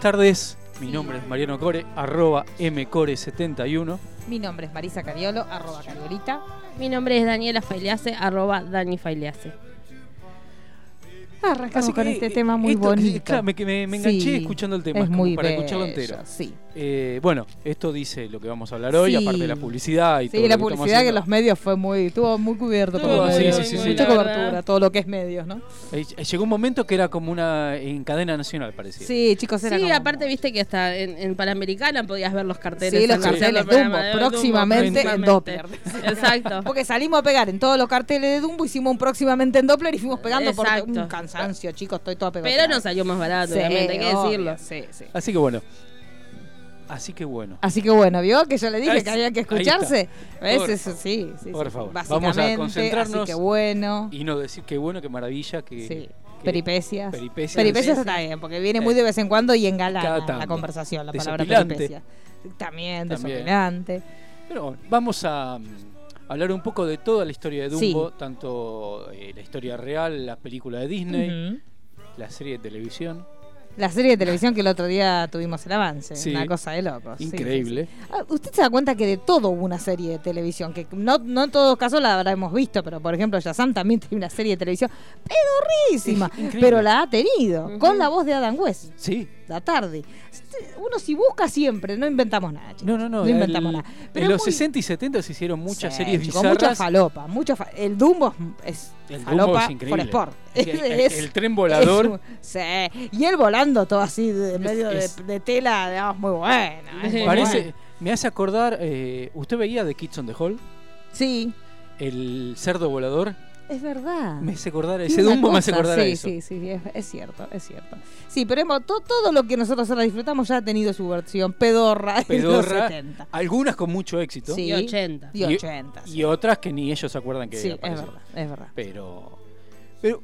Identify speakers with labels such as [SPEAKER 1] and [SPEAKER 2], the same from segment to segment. [SPEAKER 1] tardes. Mi nombre es Mariano Core, arroba mcore71.
[SPEAKER 2] Mi nombre es Marisa Cariolo, arroba Cariolita.
[SPEAKER 3] Mi nombre es Daniela Failease, arroba Dani Failease.
[SPEAKER 2] Arrancamos
[SPEAKER 1] Así
[SPEAKER 2] con
[SPEAKER 1] que,
[SPEAKER 2] este
[SPEAKER 1] eh,
[SPEAKER 2] tema muy
[SPEAKER 1] esto-
[SPEAKER 2] bonito.
[SPEAKER 1] claro, me, me- me enganché
[SPEAKER 2] Sí,
[SPEAKER 1] escuchando el tema,
[SPEAKER 2] es
[SPEAKER 1] es como
[SPEAKER 2] muy
[SPEAKER 1] para
[SPEAKER 2] bello,
[SPEAKER 1] escucharlo entero.
[SPEAKER 2] Sí.
[SPEAKER 1] Eh, bueno, esto dice lo que vamos a hablar hoy,
[SPEAKER 2] Sí.
[SPEAKER 1] aparte de la publicidad y todo.
[SPEAKER 2] Sí, la
[SPEAKER 1] lo que estamos
[SPEAKER 2] publicidad que en
[SPEAKER 1] haciendo.
[SPEAKER 2] los medios fue muy, estuvo muy cubierto por
[SPEAKER 1] Estuvo
[SPEAKER 2] los
[SPEAKER 1] muy
[SPEAKER 2] medios.
[SPEAKER 1] bien, sí, sí, sí.
[SPEAKER 2] Mucha
[SPEAKER 3] la verdad.
[SPEAKER 2] cobertura, todo lo que es medios, ¿no?
[SPEAKER 1] Eh, llegó un momento que era como una en cadena nacional, parecía.
[SPEAKER 2] Sí, chicos, era
[SPEAKER 3] Sí,
[SPEAKER 2] como-
[SPEAKER 3] aparte viste que hasta en, en Panamericana podías ver los carteles.
[SPEAKER 2] Sí, los
[SPEAKER 3] anunciando
[SPEAKER 2] carteles
[SPEAKER 3] el programa
[SPEAKER 2] Dumbo,
[SPEAKER 3] de Dumbo,
[SPEAKER 2] próximamente en
[SPEAKER 3] próximamente. Exacto.
[SPEAKER 2] Porque salimos a pegar en todos los carteles de Dumbo, hicimos un próximamente en Doppler y fuimos pegando
[SPEAKER 3] Exacto.
[SPEAKER 2] por un cansancio, chicos, estoy toda pegada.
[SPEAKER 3] Pero nos salió más barato, obviamente, hay que decirlo.
[SPEAKER 2] Sí, sí.
[SPEAKER 1] Así que bueno. Así que bueno.
[SPEAKER 2] Así que bueno, vio que yo le dije
[SPEAKER 1] Ahí
[SPEAKER 2] que había que
[SPEAKER 1] está.
[SPEAKER 2] escucharse.
[SPEAKER 1] Por
[SPEAKER 2] ¿Ves? Eso sí, sí, sí.
[SPEAKER 1] Por favor. Vamos a
[SPEAKER 2] Básicamente,
[SPEAKER 1] concentrarnos.
[SPEAKER 2] Así que bueno.
[SPEAKER 1] Y no decir qué bueno, qué maravilla, que
[SPEAKER 2] sí. Peripecias.
[SPEAKER 1] peripecias. Eh,
[SPEAKER 2] Peripecias está bien, porque viene muy de vez en cuando y engalana
[SPEAKER 1] Cada
[SPEAKER 2] la
[SPEAKER 1] tanto.
[SPEAKER 2] conversación, la palabra
[SPEAKER 1] Desopilante.
[SPEAKER 2] peripecia. También,
[SPEAKER 1] También.
[SPEAKER 2] desopilante.
[SPEAKER 1] Pero bueno, vamos a mm, hablar un poco de toda la historia de Dumbo,
[SPEAKER 2] Sí.
[SPEAKER 1] tanto eh, la historia real, la película de Disney,
[SPEAKER 2] Ujú.
[SPEAKER 1] la serie de televisión.
[SPEAKER 2] La serie de televisión que el otro día tuvimos el avance,
[SPEAKER 1] Sí.
[SPEAKER 2] una cosa de locos. sí, sí, sí.
[SPEAKER 1] Increíble.
[SPEAKER 2] Ah, Usted se da cuenta que de todo hubo una serie de televisión, que no, no en todos casos la habremos visto, pero por ejemplo Yazam también tiene una serie de televisión pedorrísima,
[SPEAKER 1] Increíble.
[SPEAKER 2] pero la ha tenido,
[SPEAKER 3] Ujú.
[SPEAKER 2] con la voz de Adam West,
[SPEAKER 1] Sí.
[SPEAKER 2] la tarde. Este, Uno si busca siempre, no inventamos nada, chicos.
[SPEAKER 1] No, no, no.
[SPEAKER 2] No inventamos
[SPEAKER 1] el-
[SPEAKER 2] nada. Pero
[SPEAKER 1] En
[SPEAKER 2] es
[SPEAKER 1] los
[SPEAKER 2] muy-
[SPEAKER 1] 60 y 70 se hicieron muchas
[SPEAKER 2] Sí,
[SPEAKER 1] series
[SPEAKER 2] chicos,
[SPEAKER 1] bizarras.
[SPEAKER 2] Mucha falopa, mucha fa- el Dumbo es, es
[SPEAKER 1] el Dumbo
[SPEAKER 2] falopa
[SPEAKER 1] es increíble.
[SPEAKER 2] for sport.
[SPEAKER 1] Es que el,
[SPEAKER 2] Es-
[SPEAKER 1] el tren volador.
[SPEAKER 2] es un- sí, y él volando todo así de, en medio de-
[SPEAKER 1] es-
[SPEAKER 2] de, tela, digamos, muy buena. es muy buena.
[SPEAKER 1] Parece, me hace acordar, eh, ¿usted veía The Kids on the Hall?
[SPEAKER 2] Sí,
[SPEAKER 1] El cerdo volador.
[SPEAKER 2] es verdad.
[SPEAKER 1] Me hace acordar,
[SPEAKER 2] Tiene
[SPEAKER 1] ese
[SPEAKER 2] una
[SPEAKER 1] Dumbo me hace
[SPEAKER 2] cosa,
[SPEAKER 1] acordar a
[SPEAKER 2] sí,
[SPEAKER 1] eso.
[SPEAKER 2] Sí, sí, es, es cierto, es cierto. Sí, pero hemos, to- todo lo que nosotros ahora disfrutamos ya ha tenido su versión pedorra, en los
[SPEAKER 1] Pedorra.
[SPEAKER 2] 70
[SPEAKER 1] Algunas con mucho éxito
[SPEAKER 2] Sí.
[SPEAKER 3] Y 80.
[SPEAKER 2] y 80.
[SPEAKER 1] y otras que ni ellos se acuerdan que
[SPEAKER 2] sí, es
[SPEAKER 1] aparecieron.
[SPEAKER 2] verdad, es verdad.
[SPEAKER 1] Pero, pero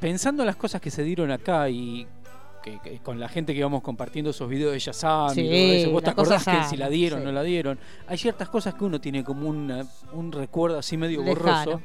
[SPEAKER 1] pensando en las cosas que se dieron acá y que, que con la gente que íbamos compartiendo esos videos de Yazam
[SPEAKER 2] Sí,
[SPEAKER 1] y todo eso, vos te
[SPEAKER 2] la cosa
[SPEAKER 1] acordás que
[SPEAKER 2] sana,
[SPEAKER 1] si la dieron o
[SPEAKER 2] sí.
[SPEAKER 1] no la dieron, hay ciertas cosas que uno tiene como una- un recuerdo así medio
[SPEAKER 2] Lejano.
[SPEAKER 1] borroso,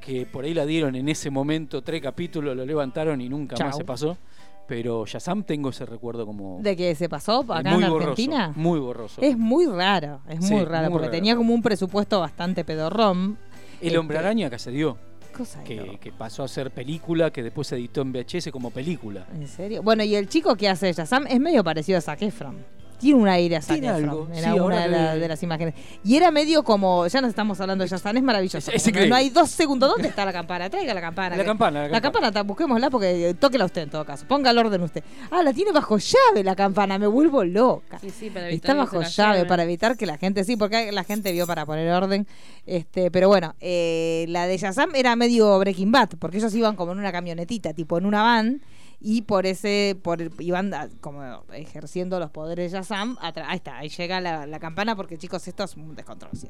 [SPEAKER 1] que por ahí la dieron en ese momento, tres capítulos, lo levantaron y nunca más
[SPEAKER 2] Chau.
[SPEAKER 1] se pasó. Pero Yazam tengo ese recuerdo como
[SPEAKER 2] ¿De que se pasó
[SPEAKER 1] eh,
[SPEAKER 2] acá
[SPEAKER 1] muy
[SPEAKER 2] en la
[SPEAKER 1] borroso.
[SPEAKER 2] Argentina?
[SPEAKER 1] Muy borroso.
[SPEAKER 2] Es muy raro, es
[SPEAKER 1] Sí,
[SPEAKER 2] muy raro,
[SPEAKER 1] muy
[SPEAKER 2] porque
[SPEAKER 1] raro.
[SPEAKER 2] tenía como un presupuesto bastante pedorrón.
[SPEAKER 1] El hombre
[SPEAKER 2] este,
[SPEAKER 1] araña que se dio,
[SPEAKER 2] Cosa de
[SPEAKER 1] que,
[SPEAKER 2] loco.
[SPEAKER 1] que pasó a ser película, que después se editó en VHS como película.
[SPEAKER 2] ¿En serio? Bueno, y el chico que hace Sam es medio parecido a Zac Efron. Tiene un aire a Zac
[SPEAKER 1] Tiene
[SPEAKER 2] Efron
[SPEAKER 1] algo,
[SPEAKER 2] en
[SPEAKER 1] sí,
[SPEAKER 2] alguna
[SPEAKER 1] ahora
[SPEAKER 2] de, la-
[SPEAKER 1] que-
[SPEAKER 2] de las imágenes. Y era medio como, ya nos estamos hablando de Shazam, es maravilloso.
[SPEAKER 1] Es- es
[SPEAKER 2] No- no,
[SPEAKER 1] increíble.
[SPEAKER 2] hay dos segundos. ¿Dónde está la campana? Traiga la campana.
[SPEAKER 1] La
[SPEAKER 2] que-
[SPEAKER 1] campana, la
[SPEAKER 2] La campana, ta- busquémosla porque eh, tóquela usted en todo caso. Ponga el orden usted. Ah, la tiene bajo llave la campana, me vuelvo loca.
[SPEAKER 3] Sí, sí,
[SPEAKER 2] Está
[SPEAKER 3] para evitar que se
[SPEAKER 2] bajo
[SPEAKER 3] la
[SPEAKER 2] llave
[SPEAKER 3] lleven.
[SPEAKER 2] para evitar que la gente, sí, porque la gente vio para poner orden. este Pero bueno, eh, la de Shazam era medio Breaking Bad, porque ellos iban como en una camionetita, tipo en una van, y por ese, por el- iban a- como ejerciendo los poderes de Shazam. atra- Ahí está, ahí llega la, la campana, porque chicos, esto es un descontrol. ¿sí?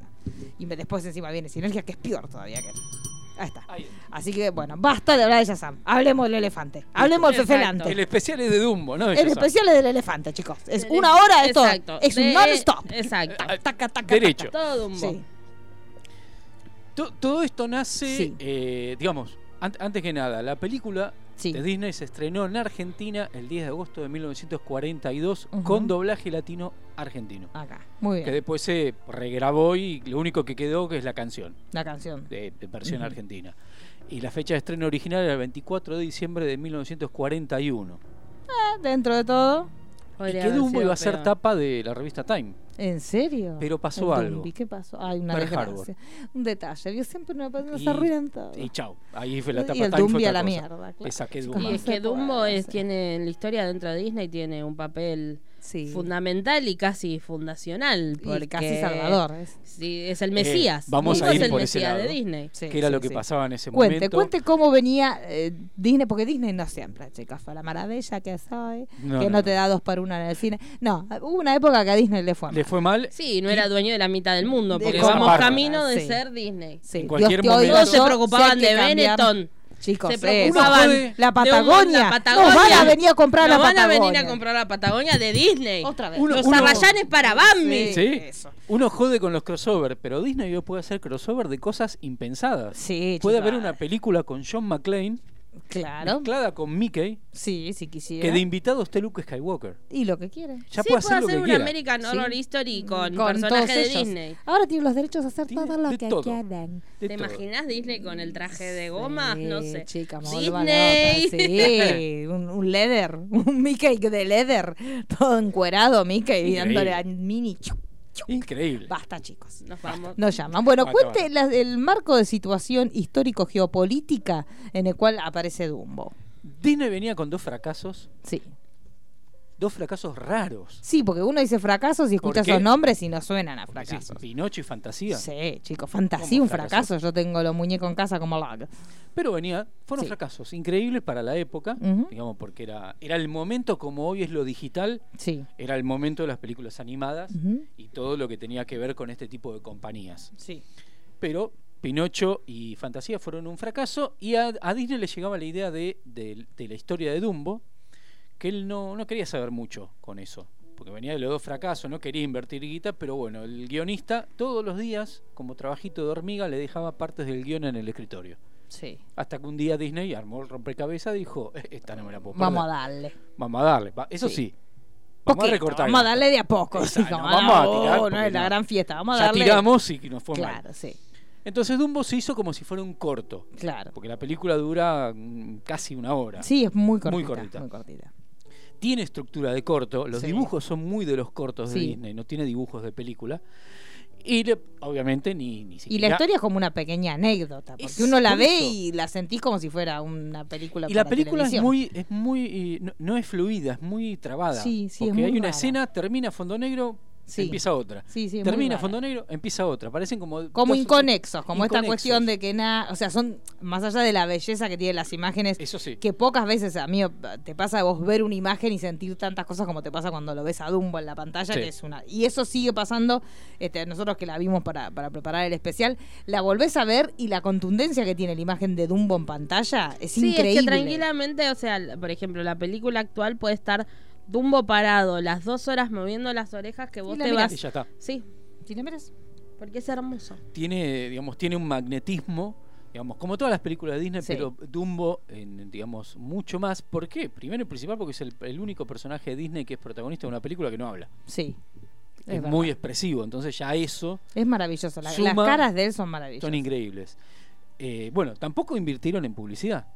[SPEAKER 2] Y me- después encima viene Sinergia, que es peor todavía que. Ahí está.
[SPEAKER 1] Ahí.
[SPEAKER 2] Así que bueno, basta de hablar de Shazam. Hablemos del elefante. Hablemos del
[SPEAKER 3] Exacto.
[SPEAKER 2] fefelante.
[SPEAKER 1] El especial es de Dumbo, ¿no? de
[SPEAKER 2] El
[SPEAKER 1] Shazam.
[SPEAKER 2] especial es del elefante, chicos. Es una hora esto.
[SPEAKER 3] Exacto.
[SPEAKER 2] Es un
[SPEAKER 3] De-
[SPEAKER 2] non-stop.
[SPEAKER 3] Exacto.
[SPEAKER 2] Taca, taca, taca,
[SPEAKER 1] Derecho.
[SPEAKER 3] Todo un
[SPEAKER 2] Sí.
[SPEAKER 1] To- todo esto nace,
[SPEAKER 2] Sí.
[SPEAKER 1] eh, digamos, an- antes que nada, la película
[SPEAKER 2] Sí.
[SPEAKER 1] de Disney se estrenó en Argentina el 10 de agosto de 1942
[SPEAKER 2] Ujú.
[SPEAKER 1] con doblaje latino argentino.
[SPEAKER 2] Acá. Muy
[SPEAKER 1] Que
[SPEAKER 2] bien.
[SPEAKER 1] después se regrabó y lo único que quedó que es la canción
[SPEAKER 2] La canción.
[SPEAKER 1] de, de versión
[SPEAKER 2] Ujú.
[SPEAKER 1] argentina. Y la fecha de estreno original era el 24 de diciembre de 1941.
[SPEAKER 2] Ah, Dentro de todo.
[SPEAKER 1] y
[SPEAKER 3] Podría
[SPEAKER 1] que
[SPEAKER 3] haber
[SPEAKER 1] Dumbo
[SPEAKER 3] sido
[SPEAKER 1] iba a ser
[SPEAKER 3] peor.
[SPEAKER 1] tapa de la revista Time.
[SPEAKER 2] ¿En serio?
[SPEAKER 1] Pero pasó
[SPEAKER 2] El
[SPEAKER 1] algo.
[SPEAKER 2] Dumbi, ¿Qué pasó? Hay una
[SPEAKER 1] Pearl
[SPEAKER 2] desgracia.
[SPEAKER 1] Harbor.
[SPEAKER 2] Un detalle. Vio siempre una nos
[SPEAKER 1] Y-
[SPEAKER 2] arruinan todo.
[SPEAKER 1] Y chau, ahí fue la tapa
[SPEAKER 2] Y el
[SPEAKER 1] Time. fue
[SPEAKER 2] Dumbi a
[SPEAKER 1] otra
[SPEAKER 2] la
[SPEAKER 1] cosa.
[SPEAKER 2] mierda. claro.
[SPEAKER 1] Le saqué
[SPEAKER 2] Sí,
[SPEAKER 1] Dumbo.
[SPEAKER 3] Y es
[SPEAKER 2] se
[SPEAKER 3] que Dumbo
[SPEAKER 2] puede
[SPEAKER 3] es,
[SPEAKER 2] hacer.
[SPEAKER 3] tiene en la historia dentro de Disney tiene un papel
[SPEAKER 2] Sí.
[SPEAKER 3] fundamental y casi fundacional. Porque
[SPEAKER 2] Y casi Salvador. es.
[SPEAKER 3] Sí, es el Mesías.
[SPEAKER 1] Eh, vamos
[SPEAKER 3] Dumbo
[SPEAKER 1] a
[SPEAKER 3] es
[SPEAKER 1] ir
[SPEAKER 3] el
[SPEAKER 1] por ese
[SPEAKER 3] Mesías de
[SPEAKER 1] lado.
[SPEAKER 3] Disney.
[SPEAKER 2] Sí,
[SPEAKER 1] que era
[SPEAKER 2] sí,
[SPEAKER 1] lo que
[SPEAKER 2] sí.
[SPEAKER 1] pasaba en ese
[SPEAKER 2] Cuente,
[SPEAKER 1] momento.
[SPEAKER 2] cuente cómo venía eh, Disney, porque Disney no siempre, chicos, fue la maravilla que soy,
[SPEAKER 1] No,
[SPEAKER 2] que
[SPEAKER 1] no,
[SPEAKER 2] no, te
[SPEAKER 1] no.
[SPEAKER 2] da dos por una en el cine. No, hubo una época que a Disney le fue mal.
[SPEAKER 1] Le fue mal.
[SPEAKER 3] Sí, no era dueño de la mitad del mundo,
[SPEAKER 2] De
[SPEAKER 3] porque
[SPEAKER 2] esa
[SPEAKER 3] vamos
[SPEAKER 1] parte.
[SPEAKER 3] camino de
[SPEAKER 2] Sí.
[SPEAKER 3] ser Disney.
[SPEAKER 2] Sí,
[SPEAKER 1] En cualquier
[SPEAKER 2] Dios te oiga,
[SPEAKER 1] momento-
[SPEAKER 3] Todos se
[SPEAKER 2] yo
[SPEAKER 3] preocupaban
[SPEAKER 2] sé que
[SPEAKER 3] de
[SPEAKER 2] cambiar-
[SPEAKER 3] Benetton.
[SPEAKER 2] Chicos,
[SPEAKER 3] Se
[SPEAKER 2] eso.
[SPEAKER 3] preocupaban
[SPEAKER 1] Uno puede-
[SPEAKER 2] eh, la
[SPEAKER 3] de un-
[SPEAKER 2] Patagonia.
[SPEAKER 3] la Patagonia.
[SPEAKER 2] Nos van a venir a comprar
[SPEAKER 3] Nos
[SPEAKER 2] la
[SPEAKER 3] van a
[SPEAKER 2] Patagonia.
[SPEAKER 3] venir a comprar la Patagonia de Disney.
[SPEAKER 2] Otra vez.
[SPEAKER 1] Uno-
[SPEAKER 3] Los
[SPEAKER 1] uno-
[SPEAKER 3] arrayanes para Bambi.
[SPEAKER 2] Sí,
[SPEAKER 1] ¿Sí?
[SPEAKER 2] eso.
[SPEAKER 1] Uno jode con los crossovers, pero Disney hoy puede hacer crossover de cosas impensadas.
[SPEAKER 2] Sí,
[SPEAKER 1] puede
[SPEAKER 2] chicos.
[SPEAKER 1] haber una película con John McClane
[SPEAKER 2] Claro.
[SPEAKER 1] mezclada con Mickey,
[SPEAKER 2] Sí, si
[SPEAKER 1] que
[SPEAKER 2] quisiera.
[SPEAKER 1] de invitado esté Luke Skywalker.
[SPEAKER 2] Y lo que quiere.
[SPEAKER 1] Ya puede
[SPEAKER 3] sí, puedo
[SPEAKER 1] hacer lo
[SPEAKER 3] hacer
[SPEAKER 1] que
[SPEAKER 3] un
[SPEAKER 1] quiera.
[SPEAKER 3] American Horror
[SPEAKER 2] Sí.
[SPEAKER 3] History con,
[SPEAKER 2] Con todos
[SPEAKER 3] personajes de
[SPEAKER 2] ellos.
[SPEAKER 3] Disney.
[SPEAKER 2] Ahora tiene los derechos de hacer
[SPEAKER 1] Tiene
[SPEAKER 2] todo lo
[SPEAKER 1] de
[SPEAKER 2] que
[SPEAKER 1] todo.
[SPEAKER 2] quieran.
[SPEAKER 1] De
[SPEAKER 3] ¿Te
[SPEAKER 1] todo.
[SPEAKER 3] imaginas Disney con el traje de goma?
[SPEAKER 2] Sí,
[SPEAKER 3] no sé.
[SPEAKER 2] Chica, me vuelvo loca,
[SPEAKER 3] Disney.
[SPEAKER 2] Sí, un, un leather, un Mickey de leather, todo encuerado, Mickey, y
[SPEAKER 1] Increíble.
[SPEAKER 2] dándole a Mini. Chu, chu.
[SPEAKER 1] Increíble.
[SPEAKER 2] Basta, chicos.
[SPEAKER 3] Nos vamos.
[SPEAKER 2] Nos llaman. Bueno,
[SPEAKER 1] Basta,
[SPEAKER 2] cuente la- el marco de situación histórico-geopolítica en el cual aparece Dumbo.
[SPEAKER 1] Disney venía con dos fracasos,
[SPEAKER 2] Sí.
[SPEAKER 1] dos fracasos raros.
[SPEAKER 2] Sí, porque uno dice fracasos y escucha
[SPEAKER 1] ¿Por qué?
[SPEAKER 2] esos nombres y no suenan a
[SPEAKER 1] Es decir,
[SPEAKER 2] fracasos.
[SPEAKER 1] Pinocho y Fantasía.
[SPEAKER 2] Sí, chicos, fantasía,
[SPEAKER 1] ¿Cómo
[SPEAKER 2] un
[SPEAKER 1] fracaso?
[SPEAKER 2] fracaso. Yo tengo los muñecos en casa como lag.
[SPEAKER 1] Pero venía, fueron
[SPEAKER 2] Sí.
[SPEAKER 1] fracasos increíbles para la época,
[SPEAKER 2] Ujú.
[SPEAKER 1] digamos, porque era, era el momento, como hoy es lo digital,
[SPEAKER 2] Sí.
[SPEAKER 1] era el momento de las películas animadas
[SPEAKER 2] Ujú.
[SPEAKER 1] y todo lo que tenía que ver con este tipo de compañías.
[SPEAKER 2] Sí.
[SPEAKER 1] Pero Pinocho y Fantasía fueron un fracaso y a, a Disney le llegaba la idea de, de- de la historia de Dumbo, que él no, no quería saber mucho con eso, porque venía de los dos fracasos, no quería invertir guita, pero bueno, el guionista todos los días, como trabajito de hormiga, le dejaba partes del guión en el escritorio.
[SPEAKER 2] Sí.
[SPEAKER 1] Hasta que un día Disney armó el rompecabezas y dijo, "Eh, esta no me la puedo perder.
[SPEAKER 2] Vamos a darle.
[SPEAKER 1] Vamos a darle. va- Eso sí.
[SPEAKER 2] Sí.
[SPEAKER 1] Vamos a
[SPEAKER 2] Poquito,
[SPEAKER 1] recortar.
[SPEAKER 2] Vamos a
[SPEAKER 1] guita.
[SPEAKER 2] darle de a poco.
[SPEAKER 1] Exacto,
[SPEAKER 2] así como,
[SPEAKER 1] no vamos a
[SPEAKER 2] "Oh,
[SPEAKER 1] tirar
[SPEAKER 2] no
[SPEAKER 1] porque
[SPEAKER 2] es la
[SPEAKER 1] no".
[SPEAKER 2] gran fiesta. Vamos a
[SPEAKER 1] Ya
[SPEAKER 2] darle.
[SPEAKER 1] tiramos y nos fue mal.
[SPEAKER 2] Claro, sí.
[SPEAKER 1] Entonces Dumbo se hizo como si fuera un corto,
[SPEAKER 2] Claro.
[SPEAKER 1] porque la película dura mm, casi una hora.
[SPEAKER 2] Sí, es muy cortita.
[SPEAKER 1] Muy
[SPEAKER 2] Muy
[SPEAKER 1] cortita.
[SPEAKER 2] cortita.
[SPEAKER 1] Tiene estructura de corto, los
[SPEAKER 2] Sí.
[SPEAKER 1] dibujos son muy de los cortos de
[SPEAKER 2] Sí.
[SPEAKER 1] Disney, no tiene dibujos de película. Y le- obviamente ni, ni
[SPEAKER 2] Y
[SPEAKER 1] siquiera...
[SPEAKER 2] la historia es como una pequeña anécdota, porque
[SPEAKER 1] Es
[SPEAKER 2] uno la
[SPEAKER 1] por
[SPEAKER 2] ve
[SPEAKER 1] eso.
[SPEAKER 2] y la sentís como si fuera una película.
[SPEAKER 1] Y la
[SPEAKER 2] para
[SPEAKER 1] película es
[SPEAKER 2] televisión.
[SPEAKER 1] muy, es muy eh, no, no es fluida, es muy trabada.
[SPEAKER 2] Sí, sí, es
[SPEAKER 1] porque
[SPEAKER 2] muy
[SPEAKER 1] hay una
[SPEAKER 2] rara.
[SPEAKER 1] escena, termina fondo negro,
[SPEAKER 2] Sí.
[SPEAKER 1] empieza otra.
[SPEAKER 2] Sí, sí, es muy
[SPEAKER 1] termina
[SPEAKER 2] rara.
[SPEAKER 1] fondo negro, empieza otra. Parecen como...
[SPEAKER 2] Como
[SPEAKER 1] dos o tres-
[SPEAKER 2] inconexos, como esta
[SPEAKER 1] inconexos.
[SPEAKER 2] cuestión de que nada, o sea, son más allá de la belleza que tienen las imágenes,
[SPEAKER 1] Eso sí.
[SPEAKER 2] que pocas veces a mí te pasa de vos ver una imagen y sentir tantas cosas como te pasa cuando lo ves a Dumbo en la pantalla,
[SPEAKER 1] Sí.
[SPEAKER 2] que es una. Y eso sigue pasando, este, nosotros que la vimos para, para preparar el especial, la volvés a ver y la contundencia que tiene la imagen de Dumbo en pantalla es
[SPEAKER 3] Sí,
[SPEAKER 2] increíble.
[SPEAKER 3] es que tranquilamente, o sea, l- por ejemplo, la película actual puede estar Dumbo parado las dos horas moviendo las orejas que vos
[SPEAKER 2] la
[SPEAKER 3] te
[SPEAKER 2] mirás.
[SPEAKER 1] Y
[SPEAKER 3] vas.
[SPEAKER 1] ya está.
[SPEAKER 3] Sí,
[SPEAKER 2] ¿Sí la miras?
[SPEAKER 3] porque es hermoso.
[SPEAKER 1] tiene, digamos, tiene un magnetismo, digamos, como todas las películas de Disney,
[SPEAKER 2] Sí.
[SPEAKER 1] pero Dumbo, en, digamos, mucho más. ¿Por qué? Primero y principal porque es el, el único personaje de Disney que es protagonista de una película que no habla.
[SPEAKER 2] Sí.
[SPEAKER 1] Es,
[SPEAKER 2] Es, verdad.
[SPEAKER 1] muy expresivo, entonces ya eso
[SPEAKER 2] Es maravilloso. la-
[SPEAKER 1] Suma-
[SPEAKER 2] las caras de él son maravillosas.
[SPEAKER 1] son increíbles. Eh, bueno, tampoco invirtieron en publicidad.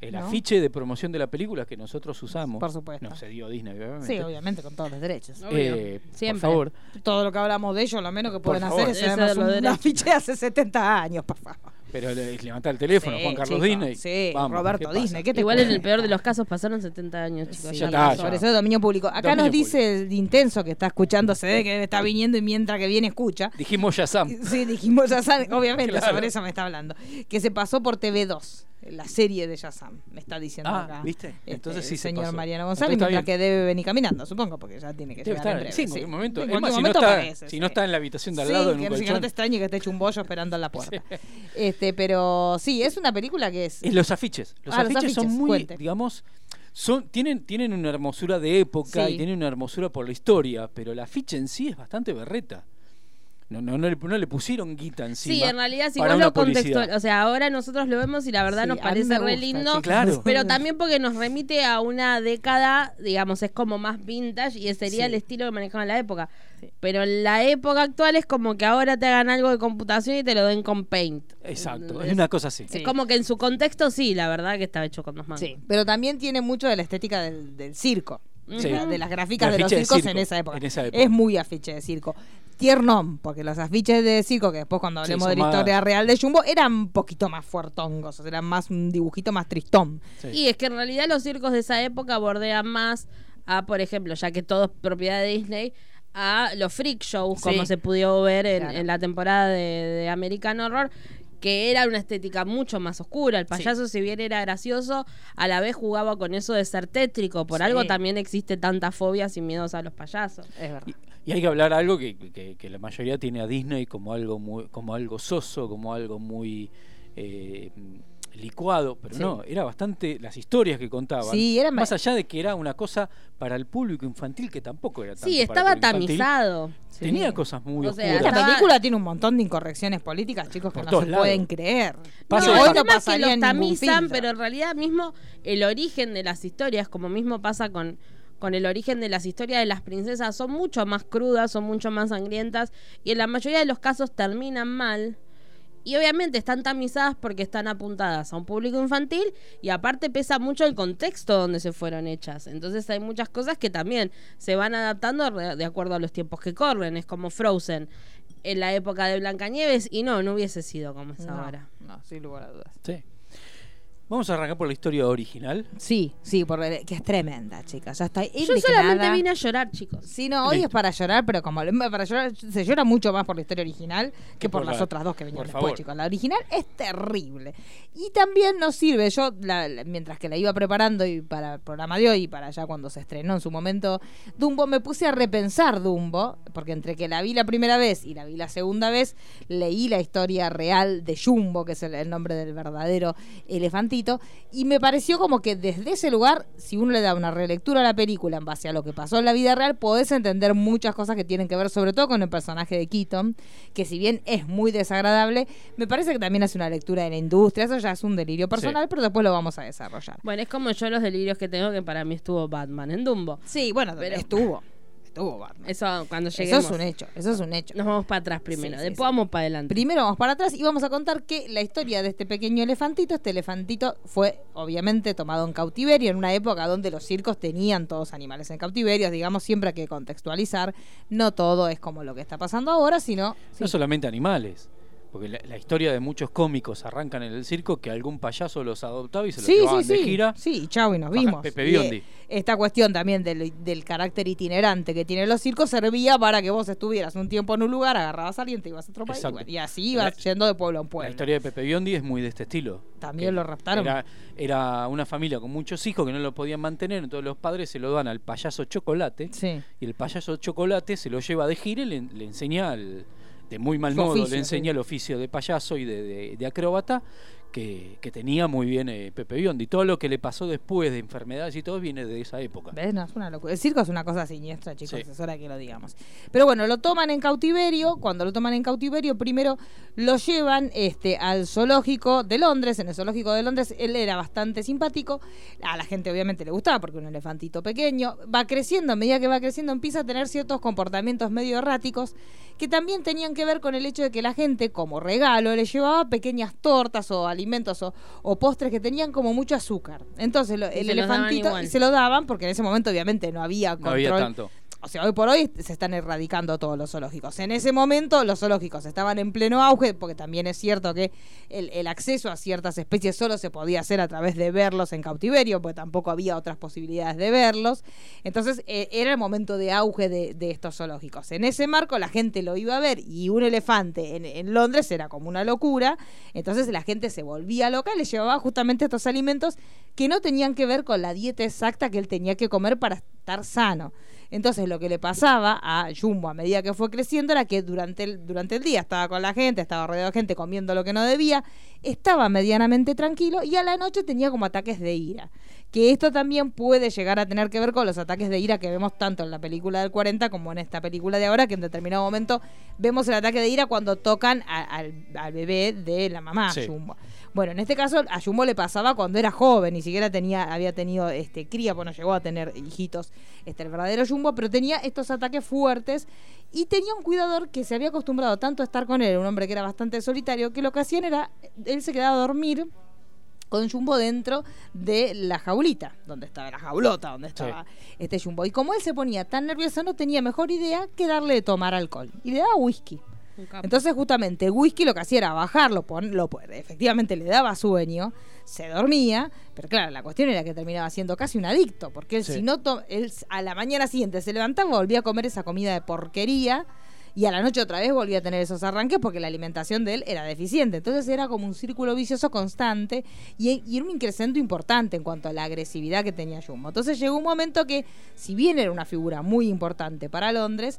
[SPEAKER 1] El
[SPEAKER 2] No.
[SPEAKER 1] afiche de promoción de la película que nosotros usamos,
[SPEAKER 2] Por supuesto.
[SPEAKER 1] no se dio Disney, obviamente.
[SPEAKER 2] Sí, obviamente, con todos los derechos.
[SPEAKER 1] Eh, por
[SPEAKER 3] Siempre.
[SPEAKER 1] favor.
[SPEAKER 2] Todo lo que hablamos de ellos, lo menos que
[SPEAKER 1] Por
[SPEAKER 2] pueden hacer
[SPEAKER 1] favor.
[SPEAKER 2] es
[SPEAKER 3] Eso de
[SPEAKER 2] además
[SPEAKER 3] los
[SPEAKER 2] un
[SPEAKER 3] derechos.
[SPEAKER 2] afiche de hace 70 años, por favor.
[SPEAKER 1] Pero le- levantar el teléfono,
[SPEAKER 2] Sí,
[SPEAKER 1] Juan Carlos
[SPEAKER 2] chico,
[SPEAKER 1] Disney.
[SPEAKER 2] Sí,
[SPEAKER 1] Vamos, ¿qué
[SPEAKER 2] Roberto
[SPEAKER 1] pasa?
[SPEAKER 2] Disney. ¿qué te
[SPEAKER 3] Igual en el
[SPEAKER 2] cuesta?
[SPEAKER 3] peor de los casos pasaron 70 años, chicos.
[SPEAKER 2] Sí,
[SPEAKER 1] Ya
[SPEAKER 3] ya
[SPEAKER 1] está,
[SPEAKER 3] pasó.
[SPEAKER 1] ya.
[SPEAKER 2] sobre eso de dominio público. Acá
[SPEAKER 1] Dominio
[SPEAKER 2] nos dice el intenso que está escuchando, se ve que está viniendo y mientras que viene escucha.
[SPEAKER 1] Dijimos ya Sam.
[SPEAKER 2] Sí, dijimos Yazam, obviamente,
[SPEAKER 1] Claro.
[SPEAKER 2] sobre eso me está hablando. Que se pasó por TV2, la serie de Yazam, me está diciendo
[SPEAKER 1] Ah,
[SPEAKER 2] acá.
[SPEAKER 1] ¿viste?
[SPEAKER 2] este,
[SPEAKER 1] Entonces sí
[SPEAKER 2] el
[SPEAKER 1] se
[SPEAKER 2] señor
[SPEAKER 1] pasó.
[SPEAKER 2] Mariano
[SPEAKER 1] Entonces
[SPEAKER 2] González,
[SPEAKER 1] está
[SPEAKER 2] mientras
[SPEAKER 1] bien.
[SPEAKER 2] que debe venir caminando, supongo, porque ya tiene que
[SPEAKER 1] Debe
[SPEAKER 2] llegar en
[SPEAKER 1] estar
[SPEAKER 2] breve.
[SPEAKER 1] sí, en cualquier momento.
[SPEAKER 2] En
[SPEAKER 1] Es más,
[SPEAKER 2] cualquier
[SPEAKER 1] si no,
[SPEAKER 2] momento
[SPEAKER 1] está,
[SPEAKER 2] aparece,
[SPEAKER 1] si no
[SPEAKER 2] sí.
[SPEAKER 1] está en la habitación de al
[SPEAKER 2] Sí,
[SPEAKER 1] lado, en un
[SPEAKER 2] que, no- que no
[SPEAKER 1] colchón.
[SPEAKER 2] te extrañe que esté hecho un bollo esperando en la puerta. Este, pero sí, es una película que es
[SPEAKER 1] Y los afiches. Los
[SPEAKER 2] Ah, los
[SPEAKER 1] afiches son
[SPEAKER 2] afiches,
[SPEAKER 1] muy,
[SPEAKER 2] cuente.
[SPEAKER 1] digamos, son, tienen, tienen una hermosura de época
[SPEAKER 2] Sí.
[SPEAKER 1] y tienen una hermosura por la historia, pero el afiche en sí es bastante berreta. No, no, no, le, no le pusieron guita encima.
[SPEAKER 3] Sí, en realidad, si
[SPEAKER 1] para
[SPEAKER 3] vos
[SPEAKER 1] una
[SPEAKER 3] lo
[SPEAKER 1] publicidad.
[SPEAKER 3] contextual, o sea, ahora nosotros lo vemos y la verdad
[SPEAKER 2] Sí,
[SPEAKER 3] nos
[SPEAKER 2] a mí
[SPEAKER 3] parece
[SPEAKER 2] me
[SPEAKER 3] re
[SPEAKER 2] gusta,
[SPEAKER 3] lindo.
[SPEAKER 2] chicos.
[SPEAKER 1] Claro.
[SPEAKER 3] Pero también porque nos remite a una década, digamos, es como más vintage y sería
[SPEAKER 2] Sí.
[SPEAKER 3] el estilo que manejaban en la época. Pero en la época actual es como que ahora te hagan algo de computación y te lo den con paint.
[SPEAKER 1] Exacto, es
[SPEAKER 3] ¿Entendés?
[SPEAKER 1] una cosa así.
[SPEAKER 3] Es como que en su contexto sí, la verdad que estaba hecho con dos manos.
[SPEAKER 2] Sí, pero también tiene mucho de la estética del, del circo.
[SPEAKER 1] Sí.
[SPEAKER 2] O sea, De las gráficas
[SPEAKER 1] De
[SPEAKER 2] de, los
[SPEAKER 1] afiche de
[SPEAKER 2] circos
[SPEAKER 1] circo,
[SPEAKER 2] en, esa época.
[SPEAKER 1] en esa época.
[SPEAKER 2] Es muy afiche de circo. Tiernón, porque los afiches de circo, que después cuando
[SPEAKER 1] Sí,
[SPEAKER 2] hablemos
[SPEAKER 1] son
[SPEAKER 2] de la
[SPEAKER 1] más-
[SPEAKER 2] historia real de Jumbo, eran un poquito más fuertongos, o sea, eran más un dibujito más tristón.
[SPEAKER 1] Sí.
[SPEAKER 3] Y es que en realidad los circos de esa época bordean más a, por ejemplo, ya que todo es propiedad de Disney, a los freak shows,
[SPEAKER 2] Sí.
[SPEAKER 3] como se pudo ver en,
[SPEAKER 2] Claro.
[SPEAKER 3] en la temporada de, de American Horror, que era una estética mucho más oscura. El payaso, si bien era gracioso, a la vez jugaba con eso de ser tétrico. Por
[SPEAKER 2] Sí.
[SPEAKER 3] algo también existe tanta fobia y miedos a los payasos.
[SPEAKER 2] Es verdad.
[SPEAKER 1] Y, y hay que hablar algo que, que- que la mayoría tiene a Disney como algo muy, como algo soso, como algo muy eh, licuado, pero
[SPEAKER 3] Sí.
[SPEAKER 1] no, era bastante las historias que contaban.
[SPEAKER 2] Sí, era
[SPEAKER 1] más
[SPEAKER 2] ma-
[SPEAKER 1] allá de que era una cosa para el público infantil que tampoco era tanto
[SPEAKER 3] Sí,
[SPEAKER 1] para
[SPEAKER 3] estaba
[SPEAKER 1] el público infantil.
[SPEAKER 3] tamizado.
[SPEAKER 1] Tenía cosas muy
[SPEAKER 3] O sea,
[SPEAKER 1] oscuras.
[SPEAKER 2] Esta
[SPEAKER 3] Estaba-
[SPEAKER 2] película tiene un montón de incorrecciones políticas, chicos, que
[SPEAKER 1] Por
[SPEAKER 2] no
[SPEAKER 1] todos
[SPEAKER 2] se
[SPEAKER 1] lados.
[SPEAKER 2] pueden creer.
[SPEAKER 1] Pasa
[SPEAKER 3] no,
[SPEAKER 1] de-
[SPEAKER 2] hoy
[SPEAKER 3] el
[SPEAKER 2] no
[SPEAKER 3] tema es que
[SPEAKER 2] pasaría
[SPEAKER 3] los
[SPEAKER 2] en ningún
[SPEAKER 3] tamizan,
[SPEAKER 2] filtro.
[SPEAKER 3] pero en realidad mismo el origen de las historias, como mismo pasa con, con el origen de las historias de las princesas, son mucho más crudas, son mucho más sangrientas y en la mayoría de los casos terminan mal. Y obviamente están tamizadas porque están apuntadas a un público infantil y aparte pesa mucho el contexto donde se fueron hechas. Entonces hay muchas cosas que también se van adaptando re- de acuerdo a los tiempos que corren. Es como Frozen en la época de Blancanieves y no, no hubiese sido como es
[SPEAKER 2] No,
[SPEAKER 3] ahora.
[SPEAKER 2] no, sin lugar a dudas.
[SPEAKER 1] Sí. Vamos a arrancar por la historia original.
[SPEAKER 2] Sí, sí, porque que es tremenda, chicas. Ya estoy
[SPEAKER 3] Yo solamente
[SPEAKER 2] indignada.
[SPEAKER 3] vine a llorar, chicos.
[SPEAKER 2] Sí, no, hoy
[SPEAKER 1] Listo.
[SPEAKER 2] es para llorar, pero como para llorar se llora mucho más por la historia original que por, las otras dos que
[SPEAKER 1] por
[SPEAKER 2] venían después,
[SPEAKER 1] favor.
[SPEAKER 2] chicos. La original es terrible. Y también nos sirve, yo la- la- mientras que la iba preparando y para el programa de hoy y para allá cuando se estrenó en su momento Dumbo, me puse a repensar Dumbo, porque entre que la vi la primera vez y la vi la segunda vez, leí la historia real de Jumbo, que es el, el nombre del verdadero elefantito, y me pareció como que desde ese lugar, si uno le da una relectura a la película en base a lo que pasó en la vida real, podés entender muchas cosas que tienen que ver sobre todo con el personaje de Keaton, que si bien es muy desagradable, me parece que también hace una lectura de la industria, eso ya es un delirio personal, pero después lo vamos a desarrollar.
[SPEAKER 3] Bueno, es como yo los delirios que tengo que para mí estuvo Batman en Dumbo.
[SPEAKER 2] Sí, bueno,
[SPEAKER 3] Pero-
[SPEAKER 2] estuvo, estuvo Batman.
[SPEAKER 3] Eso cuando
[SPEAKER 2] Eso
[SPEAKER 3] lleguemos.
[SPEAKER 2] es un hecho, eso es un hecho.
[SPEAKER 3] Nos vamos para atrás primero,
[SPEAKER 2] Sí, sí,
[SPEAKER 3] después
[SPEAKER 2] sí.
[SPEAKER 3] vamos para adelante.
[SPEAKER 2] Primero vamos para atrás y vamos a contar que la historia de este pequeño elefantito, este elefantito fue obviamente tomado en cautiverio en una época donde los circos tenían todos animales en cautiverio, digamos, siempre hay que contextualizar, no todo es como lo que está pasando ahora, sino...
[SPEAKER 1] No
[SPEAKER 2] sí.
[SPEAKER 1] solamente animales. Porque la, la historia de muchos cómicos arrancan en el circo que algún payaso los adoptaba y se los
[SPEAKER 2] Sí,
[SPEAKER 1] llevaban
[SPEAKER 2] sí,
[SPEAKER 1] de
[SPEAKER 2] sí.
[SPEAKER 1] gira.
[SPEAKER 2] Sí, chau, y nos
[SPEAKER 1] Ajá,
[SPEAKER 2] vimos.
[SPEAKER 1] Pepe
[SPEAKER 2] Y,
[SPEAKER 1] Biondi.
[SPEAKER 2] eh, esta cuestión también del, del carácter itinerante que tienen los circos servía para que vos estuvieras un tiempo en un lugar, agarrabas a alguien, te ibas a otro país, y,
[SPEAKER 1] Exacto.
[SPEAKER 2] bueno, y así ibas
[SPEAKER 1] La-
[SPEAKER 2] yendo de pueblo en
[SPEAKER 1] La
[SPEAKER 2] pueblo.
[SPEAKER 1] historia de Pepe Biondi es muy de este estilo.
[SPEAKER 2] También
[SPEAKER 1] Que
[SPEAKER 2] lo raptaron.
[SPEAKER 1] Era, era una familia con muchos hijos que no lo podían mantener, entonces los padres se lo dan al payaso Chocolate
[SPEAKER 2] Sí.
[SPEAKER 1] y el payaso Chocolate se lo lleva de gira y le, le enseña al- de muy mal
[SPEAKER 2] Su
[SPEAKER 1] modo,
[SPEAKER 2] oficio,
[SPEAKER 1] le enseña
[SPEAKER 2] sí.
[SPEAKER 1] el oficio de payaso y de, de- de acróbata que, que tenía muy bien eh, Pepe Biondi. Todo lo que le pasó después de enfermedades y todo viene de esa época.
[SPEAKER 2] ¿Ves? No, es una locura. El circo es una cosa siniestra, chicos,
[SPEAKER 1] Sí.
[SPEAKER 2] es hora que lo digamos. Pero bueno, lo toman en cautiverio. Cuando lo toman en cautiverio, primero lo llevan este, al zoológico de Londres. En el zoológico de Londres él era bastante simpático. A la gente obviamente le gustaba porque era un elefantito pequeño. Va creciendo, a medida que va creciendo empieza a tener ciertos comportamientos medio erráticos que también tenían que ver con el hecho de que la gente como regalo le llevaba pequeñas tortas o alimentos o, o postres que tenían como mucho azúcar. Entonces lo- el
[SPEAKER 3] se los daban
[SPEAKER 2] elefantito
[SPEAKER 3] igual.
[SPEAKER 2] se lo daban porque en ese momento obviamente no había
[SPEAKER 1] No
[SPEAKER 2] control.
[SPEAKER 1] había tanto.
[SPEAKER 2] O sea, hoy por hoy se están erradicando todos los zoológicos. En ese momento los zoológicos estaban en pleno auge, porque también es cierto que el, el acceso a ciertas especies solo se podía hacer a través de verlos en cautiverio, porque tampoco había otras posibilidades de verlos. Entonces eh, era el momento de auge de, de estos zoológicos. En ese marco la gente lo iba a ver y un elefante en, en Londres era como una locura. Entonces la gente se volvía loca y le llevaba justamente estos alimentos que no tenían que ver con la dieta exacta que él tenía que comer para estar sano. Entonces lo que le pasaba a Jumbo a medida que fue creciendo era que durante el, durante el día estaba con la gente, estaba rodeado de gente comiendo lo que no debía, estaba medianamente tranquilo y a la noche tenía como ataques de ira. Que esto también puede llegar a tener que ver con los ataques de ira que vemos tanto en la película del 40 como en esta película de ahora, que en determinado momento vemos el ataque de ira cuando tocan a- al, al bebé de la mamá,
[SPEAKER 1] Sí.
[SPEAKER 2] Jumbo. Bueno, en este caso a Jumbo le pasaba cuando era joven, ni siquiera tenía, había tenido este, cría, bueno, llegó a tener hijitos, este, el verdadero Jumbo, pero tenía estos ataques fuertes y tenía un cuidador que se había acostumbrado tanto a estar con él, un hombre que era bastante solitario, que lo que hacían era, él se quedaba a dormir con Jumbo dentro de la jaulita, donde estaba la jaulota, donde estaba este Jumbo. Y como él se ponía tan nervioso, no tenía mejor idea que darle de tomar alcohol. Y le daba whisky.
[SPEAKER 3] Un capo.
[SPEAKER 2] Entonces, justamente, el whisky lo que hacía era bajarlo, pon, lo, pon- efectivamente le daba sueño, se dormía, pero claro, la cuestión era que terminaba siendo casi un adicto, porque él,
[SPEAKER 1] Sí.
[SPEAKER 2] si no to- él s- a la mañana siguiente se levantaba, volvía a comer esa comida de porquería. Y a la noche otra vez volvía a tener esos arranques porque la alimentación de él era deficiente. Entonces era como un círculo vicioso constante y, en- y era un incremento importante en cuanto a la agresividad que tenía Jumbo. Entonces llegó un momento que, si bien era una figura muy importante para Londres,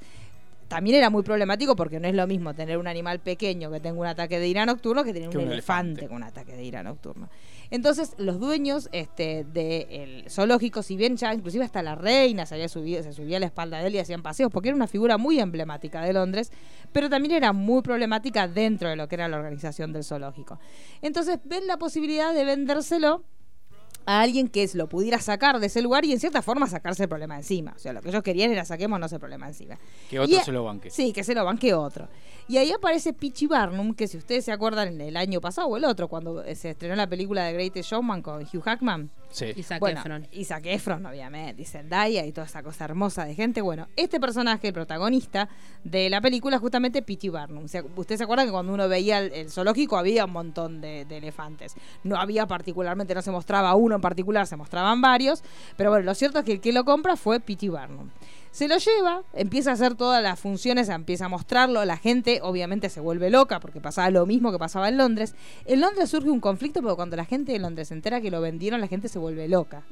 [SPEAKER 2] también era muy problemático porque no es lo mismo tener un animal pequeño que tenga un ataque de ira nocturno que tener
[SPEAKER 1] Que
[SPEAKER 2] un,
[SPEAKER 1] un
[SPEAKER 2] elefante
[SPEAKER 1] elefante.
[SPEAKER 2] con un ataque de ira nocturno. Entonces, los dueños este, del zoológico, si bien ya inclusive hasta la reina se, había subido, se subía a la espalda de él y hacían paseos, porque era una figura muy emblemática de Londres, pero también era muy problemática dentro de lo que era la organización del zoológico. Entonces, ven la posibilidad de vendérselo a alguien que lo pudiera sacar de ese lugar y en cierta forma sacarse el problema encima. O sea, lo que ellos querían era saquémonos el problema encima.
[SPEAKER 1] Que otro
[SPEAKER 2] Y-
[SPEAKER 1] se lo banque.
[SPEAKER 2] Sí, que se lo banque otro. Y ahí aparece Pichi Barnum, que si ustedes se acuerdan en el año pasado o el otro, cuando eh, se estrenó la película de Great Showman con Hugh Hackman.
[SPEAKER 1] Sí.
[SPEAKER 3] Isaac
[SPEAKER 2] Bueno,
[SPEAKER 3] Efron.
[SPEAKER 2] Zac Efron, obviamente, y Zendaya y toda esa cosa hermosa de gente. Bueno, este personaje, el protagonista de la película, es justamente Pichi Barnum. Se- Ustedes se acuerdan que cuando uno veía el, el zoológico había un montón de, de elefantes. No había particularmente, no se mostraba uno en particular, se mostraban varios. Pero bueno, lo cierto es que el que lo compra fue Pichi Barnum. Se lo lleva, empieza a hacer todas las funciones, empieza a mostrarlo, la gente obviamente se vuelve loca porque pasaba lo mismo que pasaba en Londres. En Londres surge un conflicto porque cuando la gente de Londres se entera que lo vendieron, la gente se vuelve loca.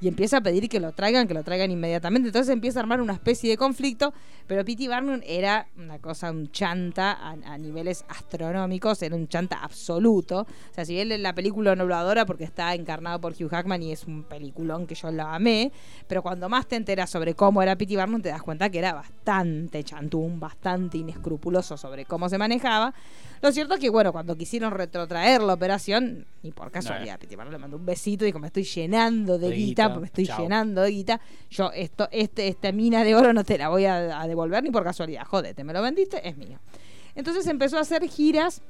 [SPEAKER 2] Y empieza a pedir que lo traigan, que lo traigan inmediatamente. Entonces empieza a armar una especie de conflicto. Pero P.T. Barnum era una cosa, un chanta a, a niveles astronómicos, era un chanta absoluto. O sea, si bien en la película no lo adora porque está encarnado por Hugh Hackman y es un peliculón que yo lo amé, pero cuando más te enteras sobre cómo era P.T. Barnum te das cuenta que era bastante chantún, bastante inescrupuloso sobre cómo se manejaba. Lo cierto es que, bueno, cuando quisieron retrotraer la operación, ni por casualidad, P.T. Barnum le mandó un besito y dijo, me estoy llenando de
[SPEAKER 1] De
[SPEAKER 2] guita,
[SPEAKER 1] guita,
[SPEAKER 2] porque me estoy
[SPEAKER 1] chao.
[SPEAKER 2] llenando de guita. Yo, esto, este, esta mina de oro no te la voy a, a devolver ni por casualidad. Jodete, me lo vendiste, es mío. Entonces empezó a hacer giras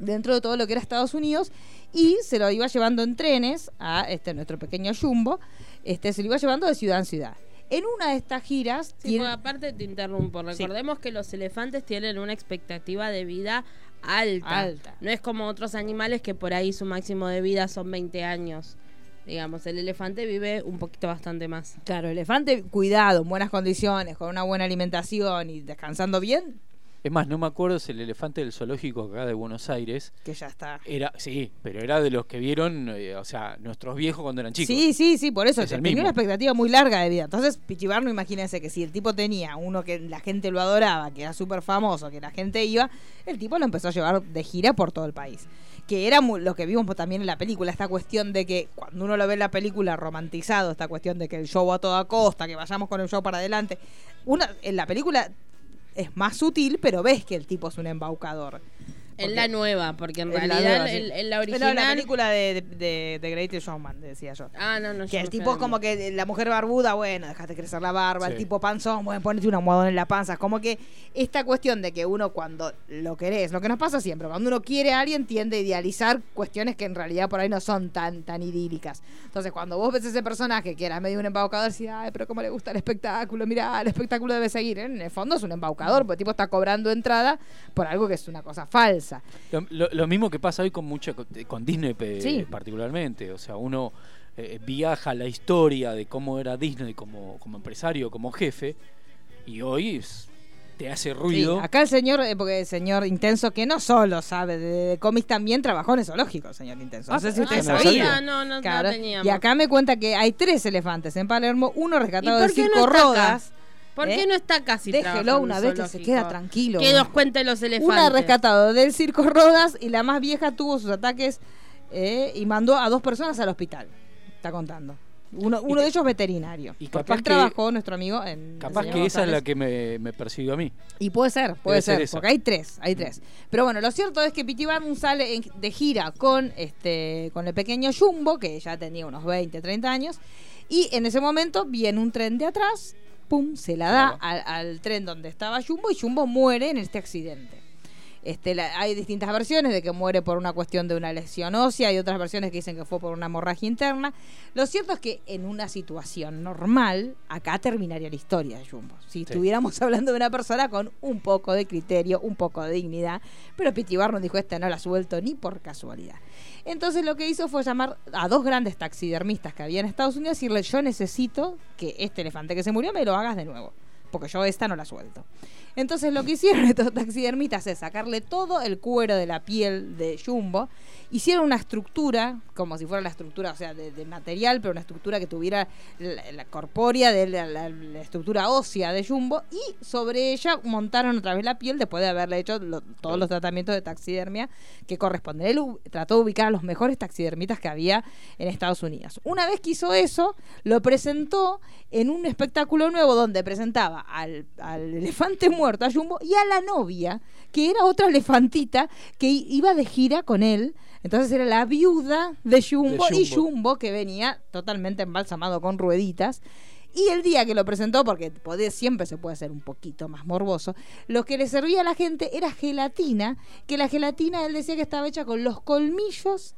[SPEAKER 2] dentro de todo lo que era Estados Unidos y se lo iba llevando en trenes a este nuestro pequeño Jumbo, este se lo iba llevando de ciudad en ciudad. En una de estas giras
[SPEAKER 3] Sí,
[SPEAKER 2] tiene-
[SPEAKER 3] porque aparte te interrumpo. Recordemos que los elefantes tienen una expectativa de vida alta.
[SPEAKER 2] Alta.
[SPEAKER 3] No es como otros animales que por ahí su máximo de vida son 20 años. Digamos, el elefante vive un poquito bastante más.
[SPEAKER 2] claro, elefante cuidado, en buenas condiciones, con una buena alimentación y descansando bien,
[SPEAKER 1] Es más, no me acuerdo si el elefante del zoológico acá de Buenos Aires
[SPEAKER 2] que ya está.
[SPEAKER 1] era, sí, pero era de los que vieron, eh, o sea, nuestros viejos cuando eran chicos.
[SPEAKER 2] Sí, sí, sí, por eso.
[SPEAKER 1] Es el
[SPEAKER 2] tenía
[SPEAKER 1] mismo.
[SPEAKER 2] una expectativa muy larga de vida. Entonces, Pichibarno, imagínense que si el tipo tenía uno que la gente lo adoraba, que era súper famoso, que la gente iba, el tipo lo empezó a llevar de gira por todo el país. Que era mu- lo que vimos también en la película, esta cuestión de que cuando uno lo ve en la película romantizado, esta cuestión de que el show a toda costa, que vayamos con el show para adelante. Una, en la película es más sutil, pero ves que el tipo es un embaucador.
[SPEAKER 3] En
[SPEAKER 2] Porque-
[SPEAKER 3] la nueva, porque en
[SPEAKER 2] en la
[SPEAKER 3] realidad
[SPEAKER 2] nueva, sí.
[SPEAKER 3] en, en la
[SPEAKER 2] No,
[SPEAKER 3] original.
[SPEAKER 2] la película de, de, de, de Greatest Showman, decía yo.
[SPEAKER 3] Ah, no, no. yo
[SPEAKER 2] Que
[SPEAKER 3] no
[SPEAKER 2] el
[SPEAKER 3] estoy
[SPEAKER 2] tipo es
[SPEAKER 3] hablando.
[SPEAKER 2] como que la mujer barbuda, bueno, dejaste crecer la barba, el
[SPEAKER 1] Sí.
[SPEAKER 2] tipo panzón, bueno, ponete un almohadón en la panza. Es Como que esta cuestión de que uno cuando lo querés, lo que nos pasa siempre, cuando uno quiere a alguien tiende a idealizar cuestiones que en realidad por ahí no son tan, tan idílicas. Entonces cuando vos ves ese personaje que era medio un embaucador, decís, ay, pero cómo le gusta el espectáculo, mirá, el espectáculo debe seguir. En el fondo es un embaucador, porque el tipo está cobrando entrada por algo que es una cosa falsa.
[SPEAKER 1] Lo, lo- lo mismo que pasa hoy con mucha con Disney pe-
[SPEAKER 2] Sí.
[SPEAKER 1] particularmente, o sea, uno eh, viaja la historia de cómo era Disney como, como empresario, como jefe, y hoy es- te hace
[SPEAKER 2] Sí,
[SPEAKER 1] ruido.
[SPEAKER 2] acá el señor, eh, porque el señor Intenso, que no solo sabe de, de cómics, también trabajó en el zoológico, señor Intenso. No
[SPEAKER 1] Ah,
[SPEAKER 2] sé si
[SPEAKER 1] ah,
[SPEAKER 2] ustedes
[SPEAKER 1] no lo
[SPEAKER 2] sabían.
[SPEAKER 1] sabía.
[SPEAKER 3] No, no, no
[SPEAKER 2] Claro.
[SPEAKER 3] teníamos.
[SPEAKER 2] y acá me cuenta que hay tres elefantes en Palermo, uno rescatado
[SPEAKER 3] ¿Y
[SPEAKER 2] del
[SPEAKER 3] por qué no
[SPEAKER 2] circo
[SPEAKER 3] está acá?
[SPEAKER 2] Rodas.
[SPEAKER 3] ¿Por
[SPEAKER 2] ¿Eh?
[SPEAKER 3] qué no está casi
[SPEAKER 2] Déjelo una vez que se queda tranquilo.
[SPEAKER 3] Que nos cuente los elefantes.
[SPEAKER 2] Una rescatado del circo Rodas y la más vieja tuvo sus ataques eh, y mandó a dos personas al hospital. Está contando. Uno, uno
[SPEAKER 1] ca-
[SPEAKER 2] de ellos veterinario.
[SPEAKER 1] y
[SPEAKER 2] porque
[SPEAKER 1] capaz
[SPEAKER 2] él
[SPEAKER 1] que-
[SPEAKER 2] trabajó nuestro amigo en. el
[SPEAKER 1] Capaz
[SPEAKER 2] señor
[SPEAKER 1] que esa es la
[SPEAKER 2] González.
[SPEAKER 1] que me, me persiguió a mí.
[SPEAKER 2] Y puede ser, puede
[SPEAKER 1] ser
[SPEAKER 2] ser,
[SPEAKER 1] esa.
[SPEAKER 2] porque hay tres, hay tres. Pero bueno, lo cierto es que P.T. Barnum sale en- de gira con este con el pequeño Jumbo, que ya tenía unos 20, 30 años, y en ese momento viene un tren de atrás, pum, se la
[SPEAKER 1] Claro.
[SPEAKER 2] da al, al tren donde estaba Jumbo y Jumbo muere en este accidente. Este, la- hay distintas versiones de que muere por una cuestión de una lesión ósea y otras versiones que dicen que fue por una hemorragia interna. Lo cierto es que en una situación normal, acá terminaría la historia de Jumbo. Si estuviéramos hablando de una persona con un poco de criterio, un poco de dignidad, pero Pitti Barnum dijo, esta no la suelto ni por casualidad. Entonces lo que hizo fue llamar a dos grandes taxidermistas que había en Estados Unidos y decirle, yo necesito que este elefante que se murió me lo hagas de nuevo, porque yo esta no la suelto. Entonces lo que hicieron estos taxidermistas es sacarle todo el cuero de la piel de Jumbo, hicieron una estructura, como si fuera la estructura, o sea, de, de material, pero una estructura que tuviera la, la corpórea de la, la- la estructura ósea de Jumbo, y sobre ella montaron otra vez la piel después de haberle hecho lo- todos los tratamientos de taxidermia que corresponden. Él u- trató de ubicar a los mejores taxidermitas que había en Estados Unidos. Una vez que hizo eso, lo presentó en un espectáculo nuevo donde presentaba al, al elefante muerto, a Jumbo, y a la novia, que era otra elefantita que i- iba de gira con él. Entonces era la viuda de Jumbo, y
[SPEAKER 1] Jumbo.
[SPEAKER 2] Jumbo que venía totalmente embalsamado con rueditas. Y el día que lo presentó, porque podés- siempre se puede hacer un poquito más morboso, lo que le servía a la gente era gelatina, que la gelatina él decía que estaba hecha con los colmillos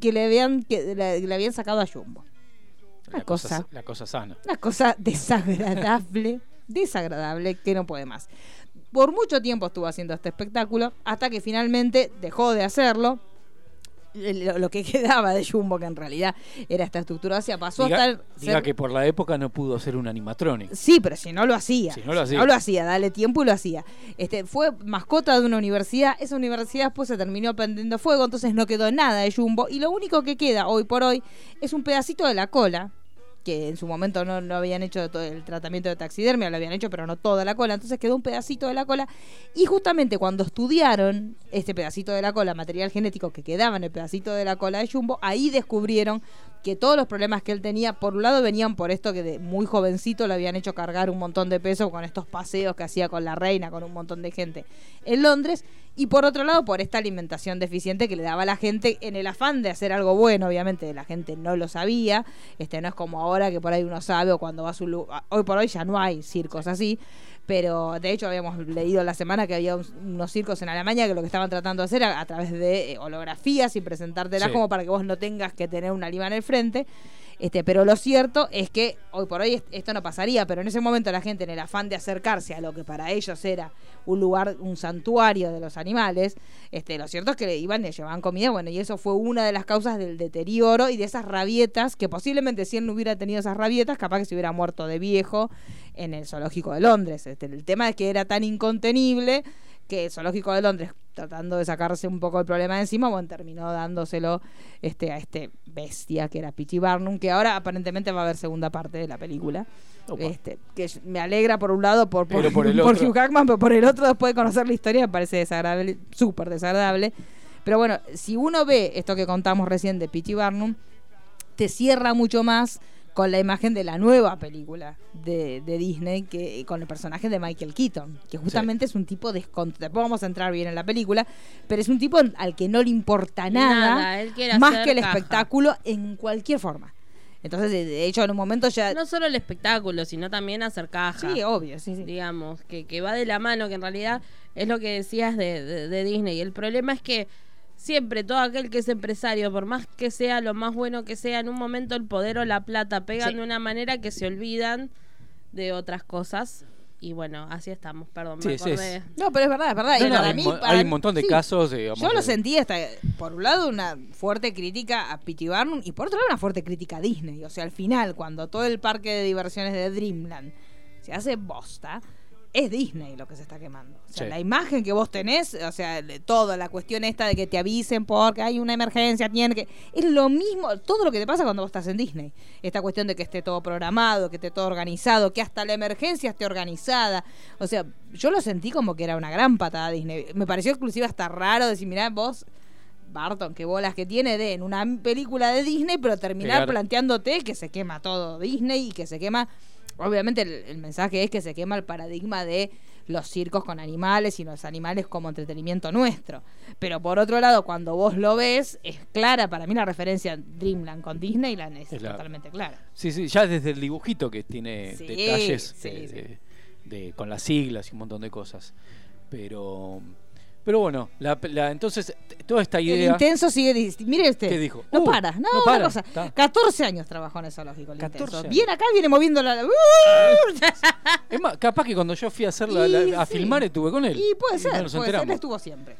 [SPEAKER 2] que le habían, que le- le habían sacado a Jumbo. Una
[SPEAKER 1] La cosa,
[SPEAKER 2] cosa.
[SPEAKER 1] la cosa sana.
[SPEAKER 2] Una cosa desagradable, desagradable, que no puede más. Por mucho tiempo estuvo haciendo este espectáculo, hasta que finalmente dejó de hacerlo. Eh, Lo, lo que quedaba de Jumbo, que en realidad era esta estructura, se pasó
[SPEAKER 1] Diga,
[SPEAKER 2] hasta...
[SPEAKER 1] diga que por la época no pudo hacer un animatronic.
[SPEAKER 2] Sí, pero si no lo hacía.
[SPEAKER 1] Si no lo hacía.
[SPEAKER 2] dale tiempo y lo hacía. Este, fue mascota de una universidad, esa universidad después se terminó prendiendo fuego, entonces no quedó nada de Jumbo y lo único que queda hoy por hoy es un pedacito de la cola que en su momento no, no habían hecho todo el tratamiento de taxidermia, lo habían hecho, pero no toda la cola, entonces quedó un pedacito de la cola y justamente cuando estudiaron este pedacito de la cola, material genético que quedaba en el pedacito de la cola de Jumbo, ahí descubrieron que todos los problemas que él tenía, por un lado venían por esto que de muy jovencito le habían hecho cargar un montón de peso con estos paseos que hacía con la reina, con un montón de gente en Londres, y por otro lado por esta alimentación deficiente que le daba a la gente en el afán de hacer algo bueno, obviamente la gente no lo sabía, este no es como ahora que por ahí uno sabe o cuando va a su lugar, hoy por hoy ya no hay circos así, pero de hecho habíamos leído la semana que había un- unos circos en Alemania que lo que estaban tratando de hacer era a, través de eh, holografías y presentártelas
[SPEAKER 1] Sí.
[SPEAKER 2] como para que vos no tengas que tener una lima en el frente. Este, pero lo cierto es que hoy por hoy est- esto no pasaría, pero en ese momento la gente en el afán de acercarse a lo que para ellos era un lugar, un santuario de los animales, este, lo cierto es que le iban y llevaban comida, bueno, y eso fue una de las causas del deterioro y de esas rabietas, que posiblemente si él no hubiera tenido esas rabietas, capaz que se hubiera muerto de viejo en el zoológico de Londres. Este, el tema es que era tan incontenible que el zoológico de Londres, tratando de sacarse un poco el problema de encima, bueno, terminó dándoselo este, a este bestia que era P.T. Barnum, que ahora aparentemente va a haber segunda parte de la película.
[SPEAKER 1] Opa.
[SPEAKER 2] Este, que yo- me alegra por un lado por, por,
[SPEAKER 1] Pero por el
[SPEAKER 2] por
[SPEAKER 1] otro.
[SPEAKER 2] Hugh Jackman, pero por el otro después de conocer la historia me parece desagradable, súper desagradable. Pero bueno, si uno ve esto que contamos recién de P.T. Barnum, te cierra mucho más con la imagen de la nueva película de, de Disney que con el personaje de Michael Keaton, que justamente es un tipo descontrolado. Después vamos a entrar bien en la película, pero es un tipo al que no le importa nada,
[SPEAKER 3] Nada, él quiere
[SPEAKER 2] más
[SPEAKER 3] hacer
[SPEAKER 2] que el
[SPEAKER 3] caja.
[SPEAKER 2] espectáculo en cualquier forma. Entonces, de- de hecho, en un momento ya...
[SPEAKER 3] No solo el espectáculo, sino también hacer caja.
[SPEAKER 2] sí, obvio, sí, sí.
[SPEAKER 3] digamos, que, que va de la mano, que en realidad es lo que decías de, de- de Disney. El problema es que siempre todo aquel que es empresario, por más que sea lo más bueno que sea, en un momento el poder o la plata pegan
[SPEAKER 2] Sí.
[SPEAKER 3] de una manera que se olvidan de otras cosas. Y bueno, así estamos, perdón,
[SPEAKER 1] Sí,
[SPEAKER 3] me
[SPEAKER 1] sí,
[SPEAKER 3] acordé.
[SPEAKER 1] sí.
[SPEAKER 2] No, pero es verdad, es verdad. Y
[SPEAKER 1] No, no,
[SPEAKER 2] para
[SPEAKER 1] hay,
[SPEAKER 2] mí-
[SPEAKER 1] mo-
[SPEAKER 2] para
[SPEAKER 1] hay un
[SPEAKER 2] mí-
[SPEAKER 1] montón de
[SPEAKER 2] sí.
[SPEAKER 1] casos. eh, digamos,
[SPEAKER 2] Yo lo
[SPEAKER 1] de-
[SPEAKER 2] sentí hasta, por un lado, una fuerte crítica a P.T. Barnum y por otro lado, una fuerte crítica a Disney. O sea, al final, cuando todo el parque de diversiones de Dreamland se hace bosta, es Disney lo que se está quemando. O sea,
[SPEAKER 1] Sí.
[SPEAKER 2] la imagen que vos tenés, o sea, de toda la cuestión esta de que te avisen porque hay una emergencia, tienen que. Es lo mismo, todo lo que te pasa cuando vos estás en Disney. Esta cuestión de que esté todo programado, que esté todo organizado, que hasta la emergencia esté organizada. O sea, yo lo sentí como que era una gran patada Disney. Me pareció exclusiva hasta raro decir, mirá, vos. Barton, qué bolas que tiene de en una película de Disney, pero terminar
[SPEAKER 1] Pegar.
[SPEAKER 2] planteándote que se quema todo Disney y que se quema Obviamente el, el mensaje es que se quema el paradigma de los circos con animales y los animales como entretenimiento nuestro. Pero por otro lado, cuando vos lo ves, es clara para mí la referencia Dreamland con Disneyland es,
[SPEAKER 1] Es la-
[SPEAKER 2] totalmente clara.
[SPEAKER 1] Sí, sí, ya desde el dibujito que tiene
[SPEAKER 2] Sí,
[SPEAKER 1] detalles
[SPEAKER 2] sí,
[SPEAKER 1] de-
[SPEAKER 2] sí.
[SPEAKER 1] de- de- con las siglas y un montón de cosas. Pero, pero bueno, la, la- entonces t- toda esta
[SPEAKER 2] El
[SPEAKER 1] idea.
[SPEAKER 2] intenso sigue. dis- Mire usted.
[SPEAKER 1] ¿Qué dijo?
[SPEAKER 2] No
[SPEAKER 1] Uh,
[SPEAKER 2] para. No,
[SPEAKER 1] no
[SPEAKER 2] una
[SPEAKER 1] para,
[SPEAKER 2] cosa.
[SPEAKER 1] está.
[SPEAKER 2] 14 años trabajó en el zoológico. El
[SPEAKER 1] 14
[SPEAKER 2] intenso.
[SPEAKER 1] años.
[SPEAKER 2] Viene acá, viene moviendo la. uh,
[SPEAKER 1] Es más, capaz que cuando yo fui a hacer la-
[SPEAKER 2] Y
[SPEAKER 1] la- a
[SPEAKER 2] sí.
[SPEAKER 1] filmar estuve con él.
[SPEAKER 2] y puede ser.
[SPEAKER 1] no nos
[SPEAKER 2] puede ser,
[SPEAKER 1] enteramos.
[SPEAKER 2] estuvo siempre.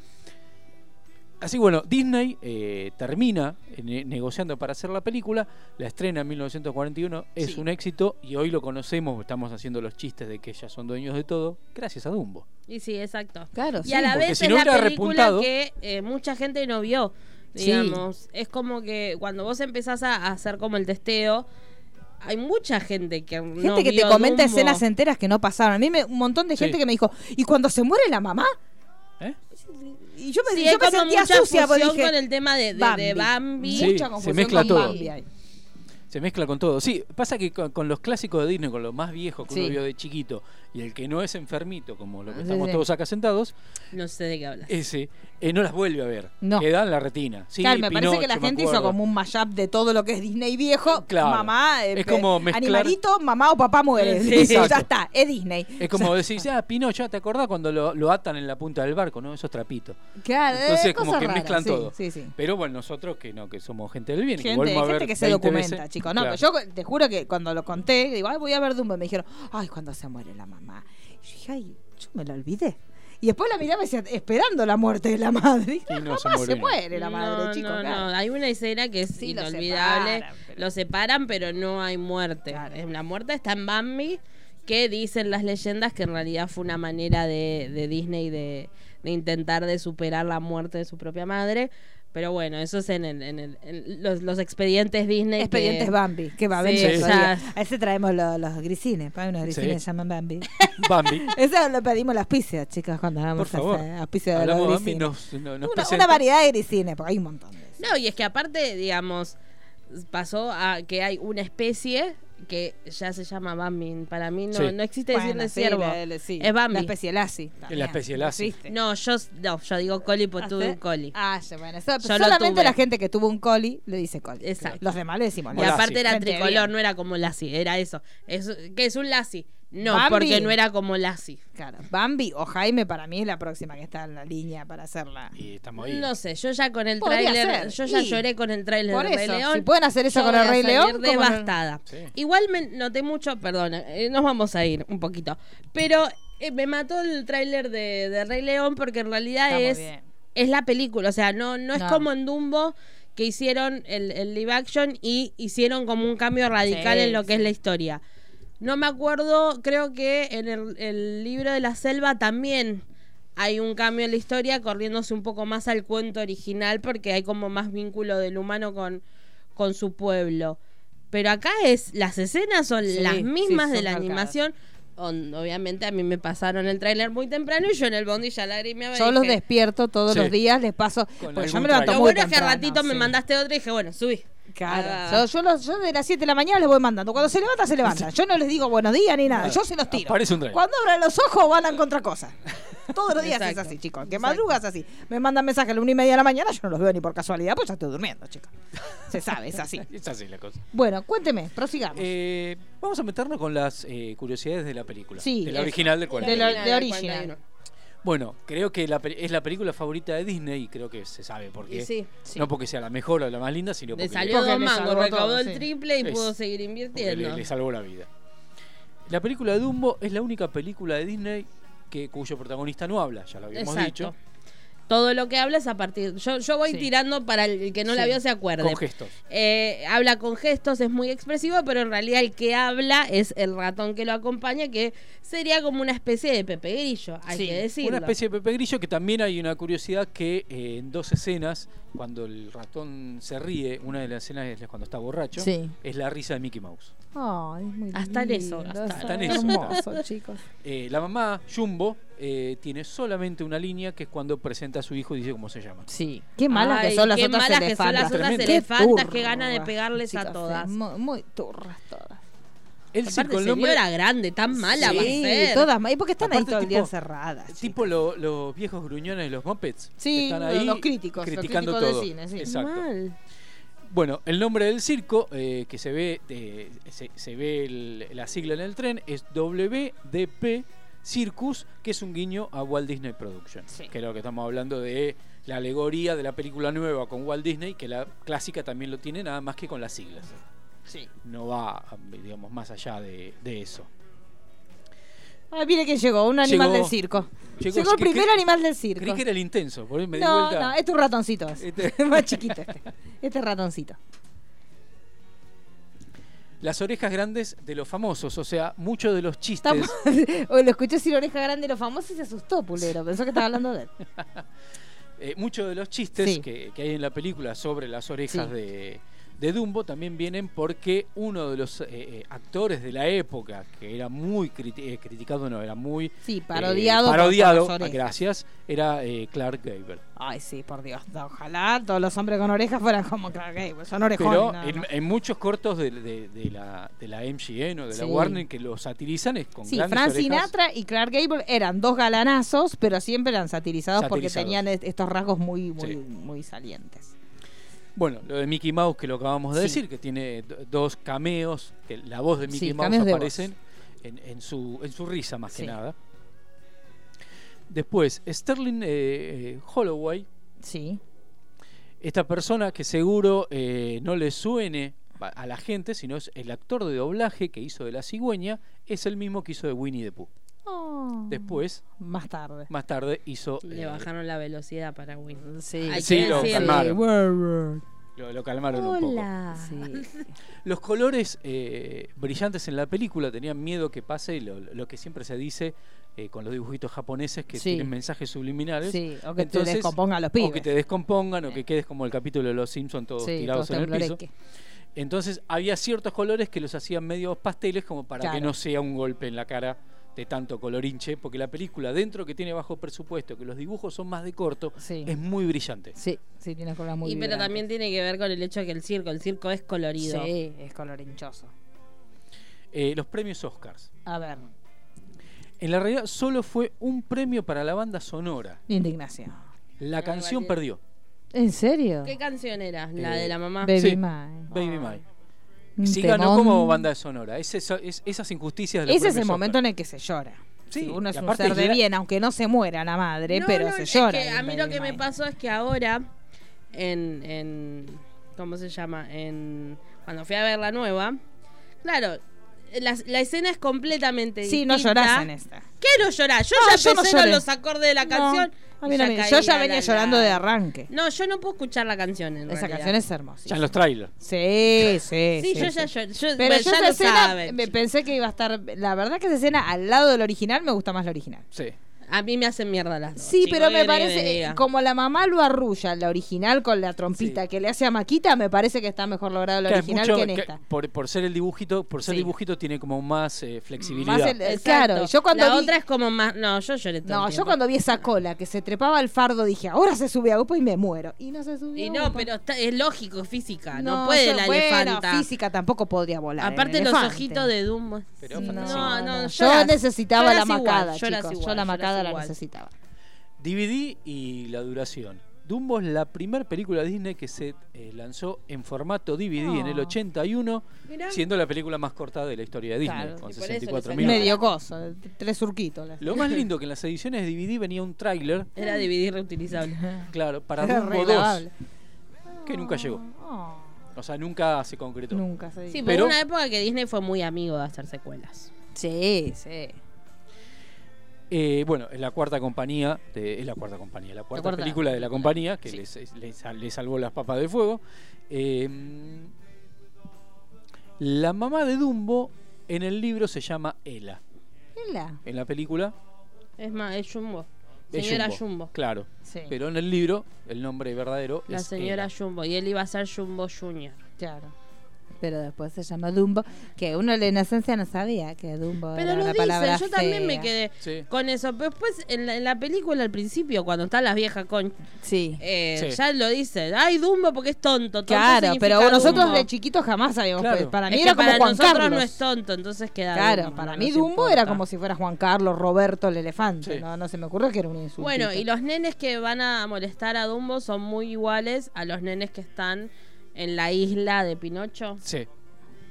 [SPEAKER 1] Así que bueno, Disney eh, termina eh, ne- negociando para hacer la película, la estrena en 1941, es
[SPEAKER 2] Sí.
[SPEAKER 1] un éxito y hoy lo conocemos, estamos haciendo los chistes de que ya son dueños de todo, gracias a Dumbo.
[SPEAKER 3] Y sí, exacto.
[SPEAKER 2] Claro,
[SPEAKER 3] y
[SPEAKER 2] sí.
[SPEAKER 3] a la
[SPEAKER 1] porque
[SPEAKER 3] vez
[SPEAKER 1] si
[SPEAKER 3] es
[SPEAKER 1] no
[SPEAKER 3] la
[SPEAKER 1] hubiera
[SPEAKER 3] película
[SPEAKER 1] repuntado-
[SPEAKER 3] que eh, mucha gente no vio,
[SPEAKER 2] Sí.
[SPEAKER 3] digamos. Es como que cuando vos empezás a a hacer como el testeo, hay mucha gente que
[SPEAKER 2] Gente que te comenta escenas
[SPEAKER 3] en...
[SPEAKER 2] enteras que no pasaron. A mí me, un montón de
[SPEAKER 1] Sí.
[SPEAKER 2] gente que me dijo, ¿y cuando se muere la mamá?
[SPEAKER 1] ¿Eh?
[SPEAKER 2] Y yo me, Pues,
[SPEAKER 3] Sí,
[SPEAKER 2] yo
[SPEAKER 3] hay
[SPEAKER 2] me
[SPEAKER 3] como
[SPEAKER 2] sentía
[SPEAKER 3] mucha
[SPEAKER 2] sucia porque
[SPEAKER 3] fusión
[SPEAKER 2] dije,
[SPEAKER 3] con el tema de, de- de Bambi.
[SPEAKER 2] Bambi.
[SPEAKER 1] Sí,
[SPEAKER 2] Mucha
[SPEAKER 1] se
[SPEAKER 2] confusión
[SPEAKER 1] mezcla
[SPEAKER 2] con
[SPEAKER 1] todo.
[SPEAKER 2] Bambi ahí.
[SPEAKER 1] Se mezcla con todo. Sí, pasa que con, con los clásicos de Disney, con los más viejos que
[SPEAKER 2] Sí.
[SPEAKER 1] uno vio de chiquito y el que no es enfermito, como lo que
[SPEAKER 2] Sí,
[SPEAKER 1] estamos
[SPEAKER 2] sí.
[SPEAKER 1] todos acá sentados,
[SPEAKER 3] No sé de qué hablas.
[SPEAKER 1] ese eh, no las vuelve a ver.
[SPEAKER 2] No.
[SPEAKER 1] Queda en la retina. Sí,
[SPEAKER 2] claro, me parece que
[SPEAKER 1] Pinocho,
[SPEAKER 2] la
[SPEAKER 1] me
[SPEAKER 2] gente hizo
[SPEAKER 1] acuerdo.
[SPEAKER 2] como un mashup de todo lo que es Disney viejo.
[SPEAKER 1] Claro.
[SPEAKER 2] Mamá, eh,
[SPEAKER 1] Es como mezclar-
[SPEAKER 2] animalito, mamá o papá muere.
[SPEAKER 3] Sí.
[SPEAKER 2] Listo, ya
[SPEAKER 1] Exacto.
[SPEAKER 2] está, es Disney.
[SPEAKER 1] Es como decís, ah, Pinocho, ¿te acordás cuando lo, lo atan en la punta del barco? ¿No? Esos trapitos.
[SPEAKER 2] Claro, eh,
[SPEAKER 1] Entonces, como
[SPEAKER 2] cosas
[SPEAKER 1] que
[SPEAKER 2] raras,
[SPEAKER 1] mezclan
[SPEAKER 2] sí,
[SPEAKER 1] todo.
[SPEAKER 2] Sí, sí.
[SPEAKER 1] Pero bueno, nosotros que no, que somos gente del bien. que
[SPEAKER 2] Gente,
[SPEAKER 1] volvemos a
[SPEAKER 2] gente
[SPEAKER 1] ver
[SPEAKER 2] que se
[SPEAKER 1] 20
[SPEAKER 2] documenta,
[SPEAKER 1] veces.
[SPEAKER 2] chicos. No,
[SPEAKER 1] Claro.
[SPEAKER 2] pero yo te juro que cuando lo conté, digo, ay, voy a ver Dumbo, y me dijeron, ay, cuando se muere la mamá. Y yo dije, ay, yo me la olvidé. Y después la miraba y decía, esperando la muerte de la madre. Y
[SPEAKER 1] no, se
[SPEAKER 2] jamás
[SPEAKER 1] muere.
[SPEAKER 2] se, muere la madre,
[SPEAKER 3] no,
[SPEAKER 2] chicos.
[SPEAKER 3] no,
[SPEAKER 2] claro.
[SPEAKER 3] no. Hay una escena que es
[SPEAKER 2] Sí, lo
[SPEAKER 3] inolvidable.
[SPEAKER 2] separan,
[SPEAKER 3] Lo separan,
[SPEAKER 2] pero-
[SPEAKER 3] pero... no hay muerte.
[SPEAKER 2] Claro.
[SPEAKER 3] Eh, La muerte está en Bambi, que dicen las leyendas que en realidad fue una manera de, de Disney de, de intentar de superar la muerte de su propia madre. Pero bueno, eso es en, el- en el- en los, los expedientes Disney. que-
[SPEAKER 2] Expedientes Bambi, que va a
[SPEAKER 3] Sí,
[SPEAKER 2] venir otro día.
[SPEAKER 3] ya.
[SPEAKER 2] A ese traemos lo- los grisines, para unos grisines
[SPEAKER 1] Sí.
[SPEAKER 2] que se llaman Bambi.
[SPEAKER 1] Bambi.
[SPEAKER 2] Eso lo pedimos las pizzas, chicas, cuando hagamos
[SPEAKER 1] Por favor.
[SPEAKER 2] las pizzas de
[SPEAKER 1] Hablamos
[SPEAKER 2] los
[SPEAKER 1] de Bambi,
[SPEAKER 2] grisines.
[SPEAKER 1] nos, no- nos
[SPEAKER 2] una,
[SPEAKER 1] presenta.
[SPEAKER 2] una variedad de grisines, porque hay un montón de eso.
[SPEAKER 3] No, y es que aparte, digamos, pasó a que hay una especie que ya se llama Bambi. Para mí no,
[SPEAKER 1] Sí.
[SPEAKER 3] no existe
[SPEAKER 2] Bueno,
[SPEAKER 3] decirle
[SPEAKER 2] sí,
[SPEAKER 3] ciervo.
[SPEAKER 2] la- la- sí,
[SPEAKER 3] Es Bambi.
[SPEAKER 2] La especialazi. también,
[SPEAKER 1] especialazi.
[SPEAKER 2] existe.
[SPEAKER 3] No, yo no, yo digo coli pues tú
[SPEAKER 2] ¿Hace?
[SPEAKER 3] un coli.
[SPEAKER 2] Ah, ya, bueno. eso-
[SPEAKER 3] Yo lo
[SPEAKER 2] solamente
[SPEAKER 3] tuve.
[SPEAKER 2] la gente que tuvo un coli le dice coli.
[SPEAKER 3] Exacto.
[SPEAKER 2] Los demás le decimos
[SPEAKER 3] y
[SPEAKER 1] Hola,
[SPEAKER 3] aparte
[SPEAKER 1] sí.
[SPEAKER 3] era
[SPEAKER 2] Gente
[SPEAKER 3] tricolor,
[SPEAKER 2] bien.
[SPEAKER 3] no era como Lassi, era eso. Es, ¿Qué es un Lassi? No,
[SPEAKER 2] Bambi.
[SPEAKER 3] porque no era como Lassi.
[SPEAKER 2] Claro. Bambi o Jaime para mí es la próxima que está en la línea para hacerla.
[SPEAKER 1] Y estamos ahí.
[SPEAKER 3] No sé, yo ya con el
[SPEAKER 2] Podría
[SPEAKER 3] tráiler, yo
[SPEAKER 2] ser,
[SPEAKER 3] ya
[SPEAKER 2] y-
[SPEAKER 3] lloré con el tráiler
[SPEAKER 2] Por
[SPEAKER 3] de Rey
[SPEAKER 2] eso,
[SPEAKER 3] León.
[SPEAKER 2] si pueden hacer eso
[SPEAKER 3] yo
[SPEAKER 2] con el
[SPEAKER 3] voy a
[SPEAKER 2] Rey
[SPEAKER 3] salir
[SPEAKER 2] León, ¿cómo no?
[SPEAKER 3] devastada.
[SPEAKER 1] Sí.
[SPEAKER 3] Igual me noté mucho, perdón, eh, nos vamos a ir un poquito, pero eh, me mató el tráiler de, de Rey León porque en realidad
[SPEAKER 2] Está muy
[SPEAKER 3] es
[SPEAKER 2] bien.
[SPEAKER 3] es la película, o sea, no, no es
[SPEAKER 2] No.
[SPEAKER 3] como en Dumbo que hicieron el, el live action y hicieron como un cambio radical
[SPEAKER 2] Sí,
[SPEAKER 3] en lo que es
[SPEAKER 2] sí.
[SPEAKER 3] la historia. No me acuerdo, creo que en el, el libro de la selva también hay un cambio en la historia corriéndose un poco más al cuento original porque hay como más vínculo del humano con, con su pueblo. Pero acá es, las escenas son
[SPEAKER 2] Sí,
[SPEAKER 3] las
[SPEAKER 2] sí,
[SPEAKER 3] mismas de
[SPEAKER 2] son
[SPEAKER 3] la
[SPEAKER 2] calcadas.
[SPEAKER 3] animación. On- obviamente a mí me pasaron el tráiler muy temprano y yo en el bondi ya lagrimeaba. y
[SPEAKER 2] Yo los
[SPEAKER 3] dije,
[SPEAKER 2] despierto todos
[SPEAKER 1] Sí.
[SPEAKER 2] los días, les paso.
[SPEAKER 1] Con
[SPEAKER 2] Porque yo
[SPEAKER 1] algún
[SPEAKER 2] me levanto
[SPEAKER 1] trailer.
[SPEAKER 3] Lo
[SPEAKER 2] muy
[SPEAKER 3] bueno es que al
[SPEAKER 2] temprano,
[SPEAKER 3] ratito me
[SPEAKER 2] sí.
[SPEAKER 3] mandaste otro y dije, bueno, subí.
[SPEAKER 2] Claro.
[SPEAKER 3] Ah.
[SPEAKER 2] Yo, yo los- yo de las 7 de la mañana les voy mandando. Cuando se levanta, se levanta. Yo no les digo buenos días ni nada. Yo se los tiro.
[SPEAKER 1] Aparece un tren.
[SPEAKER 2] Cuando abran los ojos, van a encontrar cosas. Todos los días
[SPEAKER 3] Exacto.
[SPEAKER 2] es así, chicos. Que
[SPEAKER 3] Exacto.
[SPEAKER 2] madrugas así. Me mandan mensajes a la 1 y media de la mañana. Yo no los veo ni por casualidad, pues ya estoy durmiendo, chicos. Se sabe, es así.
[SPEAKER 1] Es así la cosa.
[SPEAKER 2] Bueno, cuénteme, prosigamos.
[SPEAKER 1] Eh, vamos a meternos con las eh, curiosidades de la película.
[SPEAKER 2] Sí,
[SPEAKER 1] de la
[SPEAKER 2] eso.
[SPEAKER 1] original del 40.
[SPEAKER 2] De la- de original.
[SPEAKER 1] Bueno, creo que la pe- es la película favorita de Disney y creo que se sabe por
[SPEAKER 3] Y
[SPEAKER 1] qué.
[SPEAKER 3] sí,
[SPEAKER 1] No porque sea la mejor o la más linda, sino
[SPEAKER 3] Le
[SPEAKER 1] porque,
[SPEAKER 3] salió
[SPEAKER 2] Porque
[SPEAKER 3] dos
[SPEAKER 2] le
[SPEAKER 3] mangos,
[SPEAKER 2] salvó
[SPEAKER 3] recaudó
[SPEAKER 2] todo,
[SPEAKER 3] el
[SPEAKER 2] sí.
[SPEAKER 3] triple y
[SPEAKER 1] Es-
[SPEAKER 3] pudo seguir
[SPEAKER 1] porque le,
[SPEAKER 3] invirtiendo.
[SPEAKER 1] le salvó la vida. La película de Dumbo es la única película de Disney que, cuyo protagonista no habla, ya lo habíamos
[SPEAKER 3] Exacto.
[SPEAKER 1] dicho,
[SPEAKER 3] Todo lo que habla es a partir. Yo, yo voy
[SPEAKER 2] Sí.
[SPEAKER 3] tirando para el que no la
[SPEAKER 2] Sí.
[SPEAKER 3] vio se acuerde.
[SPEAKER 1] con gestos.
[SPEAKER 3] Eh, habla con gestos, es muy expresivo, pero en realidad el que habla es el ratón que lo acompaña, que sería como una especie de Pepe Grillo, hay
[SPEAKER 2] Sí,
[SPEAKER 3] que decirlo.
[SPEAKER 1] Una especie de Pepe Grillo que también hay una curiosidad que eh, en dos escenas, cuando el ratón se ríe, una de las escenas es cuando está borracho,
[SPEAKER 2] Sí.
[SPEAKER 1] es la risa de Mickey Mouse.
[SPEAKER 2] Ay, es muy
[SPEAKER 3] Hasta en eso
[SPEAKER 2] lindo,
[SPEAKER 3] gastaron.
[SPEAKER 1] Hasta en
[SPEAKER 2] es
[SPEAKER 1] eso
[SPEAKER 2] hermoso, chicos.
[SPEAKER 1] Eh, la mamá, Jumbo, eh, tiene solamente una línea que es cuando presenta a su hijo y dice cómo se llama.
[SPEAKER 2] Sí. Qué malas
[SPEAKER 3] Ay,
[SPEAKER 2] que son las
[SPEAKER 3] qué
[SPEAKER 2] otras
[SPEAKER 3] malas que son
[SPEAKER 2] elefantas.
[SPEAKER 3] las otras
[SPEAKER 1] Tremendo.
[SPEAKER 2] Qué
[SPEAKER 3] elefantas, qué
[SPEAKER 2] turras,
[SPEAKER 3] gana de pegarles a
[SPEAKER 2] chicas,
[SPEAKER 3] todas.
[SPEAKER 2] sí, Muy, muy turras todas.
[SPEAKER 1] El
[SPEAKER 3] Aparte,
[SPEAKER 1] circo, el
[SPEAKER 3] señora
[SPEAKER 1] nombre,
[SPEAKER 3] grande, tan
[SPEAKER 2] Ah,
[SPEAKER 3] mala
[SPEAKER 1] Sí,
[SPEAKER 3] va a ser.
[SPEAKER 2] todas. ma- ¿Y por qué están ahí
[SPEAKER 1] Aparte,
[SPEAKER 2] todo el día
[SPEAKER 1] tipo-
[SPEAKER 2] encerradas?
[SPEAKER 1] tipo lo- los viejos gruñones de los Muppets.
[SPEAKER 2] Sí,
[SPEAKER 1] que están
[SPEAKER 2] lo-
[SPEAKER 1] ahí
[SPEAKER 2] los críticos, los
[SPEAKER 1] criticando
[SPEAKER 2] críticos de
[SPEAKER 1] todo.
[SPEAKER 2] cine, sí.
[SPEAKER 1] Exacto.
[SPEAKER 3] Mal.
[SPEAKER 1] Bueno, el nombre del circo, eh, que se ve, eh, se, se ve el- la sigla en el tren, es WDP Circus, que es un guiño a Walt Disney Productions.
[SPEAKER 2] Sí.
[SPEAKER 1] Que es lo que estamos hablando de la alegoría de la película nueva con Walt Disney, que la clásica también lo tiene, nada más que con las siglas.
[SPEAKER 2] Sí.
[SPEAKER 1] No va, digamos, más allá de, de eso.
[SPEAKER 2] Ah, mire que llegó, un animal
[SPEAKER 1] Llegó-
[SPEAKER 2] del circo. Llegó,
[SPEAKER 1] llegó-
[SPEAKER 2] el
[SPEAKER 1] que-
[SPEAKER 2] primer
[SPEAKER 1] que-
[SPEAKER 2] animal del
[SPEAKER 1] Creí
[SPEAKER 2] circo.
[SPEAKER 1] que era el intenso, por ahí me di
[SPEAKER 2] No,
[SPEAKER 1] vuelta.
[SPEAKER 2] no, este es un ratoncito. es.
[SPEAKER 1] Este-
[SPEAKER 2] Más chiquito este. Este es ratoncito.
[SPEAKER 1] Las orejas grandes de los famosos, o sea, muchos de los
[SPEAKER 2] Está-
[SPEAKER 1] chistes.
[SPEAKER 2] o lo escuchó sin oreja grande los famosos y se asustó, pulero. Pensó que estaba hablando de él.
[SPEAKER 1] Eh, muchos de los chistes
[SPEAKER 2] Sí.
[SPEAKER 1] que, que hay en la película sobre las orejas
[SPEAKER 2] Sí.
[SPEAKER 1] de, de Dumbo también vienen porque uno de los eh, eh, actores de la época, que era muy criti- eh, criticado, no, era muy eh,
[SPEAKER 2] Sí, parodiado. por- por
[SPEAKER 1] parodiado, Ah,
[SPEAKER 2] las orejas.
[SPEAKER 1] gracias, era eh, Clark Gable.
[SPEAKER 2] Ay, sí, por Dios. Ojalá todos los hombres con orejas fueran como Clark Gable. Son orejones.
[SPEAKER 1] Pero
[SPEAKER 2] nada
[SPEAKER 1] en,
[SPEAKER 2] más.
[SPEAKER 1] en muchos cortos de, de- de la, de la MGM o de la
[SPEAKER 2] Sí.
[SPEAKER 1] Warner que lo satirizan es con
[SPEAKER 2] Sí,
[SPEAKER 1] grandes
[SPEAKER 2] Frank
[SPEAKER 1] orejas.
[SPEAKER 2] Sinatra y Clark Gable eran dos galanazos, pero siempre eran satirizados, porque
[SPEAKER 1] Satirizados.
[SPEAKER 2] tenían est- estos rasgos muy, muy,
[SPEAKER 1] Sí.
[SPEAKER 2] muy salientes.
[SPEAKER 1] Bueno, lo de Mickey Mouse que lo acabamos de
[SPEAKER 2] Sí.
[SPEAKER 1] decir, que tiene do- dos cameos, que la voz de Mickey
[SPEAKER 2] Sí,
[SPEAKER 1] Mouse
[SPEAKER 2] cameos de
[SPEAKER 1] aparecen en, en su, en su risa más
[SPEAKER 2] Sí.
[SPEAKER 1] que nada. Después, Sterling eh, eh, Holloway,
[SPEAKER 2] Sí.
[SPEAKER 1] esta persona que seguro eh, no le suene a- a la gente, sino es el actor de doblaje que hizo de La Cigüeña, es el mismo que hizo de Winnie the Pooh.
[SPEAKER 3] Oh.
[SPEAKER 2] Mm.
[SPEAKER 1] Después,
[SPEAKER 2] Más tarde.
[SPEAKER 1] más tarde, hizo...
[SPEAKER 3] Le
[SPEAKER 1] eh,
[SPEAKER 3] bajaron la velocidad para Win.
[SPEAKER 2] Sí,
[SPEAKER 3] Hay
[SPEAKER 1] Sí,
[SPEAKER 3] que
[SPEAKER 1] lo
[SPEAKER 3] decirlo.
[SPEAKER 1] calmaron.
[SPEAKER 2] Word, word.
[SPEAKER 1] Lo, lo calmaron un poco.
[SPEAKER 2] Sí.
[SPEAKER 1] Los colores eh, brillantes en la película tenían miedo que pase lo, lo que siempre se dice eh, con los dibujitos japoneses que
[SPEAKER 2] Sí.
[SPEAKER 1] tienen mensajes subliminales.
[SPEAKER 2] Sí, o que te
[SPEAKER 1] Entonces,
[SPEAKER 2] descompongan los pibes.
[SPEAKER 1] O que te descompongan o que quedes como el capítulo de Los Simpsons todos
[SPEAKER 2] Sí,
[SPEAKER 1] tirados
[SPEAKER 2] todos
[SPEAKER 1] en el piso.
[SPEAKER 2] tembloreque.
[SPEAKER 1] Entonces había ciertos colores que los hacían medio pasteles como para que
[SPEAKER 2] Claro.
[SPEAKER 1] no sea un golpe en la cara de tanto colorinche, porque la película dentro que tiene bajo presupuesto, que los dibujos son más de corto,
[SPEAKER 2] Sí.
[SPEAKER 1] es muy brillante.
[SPEAKER 2] Sí, sí, tiene color muy
[SPEAKER 3] Y pero
[SPEAKER 2] vibrante.
[SPEAKER 3] también tiene que ver con el hecho de que el circo, el circo es colorido.
[SPEAKER 2] Sí, es color hinchoso.
[SPEAKER 1] Eh, los premios Oscars.
[SPEAKER 2] A ver,
[SPEAKER 1] En la realidad solo fue un premio para la banda sonora.
[SPEAKER 2] indignación.
[SPEAKER 1] La
[SPEAKER 3] No,
[SPEAKER 1] canción
[SPEAKER 3] igual tiene-
[SPEAKER 1] perdió.
[SPEAKER 2] ¿En serio?
[SPEAKER 3] ¿Qué canción era? La
[SPEAKER 1] Eh,
[SPEAKER 3] de la mamá.
[SPEAKER 2] Baby
[SPEAKER 1] Sí.
[SPEAKER 2] Mine.
[SPEAKER 1] Baby
[SPEAKER 3] Ah.
[SPEAKER 1] Mine.
[SPEAKER 2] Un
[SPEAKER 1] Sí ganó
[SPEAKER 2] temón.
[SPEAKER 1] como banda sonora. Es eso- es- esas injusticias de los
[SPEAKER 2] Ese es el
[SPEAKER 1] premios
[SPEAKER 2] momento en
[SPEAKER 1] Oscar.
[SPEAKER 2] el que se llora.
[SPEAKER 1] Sí,
[SPEAKER 2] Sí, uno
[SPEAKER 1] y
[SPEAKER 2] es un
[SPEAKER 1] aparte
[SPEAKER 2] ser de
[SPEAKER 1] llega-
[SPEAKER 2] bien, aunque no se muera la madre,
[SPEAKER 3] No,
[SPEAKER 2] pero
[SPEAKER 3] no,
[SPEAKER 2] se
[SPEAKER 3] es
[SPEAKER 2] llora.
[SPEAKER 3] que
[SPEAKER 2] el
[SPEAKER 3] a mí lo
[SPEAKER 2] Baby
[SPEAKER 3] que me
[SPEAKER 2] Mine.
[SPEAKER 3] pasó es que ahora, en, en. ¿Cómo se llama? En. Cuando fui a ver la nueva. Claro, la, la escena es completamente.
[SPEAKER 2] Sí, no
[SPEAKER 3] distinta.
[SPEAKER 2] llorás en esta.
[SPEAKER 3] ¿Qué no llorás? Yo
[SPEAKER 2] No,
[SPEAKER 3] ya
[SPEAKER 2] yo no
[SPEAKER 3] empecé con
[SPEAKER 2] lloré.
[SPEAKER 3] los acordes de la
[SPEAKER 2] No,
[SPEAKER 3] canción.
[SPEAKER 2] a mí
[SPEAKER 3] y
[SPEAKER 2] no me- yo ya
[SPEAKER 3] caía
[SPEAKER 2] venía
[SPEAKER 3] la-
[SPEAKER 2] llorando de
[SPEAKER 3] la-
[SPEAKER 2] arranque.
[SPEAKER 3] No, yo no puedo escuchar la canción en
[SPEAKER 2] Esa
[SPEAKER 3] realidad.
[SPEAKER 2] canción es
[SPEAKER 1] Ya
[SPEAKER 2] hermosa.
[SPEAKER 1] en los trailers.
[SPEAKER 2] Sí, sí.
[SPEAKER 3] Sí, yo ya
[SPEAKER 2] sí.
[SPEAKER 3] lloré. Yo,
[SPEAKER 2] Pero
[SPEAKER 3] bueno,
[SPEAKER 2] yo
[SPEAKER 3] ya
[SPEAKER 2] esa
[SPEAKER 3] lo
[SPEAKER 2] escena
[SPEAKER 3] saben.
[SPEAKER 2] me pensé que iba a estar. La verdad que esa escena al lado del original me gusta más la original.
[SPEAKER 1] Sí.
[SPEAKER 3] A mí me hacen mierda las dos,
[SPEAKER 2] Sí,
[SPEAKER 3] chicos,
[SPEAKER 2] pero
[SPEAKER 3] ¿qué
[SPEAKER 2] me
[SPEAKER 3] querés que te
[SPEAKER 2] parece,
[SPEAKER 3] diga?
[SPEAKER 2] eh, como la mamá lo arrulla en la original con la trompita
[SPEAKER 1] Sí.
[SPEAKER 2] que le hace a Maquita, me parece que está mejor logrado la
[SPEAKER 1] Claro, es
[SPEAKER 2] original
[SPEAKER 1] mucho-
[SPEAKER 2] que en
[SPEAKER 1] que-
[SPEAKER 2] esta.
[SPEAKER 1] por, por ser el dibujito, por ser
[SPEAKER 2] Sí.
[SPEAKER 1] dibujito tiene como más eh, flexibilidad.
[SPEAKER 2] Más el- eh,
[SPEAKER 3] Exacto.
[SPEAKER 2] claro, yo cuando
[SPEAKER 3] la
[SPEAKER 2] vi-
[SPEAKER 3] otra es como más. No, yo lloré todo. el
[SPEAKER 2] No, yo
[SPEAKER 3] tiempo.
[SPEAKER 2] cuando vi esa cola que se trepaba al fardo dije, ahora se sube a Upa y me muero. Y no se subió.
[SPEAKER 3] Y
[SPEAKER 2] a
[SPEAKER 3] no,
[SPEAKER 2] Upa.
[SPEAKER 3] pero está- es lógico, física. No, puede
[SPEAKER 2] yo-
[SPEAKER 3] la
[SPEAKER 2] bueno,
[SPEAKER 3] elefanta.
[SPEAKER 2] física tampoco podría volar.
[SPEAKER 3] Aparte,
[SPEAKER 2] el
[SPEAKER 3] los
[SPEAKER 2] elefante.
[SPEAKER 3] ojitos de Dumbo.
[SPEAKER 1] Pero
[SPEAKER 3] no,
[SPEAKER 1] fantasía.
[SPEAKER 3] no, no,
[SPEAKER 2] Yo
[SPEAKER 3] lloras-
[SPEAKER 2] necesitaba la
[SPEAKER 3] lloras igual,
[SPEAKER 2] macada,
[SPEAKER 3] lloras
[SPEAKER 2] chicos. yo
[SPEAKER 3] igual,
[SPEAKER 2] la macada
[SPEAKER 3] lloras
[SPEAKER 2] la
[SPEAKER 3] igual.
[SPEAKER 2] necesitaba.
[SPEAKER 1] DVD y la duración. Dumbo es la primera película Disney que se eh, lanzó en formato DVD en el
[SPEAKER 2] Ah.
[SPEAKER 1] 81,
[SPEAKER 3] Mirá.
[SPEAKER 1] siendo la película más corta de la historia de Disney,
[SPEAKER 2] Claro,
[SPEAKER 1] con
[SPEAKER 3] y por eso
[SPEAKER 1] 64
[SPEAKER 3] lo
[SPEAKER 1] minutos.
[SPEAKER 3] sacaron.
[SPEAKER 2] Medio coso, eh, tres surquitos. la-
[SPEAKER 1] Lo más lindo que en las ediciones de DVD venía un tráiler,
[SPEAKER 3] Era dividir reutilizable.
[SPEAKER 1] claro, para
[SPEAKER 2] Era
[SPEAKER 1] Dumbo 2,
[SPEAKER 2] regrabable.
[SPEAKER 1] que nunca llegó.
[SPEAKER 2] Ah,
[SPEAKER 1] O sea, nunca se concretó.
[SPEAKER 2] nunca se
[SPEAKER 3] Sí,
[SPEAKER 2] dijo.
[SPEAKER 1] Pero-
[SPEAKER 3] pero hubo una época que Disney fue muy amigo de hacer secuelas.
[SPEAKER 2] Sí, sí.
[SPEAKER 1] Eh, bueno, es la cuarta compañía, de- es la cuarta compañía, la cuarta,
[SPEAKER 3] cuarta
[SPEAKER 1] película de la compañía que
[SPEAKER 3] sí.
[SPEAKER 1] les, les sal- les salvó las papas de fuego. Eh, la mamá de Dumbo en el libro se llama Ela.
[SPEAKER 2] Ela.
[SPEAKER 1] En la película
[SPEAKER 3] Es más, es Jumbo.
[SPEAKER 1] es
[SPEAKER 3] Señora
[SPEAKER 1] Jumbo.
[SPEAKER 3] Jumbo.
[SPEAKER 1] Claro.
[SPEAKER 2] Sí.
[SPEAKER 1] Pero en el libro el nombre verdadero
[SPEAKER 3] La
[SPEAKER 1] es
[SPEAKER 3] señora
[SPEAKER 1] Ela.
[SPEAKER 3] Jumbo. Y él iba a ser Jumbo Junior.
[SPEAKER 2] Claro. Pero después se llama Dumbo, que uno en la inocencia no sabía que Dumbo
[SPEAKER 3] Pero
[SPEAKER 2] era
[SPEAKER 3] lo
[SPEAKER 2] una
[SPEAKER 3] dicen,
[SPEAKER 2] palabra
[SPEAKER 3] yo también me
[SPEAKER 2] fea.
[SPEAKER 3] quedé
[SPEAKER 1] Sí.
[SPEAKER 3] con eso. Pero después, en la, en la película al principio, cuando está las viejas con.
[SPEAKER 2] Sí.
[SPEAKER 3] eh,
[SPEAKER 1] Sí.
[SPEAKER 3] Ya lo dicen. Ay, Dumbo, porque es tonto. tonto
[SPEAKER 2] claro,
[SPEAKER 3] significa
[SPEAKER 2] pero nosotros
[SPEAKER 3] Dumbo".
[SPEAKER 2] de chiquitos jamás sabíamos.
[SPEAKER 1] Claro.
[SPEAKER 2] pues, para
[SPEAKER 3] Es
[SPEAKER 2] mí
[SPEAKER 3] que
[SPEAKER 2] era como
[SPEAKER 3] para
[SPEAKER 2] Juan
[SPEAKER 3] nosotros
[SPEAKER 2] Carlos.
[SPEAKER 3] no es tonto, entonces queda
[SPEAKER 2] Claro,
[SPEAKER 3] Dumbo,
[SPEAKER 2] para
[SPEAKER 3] no
[SPEAKER 2] mí
[SPEAKER 3] nos
[SPEAKER 2] Dumbo era
[SPEAKER 3] importa.
[SPEAKER 2] como si fuera Juan Carlos, Roberto el elefante.
[SPEAKER 1] Sí.
[SPEAKER 2] No, no se me ocurrió que era un insulto.
[SPEAKER 3] Bueno, y los nenes que van a molestar a Dumbo son muy iguales a los nenes que están en la isla de Pinocho.
[SPEAKER 1] Sí.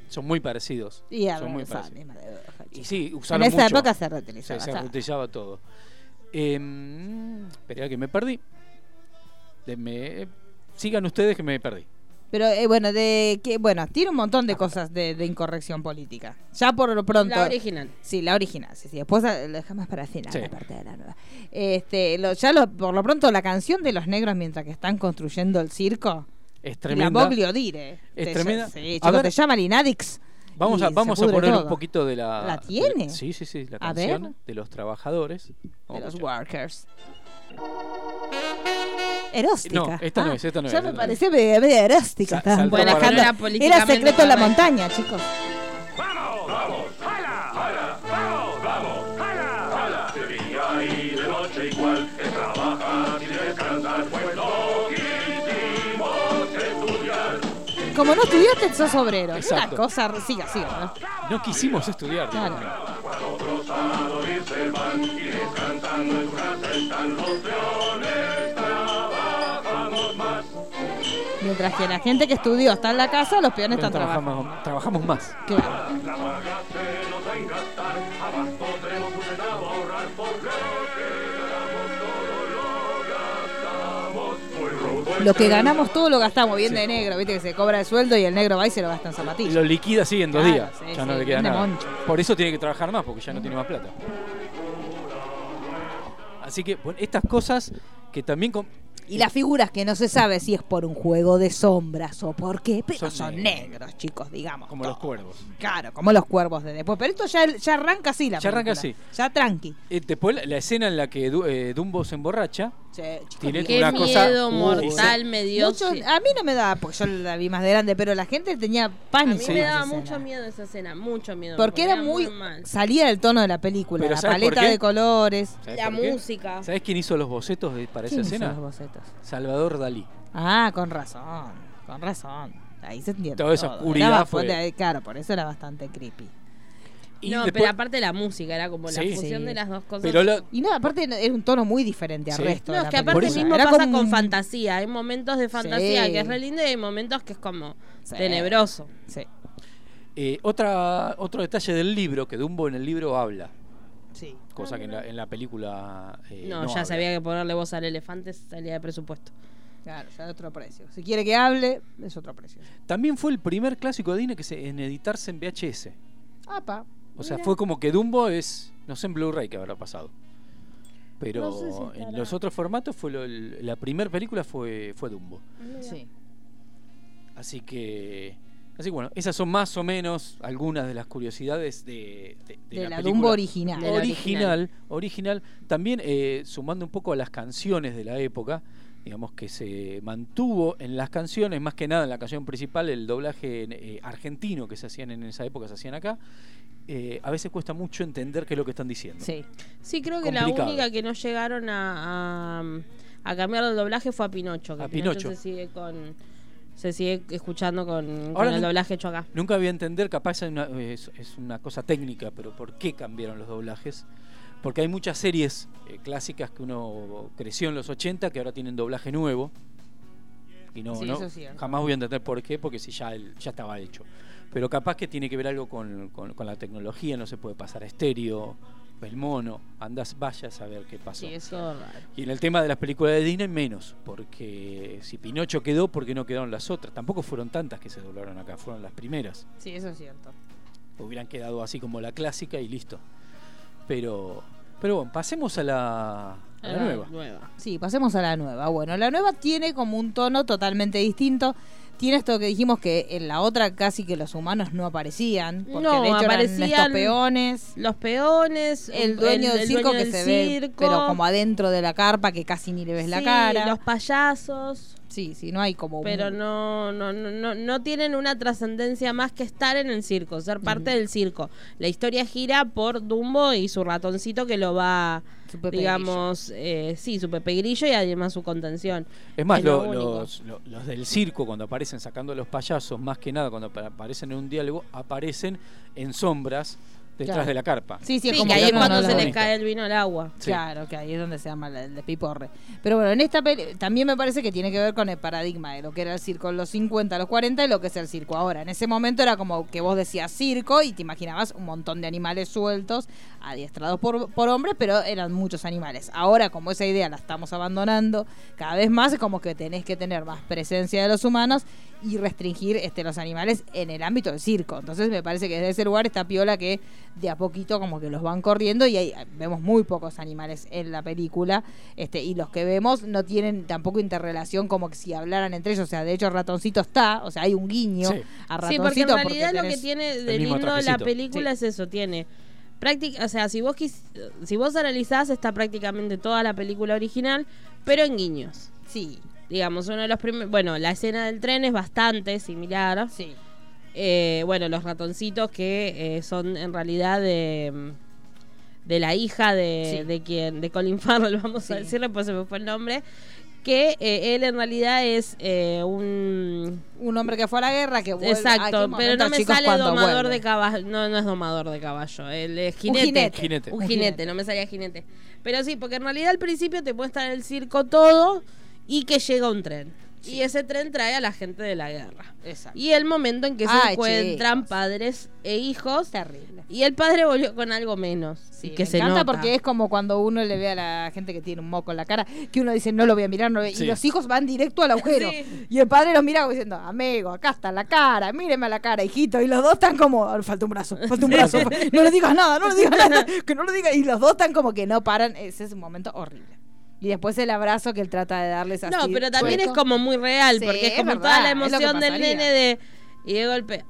[SPEAKER 1] Son muy parecidos.
[SPEAKER 2] Y a
[SPEAKER 1] Son muy
[SPEAKER 2] esa
[SPEAKER 1] parecidos.
[SPEAKER 2] misma de-
[SPEAKER 1] Y sí,
[SPEAKER 2] En
[SPEAKER 1] usaron
[SPEAKER 2] esa
[SPEAKER 1] mucho.
[SPEAKER 2] época se
[SPEAKER 1] Sí,
[SPEAKER 2] reutilizaba.
[SPEAKER 1] se
[SPEAKER 2] ¿sabes?
[SPEAKER 1] reutilizaba todo. Eh, espera que me perdí. Denme- sigan ustedes que me perdí.
[SPEAKER 2] Pero eh, bueno, de que bueno, tiene un montón de cosas de, de incorrección política. Ya por lo pronto.
[SPEAKER 3] La original.
[SPEAKER 2] Sí, la original, sí, sí. Después eh, lo dejamos para el final,
[SPEAKER 1] Sí.
[SPEAKER 2] la parte de la nueva. Este, lo- ya lo, por lo pronto, la canción de los negros mientras que están construyendo el circo.
[SPEAKER 1] Es
[SPEAKER 2] La
[SPEAKER 1] tremenda.
[SPEAKER 2] Boglio Dire.
[SPEAKER 1] Es
[SPEAKER 2] Te-
[SPEAKER 1] tremenda.
[SPEAKER 2] Sí,
[SPEAKER 1] A
[SPEAKER 2] chicos,
[SPEAKER 1] ver.
[SPEAKER 2] te llama Linadix
[SPEAKER 1] Vamos
[SPEAKER 2] y
[SPEAKER 1] a,
[SPEAKER 2] se
[SPEAKER 1] vamos a
[SPEAKER 2] pudre
[SPEAKER 1] poner un
[SPEAKER 2] todo.
[SPEAKER 1] poquito de la.
[SPEAKER 2] ¿La
[SPEAKER 1] de-
[SPEAKER 2] tiene?
[SPEAKER 1] sí, sí, sí, la
[SPEAKER 2] A ver.
[SPEAKER 1] canción de los trabajadores.
[SPEAKER 2] de
[SPEAKER 1] Vamos a
[SPEAKER 2] los
[SPEAKER 1] escuchar.
[SPEAKER 2] workers. Eróstica.
[SPEAKER 1] Eh, No, esta no es, esta no es,
[SPEAKER 2] Ah, Ya
[SPEAKER 1] esta
[SPEAKER 2] me
[SPEAKER 1] no
[SPEAKER 2] parecía medio, medio eróstica.
[SPEAKER 1] Sa-
[SPEAKER 2] estaba un
[SPEAKER 1] saltó
[SPEAKER 2] poco
[SPEAKER 1] para
[SPEAKER 2] bajando.
[SPEAKER 3] acá.
[SPEAKER 2] Era
[SPEAKER 3] Políticamente
[SPEAKER 2] secreto en la
[SPEAKER 3] correcto.
[SPEAKER 2] montaña, chicos.
[SPEAKER 4] ¡Vamos! ¡Vamos! ¡Hala! ¡Hala! ¡Vamos! ¡Vamos! ¡Hala! ¡Hala! De día y de noche igual es trabajar y descansar pues lo quisimos estudiar.
[SPEAKER 2] Como no estudiaste, sos obrero. Es Una
[SPEAKER 1] Exacto.
[SPEAKER 2] cosa. r- Siga, siga. ¿no?
[SPEAKER 1] No quisimos estudiar.
[SPEAKER 2] Claro.
[SPEAKER 4] Cuando otros a dormirse van y descansando en casa están los leones trabajamos más.
[SPEAKER 2] Mientras que la gente que estudió está en la casa, los peones están trabajando.
[SPEAKER 1] trabajamos, trabajamos más.
[SPEAKER 2] Claro.
[SPEAKER 4] La paga se nos va a gastar, abasto tenemos un centavo a ahorrar porque lo que ganamos todo lo gastamos. Muy rudo
[SPEAKER 2] Lo
[SPEAKER 4] este
[SPEAKER 2] que ganamos todo lo gastamos. Bien de negro, viste que se cobra el sueldo y el negro va y se lo gasta en zapatillas.
[SPEAKER 1] Lo liquida así en dos
[SPEAKER 2] Claro,
[SPEAKER 1] días.
[SPEAKER 2] sí,
[SPEAKER 1] ya no
[SPEAKER 2] sí,
[SPEAKER 1] le queda
[SPEAKER 2] vende
[SPEAKER 1] nada.
[SPEAKER 2] moncho.
[SPEAKER 1] Por eso tiene que trabajar más, porque ya no tiene más plata. Así que bueno, estas cosas que también con-
[SPEAKER 2] Y las figuras que no se sabe si es por un juego de sombras o por qué, pero son,
[SPEAKER 1] Son
[SPEAKER 2] negros, chicos, digamos.
[SPEAKER 1] como
[SPEAKER 2] todo.
[SPEAKER 1] los cuervos.
[SPEAKER 2] Claro, como los cuervos de después. Pero esto ya, ya arranca así la
[SPEAKER 1] Ya arranca
[SPEAKER 2] película. Ya tranqui.
[SPEAKER 1] Eh, después la, la escena en la que Du- eh, Dumbo se emborracha.
[SPEAKER 2] Che, chicos,
[SPEAKER 1] Tiene
[SPEAKER 2] mira,
[SPEAKER 3] Qué
[SPEAKER 1] una cosa-
[SPEAKER 3] miedo
[SPEAKER 1] Uh,
[SPEAKER 3] mortal
[SPEAKER 1] sí.
[SPEAKER 3] me dio.
[SPEAKER 2] muchos-
[SPEAKER 3] sí.
[SPEAKER 2] a mí no me daba, porque yo la vi más de grande, pero la gente tenía
[SPEAKER 3] A mí
[SPEAKER 2] pánico.
[SPEAKER 3] me
[SPEAKER 2] en
[SPEAKER 3] daba
[SPEAKER 2] esa
[SPEAKER 3] mucho
[SPEAKER 2] escena.
[SPEAKER 3] miedo esa escena, mucho miedo.
[SPEAKER 2] Porque era muy.
[SPEAKER 3] mal.
[SPEAKER 2] salía el tono de la película,
[SPEAKER 1] Pero
[SPEAKER 2] la
[SPEAKER 1] ¿sabes por
[SPEAKER 2] paleta
[SPEAKER 1] qué?
[SPEAKER 2] de colores.
[SPEAKER 1] ¿Sabés
[SPEAKER 3] La
[SPEAKER 1] por qué?
[SPEAKER 3] música.
[SPEAKER 1] ¿Sabés quién hizo los bocetos de- para esa
[SPEAKER 2] ¿Quién hizo los
[SPEAKER 1] escena?
[SPEAKER 2] bocetos?
[SPEAKER 1] Salvador Dalí.
[SPEAKER 2] Ah, con razón, con razón. Ahí se entiende.
[SPEAKER 1] Toda esa
[SPEAKER 2] todo.
[SPEAKER 1] oscuridad
[SPEAKER 2] Era
[SPEAKER 1] fue-
[SPEAKER 2] bastante- Claro, por eso era bastante creepy.
[SPEAKER 1] Y
[SPEAKER 3] no,
[SPEAKER 1] después-
[SPEAKER 3] pero aparte la música era como la
[SPEAKER 1] Sí.
[SPEAKER 3] fusión
[SPEAKER 2] Sí.
[SPEAKER 3] de las dos cosas.
[SPEAKER 1] pero lo-
[SPEAKER 2] Y no, aparte no- era un tono muy diferente al
[SPEAKER 1] Sí.
[SPEAKER 2] resto. de
[SPEAKER 3] no, es
[SPEAKER 2] la
[SPEAKER 3] que
[SPEAKER 2] película.
[SPEAKER 3] aparte mismo
[SPEAKER 2] Era
[SPEAKER 3] pasa
[SPEAKER 2] como
[SPEAKER 3] con
[SPEAKER 2] un-
[SPEAKER 3] fantasía. Hay momentos de fantasía
[SPEAKER 2] Sí.
[SPEAKER 3] que es re lindo y hay momentos que es como
[SPEAKER 2] Sí.
[SPEAKER 3] tenebroso.
[SPEAKER 2] Sí,
[SPEAKER 1] eh, otra, otro detalle del libro, que Dumbo en el libro habla,
[SPEAKER 2] sí.
[SPEAKER 1] cosa que en la, en la película... eh,
[SPEAKER 3] No,
[SPEAKER 1] no
[SPEAKER 3] ya
[SPEAKER 1] habla.
[SPEAKER 3] sabía que ponerle voz al elefante salía de presupuesto.
[SPEAKER 2] Claro, ya es otro precio. Si quiere que hable, es otro precio.
[SPEAKER 1] También fue el primer clásico de Disney que se, en editarse en VHS.
[SPEAKER 2] Apa.
[SPEAKER 1] O sea,
[SPEAKER 2] mira.
[SPEAKER 1] fue como que Dumbo es, no sé en Blu-ray que habrá pasado. Pero
[SPEAKER 3] No sé si estará.
[SPEAKER 1] en los otros formatos fue lo- el- la primera película fue, fue Dumbo.
[SPEAKER 2] Sí.
[SPEAKER 1] Así que... Así que bueno, esas son más o menos algunas de las curiosidades de, de- de
[SPEAKER 2] De, la,
[SPEAKER 1] película.
[SPEAKER 2] Dumbo original.
[SPEAKER 3] De la
[SPEAKER 1] original, original. También eh, sumando un poco a las canciones de la época, digamos que se mantuvo en las canciones, más que nada en la canción principal, el doblaje eh, argentino que se hacían en esa época, se hacían acá. Eh, a veces cuesta mucho entender qué es lo que están diciendo.
[SPEAKER 2] Sí.
[SPEAKER 3] Sí, creo que la
[SPEAKER 1] Complicado.
[SPEAKER 3] única que no llegaron a, a, a cambiar el doblaje fue a Pinocho. Que
[SPEAKER 1] A Pinocho.
[SPEAKER 3] Se sigue, con, se sigue escuchando con, con
[SPEAKER 1] Ahora
[SPEAKER 3] el
[SPEAKER 1] no-
[SPEAKER 3] doblaje hecho acá.
[SPEAKER 1] Nunca voy a entender, capaz es una, es- es una cosa técnica, pero ¿por qué cambiaron los doblajes? Porque hay muchas series eh, clásicas que uno creció en los 80 que ahora tienen doblaje nuevo. Y no,
[SPEAKER 2] Sí,
[SPEAKER 1] no-
[SPEAKER 2] eso es cierto.
[SPEAKER 1] jamás voy a entender por qué, porque si ya, el- ya estaba hecho. Pero capaz que tiene que ver algo con, con- con la tecnología, no se puede pasar a estéreo, el mono, andas, vayas a ver qué pasó.
[SPEAKER 3] Sí, eso es raro.
[SPEAKER 1] Y en el tema de las películas de Disney, menos, porque si Pinocho quedó, ¿por qué no quedaron las otras? Tampoco fueron tantas que se doblaron acá, fueron las primeras
[SPEAKER 2] Sí, eso es cierto.
[SPEAKER 1] hubieran quedado así como la clásica y listo. Pero, pero bueno, pasemos a la, a la
[SPEAKER 2] Ah.
[SPEAKER 3] Era
[SPEAKER 1] nueva.
[SPEAKER 3] nueva.
[SPEAKER 2] Sí, pasemos a la nueva. Bueno, la nueva tiene como un tono totalmente distinto. Tiene esto que dijimos que en la otra casi que los humanos no aparecían. Porque
[SPEAKER 3] No,
[SPEAKER 2] de hecho
[SPEAKER 3] aparecían-
[SPEAKER 2] eran estos peones.
[SPEAKER 3] Los peones,
[SPEAKER 2] El dueño del
[SPEAKER 3] el
[SPEAKER 2] circo
[SPEAKER 3] dueño
[SPEAKER 2] que
[SPEAKER 3] del
[SPEAKER 2] se ve,
[SPEAKER 3] circo.
[SPEAKER 2] pero como adentro de la carpa que casi ni le ves la
[SPEAKER 3] Sí,
[SPEAKER 2] cara.
[SPEAKER 3] Los payasos,
[SPEAKER 2] Sí, sí, no hay como un-
[SPEAKER 3] pero no, no, no, no, no tienen una trascendencia más que estar en el circo, ser parte del circo. La historia gira por Dumbo y su ratoncito que lo va,
[SPEAKER 2] Su Pepe
[SPEAKER 3] digamos, eh, sí, su Pepe Grillo y además su contención.
[SPEAKER 1] Es más,
[SPEAKER 3] Es lo
[SPEAKER 1] lo-
[SPEAKER 3] único.
[SPEAKER 1] los, lo- los del circo, cuando aparecen sacando a los payasos, más que nada cuando apa- aparecen en un diálogo, aparecen en sombras detrás
[SPEAKER 2] Claro.
[SPEAKER 1] de la carpa.
[SPEAKER 2] Sí, sí,
[SPEAKER 3] Sí,
[SPEAKER 2] es como
[SPEAKER 3] que ahí es
[SPEAKER 2] uno
[SPEAKER 3] cuando
[SPEAKER 2] no
[SPEAKER 3] se
[SPEAKER 2] los
[SPEAKER 3] les
[SPEAKER 2] ve.
[SPEAKER 3] cae el vino al agua.
[SPEAKER 1] Sí.
[SPEAKER 2] Claro, que ahí es donde se llama la- el despiporre. Pero bueno, en esta peli también me parece que tiene que ver con el paradigma de lo que era el circo en los 50, los 40 y lo que es el circo ahora. En ese momento era como que vos decías circo y te imaginabas un montón de animales sueltos, adiestrados por, por hombres, pero eran muchos animales. Ahora, como esa idea la estamos abandonando cada vez más, es como que tenés que tener más presencia de los humanos y restringir este, los animales en el ámbito del circo. Entonces me parece que desde ese lugar está piola que de a poquito como que los van corriendo y ahí vemos muy pocos animales en la película este y los que vemos no tienen tampoco interrelación como que si hablaran entre ellos o sea de hecho ratoncito está o sea hay un guiño
[SPEAKER 1] Sí.
[SPEAKER 2] a ratoncito
[SPEAKER 3] Sí, porque en realidad lo que
[SPEAKER 2] tenés-
[SPEAKER 3] tiene de
[SPEAKER 1] el mismo
[SPEAKER 3] lindo la
[SPEAKER 1] trajecito.
[SPEAKER 3] película es eso, tiene práctica, o sea, si vos quis- si vos analizás está prácticamente toda la película original, pero en guiños.
[SPEAKER 2] sí
[SPEAKER 3] Digamos, uno de los primeros, bueno, la escena del tren es bastante similar.
[SPEAKER 2] sí
[SPEAKER 3] Eh, bueno, los ratoncitos que eh, son en realidad de, de la hija de,
[SPEAKER 2] Sí.
[SPEAKER 3] de quien, de Colin Farrell, vamos a
[SPEAKER 2] Sí.
[SPEAKER 3] decirle, pues se me fue el nombre. Que eh, él en realidad es eh, un
[SPEAKER 2] un hombre que fue a la guerra que vuelve- Ay, qué
[SPEAKER 3] Exacto, pero
[SPEAKER 2] momento,
[SPEAKER 3] no me
[SPEAKER 2] chicos,
[SPEAKER 3] sale
[SPEAKER 2] cuando
[SPEAKER 3] domador
[SPEAKER 2] vuelve.
[SPEAKER 3] de caballo. No, no es domador de caballo. Él es jinete.
[SPEAKER 2] jinete.
[SPEAKER 1] Jinete.
[SPEAKER 3] Un jinete, no me salía jinete. Pero sí, porque en realidad al principio te puede estar en el circo todo y que llega un tren. Y ese tren trae a la gente de la guerra.
[SPEAKER 2] Exacto.
[SPEAKER 3] Y el momento en que se
[SPEAKER 2] Ay,
[SPEAKER 3] encuentran
[SPEAKER 2] chicos.
[SPEAKER 3] padres e hijos.
[SPEAKER 2] terrible
[SPEAKER 3] Y el padre volvió con algo menos. y que
[SPEAKER 2] me
[SPEAKER 3] se
[SPEAKER 2] encanta
[SPEAKER 3] nota.
[SPEAKER 2] porque es como cuando uno le ve a la gente que tiene un moco en la cara, que uno dice, no lo voy a mirar, no lo voy a-".
[SPEAKER 1] Sí.
[SPEAKER 2] y los hijos van directo al agujero.
[SPEAKER 3] Sí.
[SPEAKER 2] Y el padre los mira como diciendo, amigo, acá está la cara, míreme a la cara, hijito. Y los dos están como, "Oh, falta un brazo, falta un brazo, no le digas nada, no le digas nada, que no le digas. Y los dos están como que no paran, ese es un momento horrible. Y después el abrazo que él trata de darles así.
[SPEAKER 3] No, pero también es
[SPEAKER 2] chueco.
[SPEAKER 3] como muy real,
[SPEAKER 2] Sí,
[SPEAKER 3] porque es
[SPEAKER 2] es
[SPEAKER 3] como
[SPEAKER 2] verdad,
[SPEAKER 3] toda la
[SPEAKER 2] es lo que
[SPEAKER 3] emoción del
[SPEAKER 2] pasaría.
[SPEAKER 3] nene de. Y de golpe.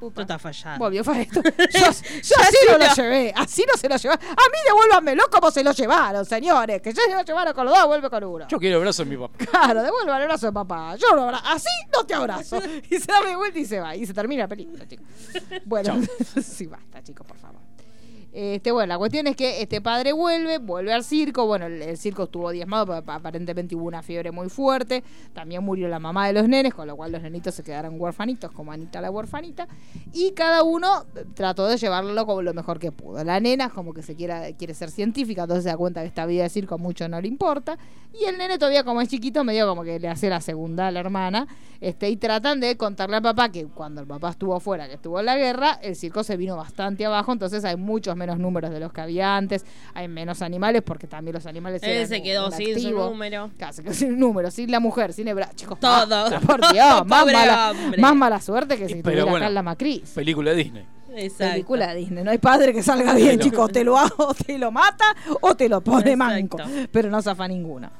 [SPEAKER 2] Upa.
[SPEAKER 3] Tú estás fallado.
[SPEAKER 2] Volvió para esto. Yo, yo así no lo llevé, así no se lo llevaron. A mí devuélvanmelo como se lo llevaron, señores. Que yo se lo llevaron con los dos, vuelve con uno.
[SPEAKER 1] Yo quiero brazos mi papá.
[SPEAKER 2] Claro, devuelva el abrazo de papá. Yo lo abrazo. Así no te abrazo. Y se da media vuelta y se va. Y se termina la película, chicos. Bueno, sí, basta, chicos, por favor. Este, bueno, la cuestión es que este padre vuelve, vuelve al circo. Bueno, el, el circo estuvo diezmado, porque aparentemente hubo una fiebre muy fuerte. También murió la mamá de los nenes, con lo cual los nenitos se quedaron huerfanitos, como Anita la huerfanita. Y cada uno eh, trató de llevarlo como lo mejor que pudo. La nena es como que se quiera, quiere ser científica, entonces se da cuenta que esta vida de circo mucho no le importa. Y el nene todavía como es chiquito, medio como que le hace la segunda a la hermana. Este, y tratan de contarle al papá que cuando el papá estuvo afuera, que estuvo en la guerra, el circo se vino bastante abajo, entonces hay muchos menos números de los que había antes, hay menos animales, porque también los animales
[SPEAKER 3] Él
[SPEAKER 2] eran
[SPEAKER 3] se
[SPEAKER 2] un-
[SPEAKER 3] quedó
[SPEAKER 2] un
[SPEAKER 3] sin su
[SPEAKER 2] activo.
[SPEAKER 3] número.
[SPEAKER 2] Claro, se quedó sin número, sin la mujer, sin el brazo. Chicos,
[SPEAKER 3] Todo.
[SPEAKER 2] basta, por Dios, más,
[SPEAKER 3] Pobre
[SPEAKER 2] mala,
[SPEAKER 3] hombre.
[SPEAKER 2] más mala suerte que si
[SPEAKER 1] Y- pero
[SPEAKER 2] estuviera
[SPEAKER 1] bueno,
[SPEAKER 2] acá en la Macris.
[SPEAKER 1] Película de Disney.
[SPEAKER 3] Exacto.
[SPEAKER 2] Película de Disney, no hay padre que salga bien,
[SPEAKER 1] No.
[SPEAKER 2] chicos. Te lo hago, te lo mata o te lo pone manco.
[SPEAKER 3] Exacto.
[SPEAKER 2] Pero no zafa ninguno.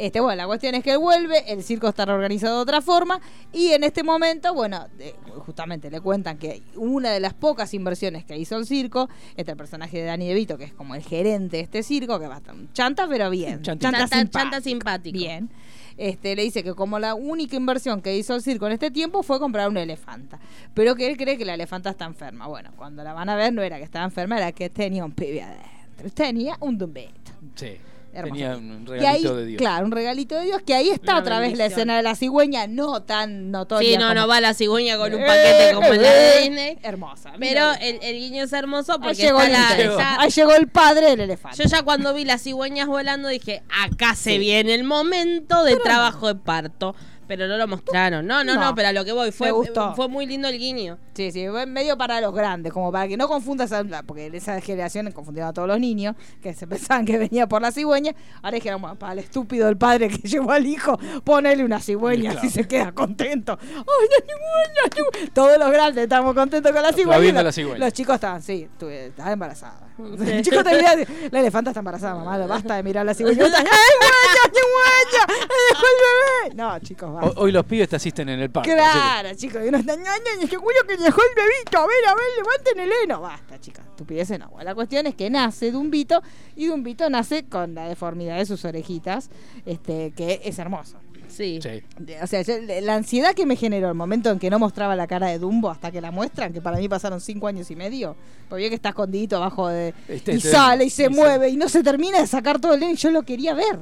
[SPEAKER 2] Este, bueno, la cuestión es que él vuelve, el circo está reorganizado de otra forma y en este momento, bueno, eh, justamente le cuentan que una de las pocas inversiones que hizo el circo, este personaje de Danny DeVito, que es como el gerente de este circo, que va bastante chanta, pero bien.
[SPEAKER 1] Chantita.
[SPEAKER 3] Chanta,
[SPEAKER 2] simpático.
[SPEAKER 3] chanta simpático.
[SPEAKER 2] Bien. Este, le dice que como la única inversión que hizo el circo en este tiempo fue comprar una elefanta, pero que él cree que la elefanta está enferma. Bueno, cuando la van a ver no era que estaba enferma, era que tenía un pibe adentro, tenía un dumbito.
[SPEAKER 1] Sí.
[SPEAKER 2] Hermoso.
[SPEAKER 1] Tenía un
[SPEAKER 2] Y ahí,
[SPEAKER 1] regalito de Dios.
[SPEAKER 2] claro, un regalito de Dios, que ahí está
[SPEAKER 3] Una
[SPEAKER 2] otra vez la
[SPEAKER 3] bendición.
[SPEAKER 2] escena de la cigüeña, no tan notoria.
[SPEAKER 3] Sí, no,
[SPEAKER 2] como-
[SPEAKER 3] no va la cigüeña con un
[SPEAKER 2] Eh,
[SPEAKER 3] paquete como la de
[SPEAKER 2] eh,
[SPEAKER 3] Disney.
[SPEAKER 2] Hermosa.
[SPEAKER 3] Pero
[SPEAKER 2] mira.
[SPEAKER 3] el, el guiño es hermoso
[SPEAKER 2] ahí,
[SPEAKER 3] porque
[SPEAKER 2] llegó
[SPEAKER 3] está
[SPEAKER 2] el,
[SPEAKER 3] la-
[SPEAKER 1] Llegó.
[SPEAKER 3] está-
[SPEAKER 2] ahí llegó el padre del elefante.
[SPEAKER 3] yo ya cuando vi las cigüeñas volando dije, acá se viene el momento de trabajo de parto. Pero no lo mostraron. No, no, no,
[SPEAKER 2] No.
[SPEAKER 3] pero a lo que voy, fue,
[SPEAKER 2] Me gustó.
[SPEAKER 3] fue muy lindo el guiño.
[SPEAKER 2] Sí, sí, fue medio para los grandes, como para que no confundas, a, la- porque en esa generación confundieron a todos los niños, que se pensaban que venía por la cigüeña. Ahora dijeron, "Bueno, para el estúpido del padre que llevó al hijo, ponele una cigüeña,
[SPEAKER 1] Claro.
[SPEAKER 2] así se queda contento. ¡Ay, la cigüeña! la cigüeña! Todos los grandes estamos contentos con la cigüeña.
[SPEAKER 1] Aplaudiendo
[SPEAKER 2] Los,
[SPEAKER 1] la cigüeña.
[SPEAKER 2] los chicos estaban, sí, tu- estaba embarazada.
[SPEAKER 3] Sí.
[SPEAKER 2] El chico te miraba y decía, la elefanta está embarazada, mamá, basta de mirar la cigüeña. ¡Ay, cigüeña, cigüeña! ¡Me dejó el bebé! No, chicos, basta.
[SPEAKER 1] Ho- Hoy los pibes te asisten en el parque. así
[SPEAKER 2] Claro, chicos, y uno está ñaña y es que culo que dejó el bebito, a ver, a ver, levanten el heno. Basta, chicas, estupideces no. Bueno, La cuestión es que nace Dumbito y Dumbito nace con la deformidad de sus orejitas, este, que es hermoso.
[SPEAKER 3] Sí.
[SPEAKER 1] que- sí.
[SPEAKER 2] De- O sea, yo- la ansiedad que me generó el momento en que no mostraba la cara de Dumbo hasta que la muestran, que para mí pasaron cinco años y medio, porque vio que está escondidito abajo de...
[SPEAKER 1] Este-
[SPEAKER 2] y
[SPEAKER 1] este-
[SPEAKER 2] sale y se
[SPEAKER 1] y
[SPEAKER 2] mueve y no se termina de sacar todo el heno y yo lo quería ver.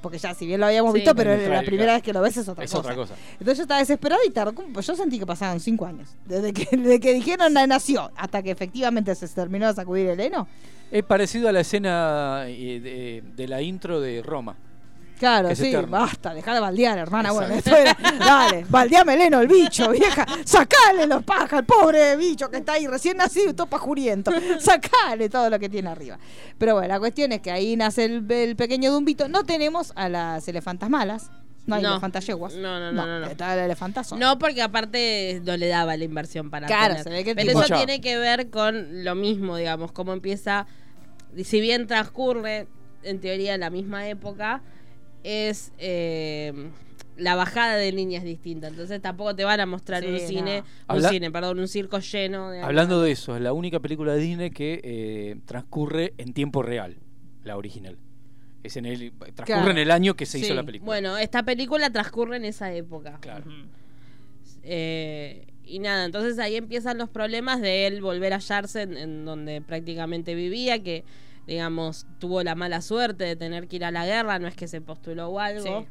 [SPEAKER 2] Porque ya, si bien lo habíamos
[SPEAKER 3] Sí.
[SPEAKER 2] visto, pero
[SPEAKER 1] En el
[SPEAKER 2] la
[SPEAKER 1] trailer,
[SPEAKER 2] primera
[SPEAKER 1] claro.
[SPEAKER 2] vez que lo ves es otra
[SPEAKER 1] Es
[SPEAKER 2] cosa.
[SPEAKER 1] otra cosa.
[SPEAKER 2] Entonces yo estaba desesperada y tardó, como- yo sentí que pasaron cinco años. Desde que, desde que dijeron la nació hasta que efectivamente se terminó de sacudir el heno.
[SPEAKER 1] Es parecido a la escena eh, de, de la intro de Roma.
[SPEAKER 2] Claro,
[SPEAKER 1] Es
[SPEAKER 2] sí,
[SPEAKER 1] eterno.
[SPEAKER 2] basta, dejá de baldear, hermana. Bueno, esto
[SPEAKER 1] Exacto.
[SPEAKER 2] era, dale, baldeame el heno, el bicho, vieja. Sacale los pajas al pobre bicho que está ahí recién nacido, todo pajuriento. Sacale todo lo que tiene arriba. Pero bueno, la cuestión es que ahí nace el, el pequeño Dumbito. No tenemos a las elefantas malas. No hay
[SPEAKER 3] No.
[SPEAKER 2] elefantayeguas.
[SPEAKER 3] No, no, no, no, no.
[SPEAKER 2] Está el elefantazo.
[SPEAKER 3] No, porque aparte no le daba la inversión para
[SPEAKER 2] Claro,
[SPEAKER 3] tener.
[SPEAKER 2] se ve que el
[SPEAKER 3] Pero
[SPEAKER 2] tipo-
[SPEAKER 3] eso
[SPEAKER 1] Escuchá.
[SPEAKER 3] tiene que ver con lo mismo, digamos, cómo empieza, y si bien transcurre en teoría la misma época, es eh, la bajada de líneas distintas. Entonces tampoco te van a mostrar
[SPEAKER 2] Sí,
[SPEAKER 3] un
[SPEAKER 2] no.
[SPEAKER 3] cine,
[SPEAKER 1] Habla-
[SPEAKER 3] un cine, perdón, un circo lleno de
[SPEAKER 1] Hablando de eso, es la única película de Disney que eh, transcurre en tiempo real, la original. Es en el, transcurre
[SPEAKER 2] Claro.
[SPEAKER 1] en el año que se hizo
[SPEAKER 3] Sí,
[SPEAKER 1] la película.
[SPEAKER 3] Bueno, esta película transcurre en esa época.
[SPEAKER 1] Claro.
[SPEAKER 3] Eh, y nada, entonces ahí empiezan los problemas de él volver a hallarse en, en donde prácticamente vivía, que digamos tuvo la mala suerte de tener que ir a la guerra, no es que se postuló o algo.
[SPEAKER 2] Sí.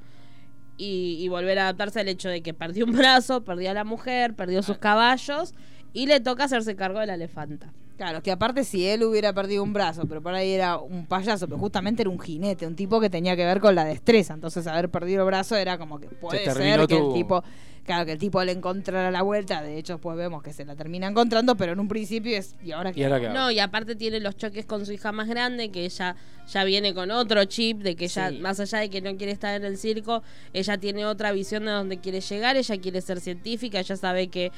[SPEAKER 3] Y, y volver a adaptarse al hecho de que perdió un brazo, perdió a la mujer, perdió sus caballos y le toca hacerse cargo de la elefanta.
[SPEAKER 2] Claro, que aparte si él hubiera perdido un brazo, pero por ahí era un payaso, pero justamente era un jinete, un tipo que tenía que ver con la destreza. Entonces haber perdido el brazo era como que puede ser
[SPEAKER 1] terminó
[SPEAKER 2] que
[SPEAKER 1] tu-
[SPEAKER 2] el tipo, claro, que el tipo le encontrara la vuelta. De hecho, después vemos que se la termina encontrando, pero en un principio es y ahora
[SPEAKER 1] Y
[SPEAKER 2] que
[SPEAKER 1] ahora que
[SPEAKER 3] No, y aparte tiene los choques con su hija más grande, que ella ya viene con otro chip, de que ella,
[SPEAKER 2] Sí.
[SPEAKER 3] más allá de que no quiere estar en el circo, ella tiene otra visión de donde quiere llegar, ella quiere ser científica, ella sabe que,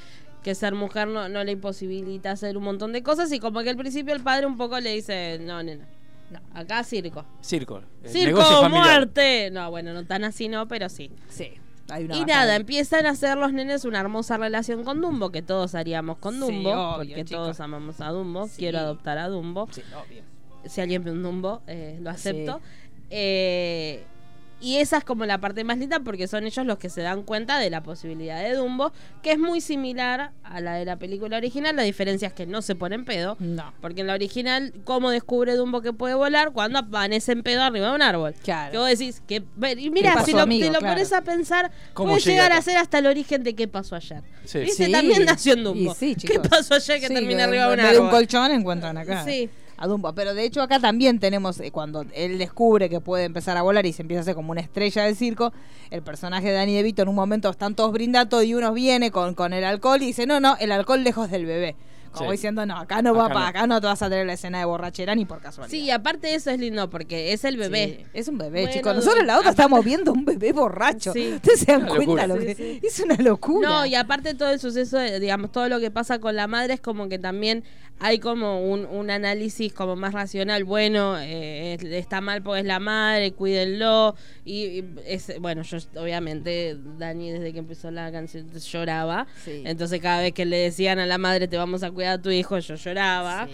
[SPEAKER 3] que ser mujer no, no le imposibilita hacer un montón de cosas, y como que al principio el padre un poco le dice, no, nena, no, acá circo.
[SPEAKER 1] circo.
[SPEAKER 2] Eh,
[SPEAKER 1] el
[SPEAKER 3] Circo
[SPEAKER 1] negocio
[SPEAKER 3] o
[SPEAKER 1] familiar.
[SPEAKER 3] muerte. No, bueno, no tan así no, pero sí.
[SPEAKER 2] sí, hay una
[SPEAKER 3] y
[SPEAKER 2] batalla.
[SPEAKER 3] nada, empiezan a hacer los nenes una hermosa relación con Dumbo, que todos haríamos con
[SPEAKER 2] Sí,
[SPEAKER 3] Dumbo,
[SPEAKER 2] obvio,
[SPEAKER 3] porque
[SPEAKER 2] chicos.
[SPEAKER 3] todos amamos a Dumbo,
[SPEAKER 2] Sí.
[SPEAKER 3] quiero adoptar a Dumbo
[SPEAKER 2] Sí, obvio.
[SPEAKER 3] si alguien ve un Dumbo, eh, lo acepto. Eh, y esa es como la parte más linda porque son ellos los que se dan cuenta de la posibilidad de Dumbo, que es muy similar a la de la película original. La diferencia es que no se ponen pedo,
[SPEAKER 2] No,
[SPEAKER 3] porque en la original, ¿cómo descubre Dumbo que puede volar? Cuando amanece en pedo arriba de un árbol.
[SPEAKER 2] Claro.
[SPEAKER 3] Que vos decís, que, y mira,
[SPEAKER 2] ¿Qué pasó,
[SPEAKER 3] si lo,
[SPEAKER 2] amigo?
[SPEAKER 3] te lo
[SPEAKER 2] Claro.
[SPEAKER 3] pones a pensar,
[SPEAKER 1] ¿Cómo
[SPEAKER 3] puede
[SPEAKER 1] llega
[SPEAKER 3] llegar a
[SPEAKER 1] acá?
[SPEAKER 3] ser hasta el origen de qué pasó ayer.
[SPEAKER 1] Sí.
[SPEAKER 3] Dice,
[SPEAKER 2] Sí.
[SPEAKER 3] también nació en Dumbo.
[SPEAKER 2] Y sí,
[SPEAKER 3] ¿Qué
[SPEAKER 2] chicos.
[SPEAKER 3] pasó ayer que
[SPEAKER 2] Sí,
[SPEAKER 3] termina
[SPEAKER 2] que
[SPEAKER 3] arriba de un
[SPEAKER 2] en vez de un
[SPEAKER 3] árbol?
[SPEAKER 2] colchón encuentran acá.
[SPEAKER 3] Sí.
[SPEAKER 2] A Dumbo. Pero de hecho acá también tenemos, eh, cuando él descubre que puede empezar a volar y se empieza a hacer como una estrella del circo, el personaje de Danny DeVito en un momento están todos brindatos y uno viene con, con el alcohol y dice, no, no, el alcohol lejos del bebé. Como
[SPEAKER 1] Sí.
[SPEAKER 2] diciendo, no, acá no va
[SPEAKER 1] Acá
[SPEAKER 2] para
[SPEAKER 1] no.
[SPEAKER 2] acá, no te vas a tener la escena de borrachera ni por casualidad.
[SPEAKER 3] Sí, y aparte eso es lindo porque es el
[SPEAKER 2] Sí,
[SPEAKER 3] bebé.
[SPEAKER 2] Es un bebé,
[SPEAKER 3] Bueno,
[SPEAKER 2] chicos. Nosotros en la otra
[SPEAKER 3] aparte-
[SPEAKER 2] estamos viendo un bebé borracho.
[SPEAKER 3] Sí.
[SPEAKER 2] Ustedes se dan
[SPEAKER 1] Una
[SPEAKER 2] cuenta
[SPEAKER 1] locura.
[SPEAKER 2] lo
[SPEAKER 3] Sí,
[SPEAKER 2] que
[SPEAKER 3] sí.
[SPEAKER 2] es una locura.
[SPEAKER 3] No, y aparte todo el suceso, de- digamos, todo lo que pasa con la madre es como que también hay como un, un análisis como más racional, bueno, eh, es- está mal porque es la madre, cuídenlo. Y, y es, bueno, yo obviamente, Dani desde que empezó la canción lloraba.
[SPEAKER 2] Sí.
[SPEAKER 3] Entonces cada vez que le decían a la madre te vamos a cuidar a tu hijo, yo lloraba.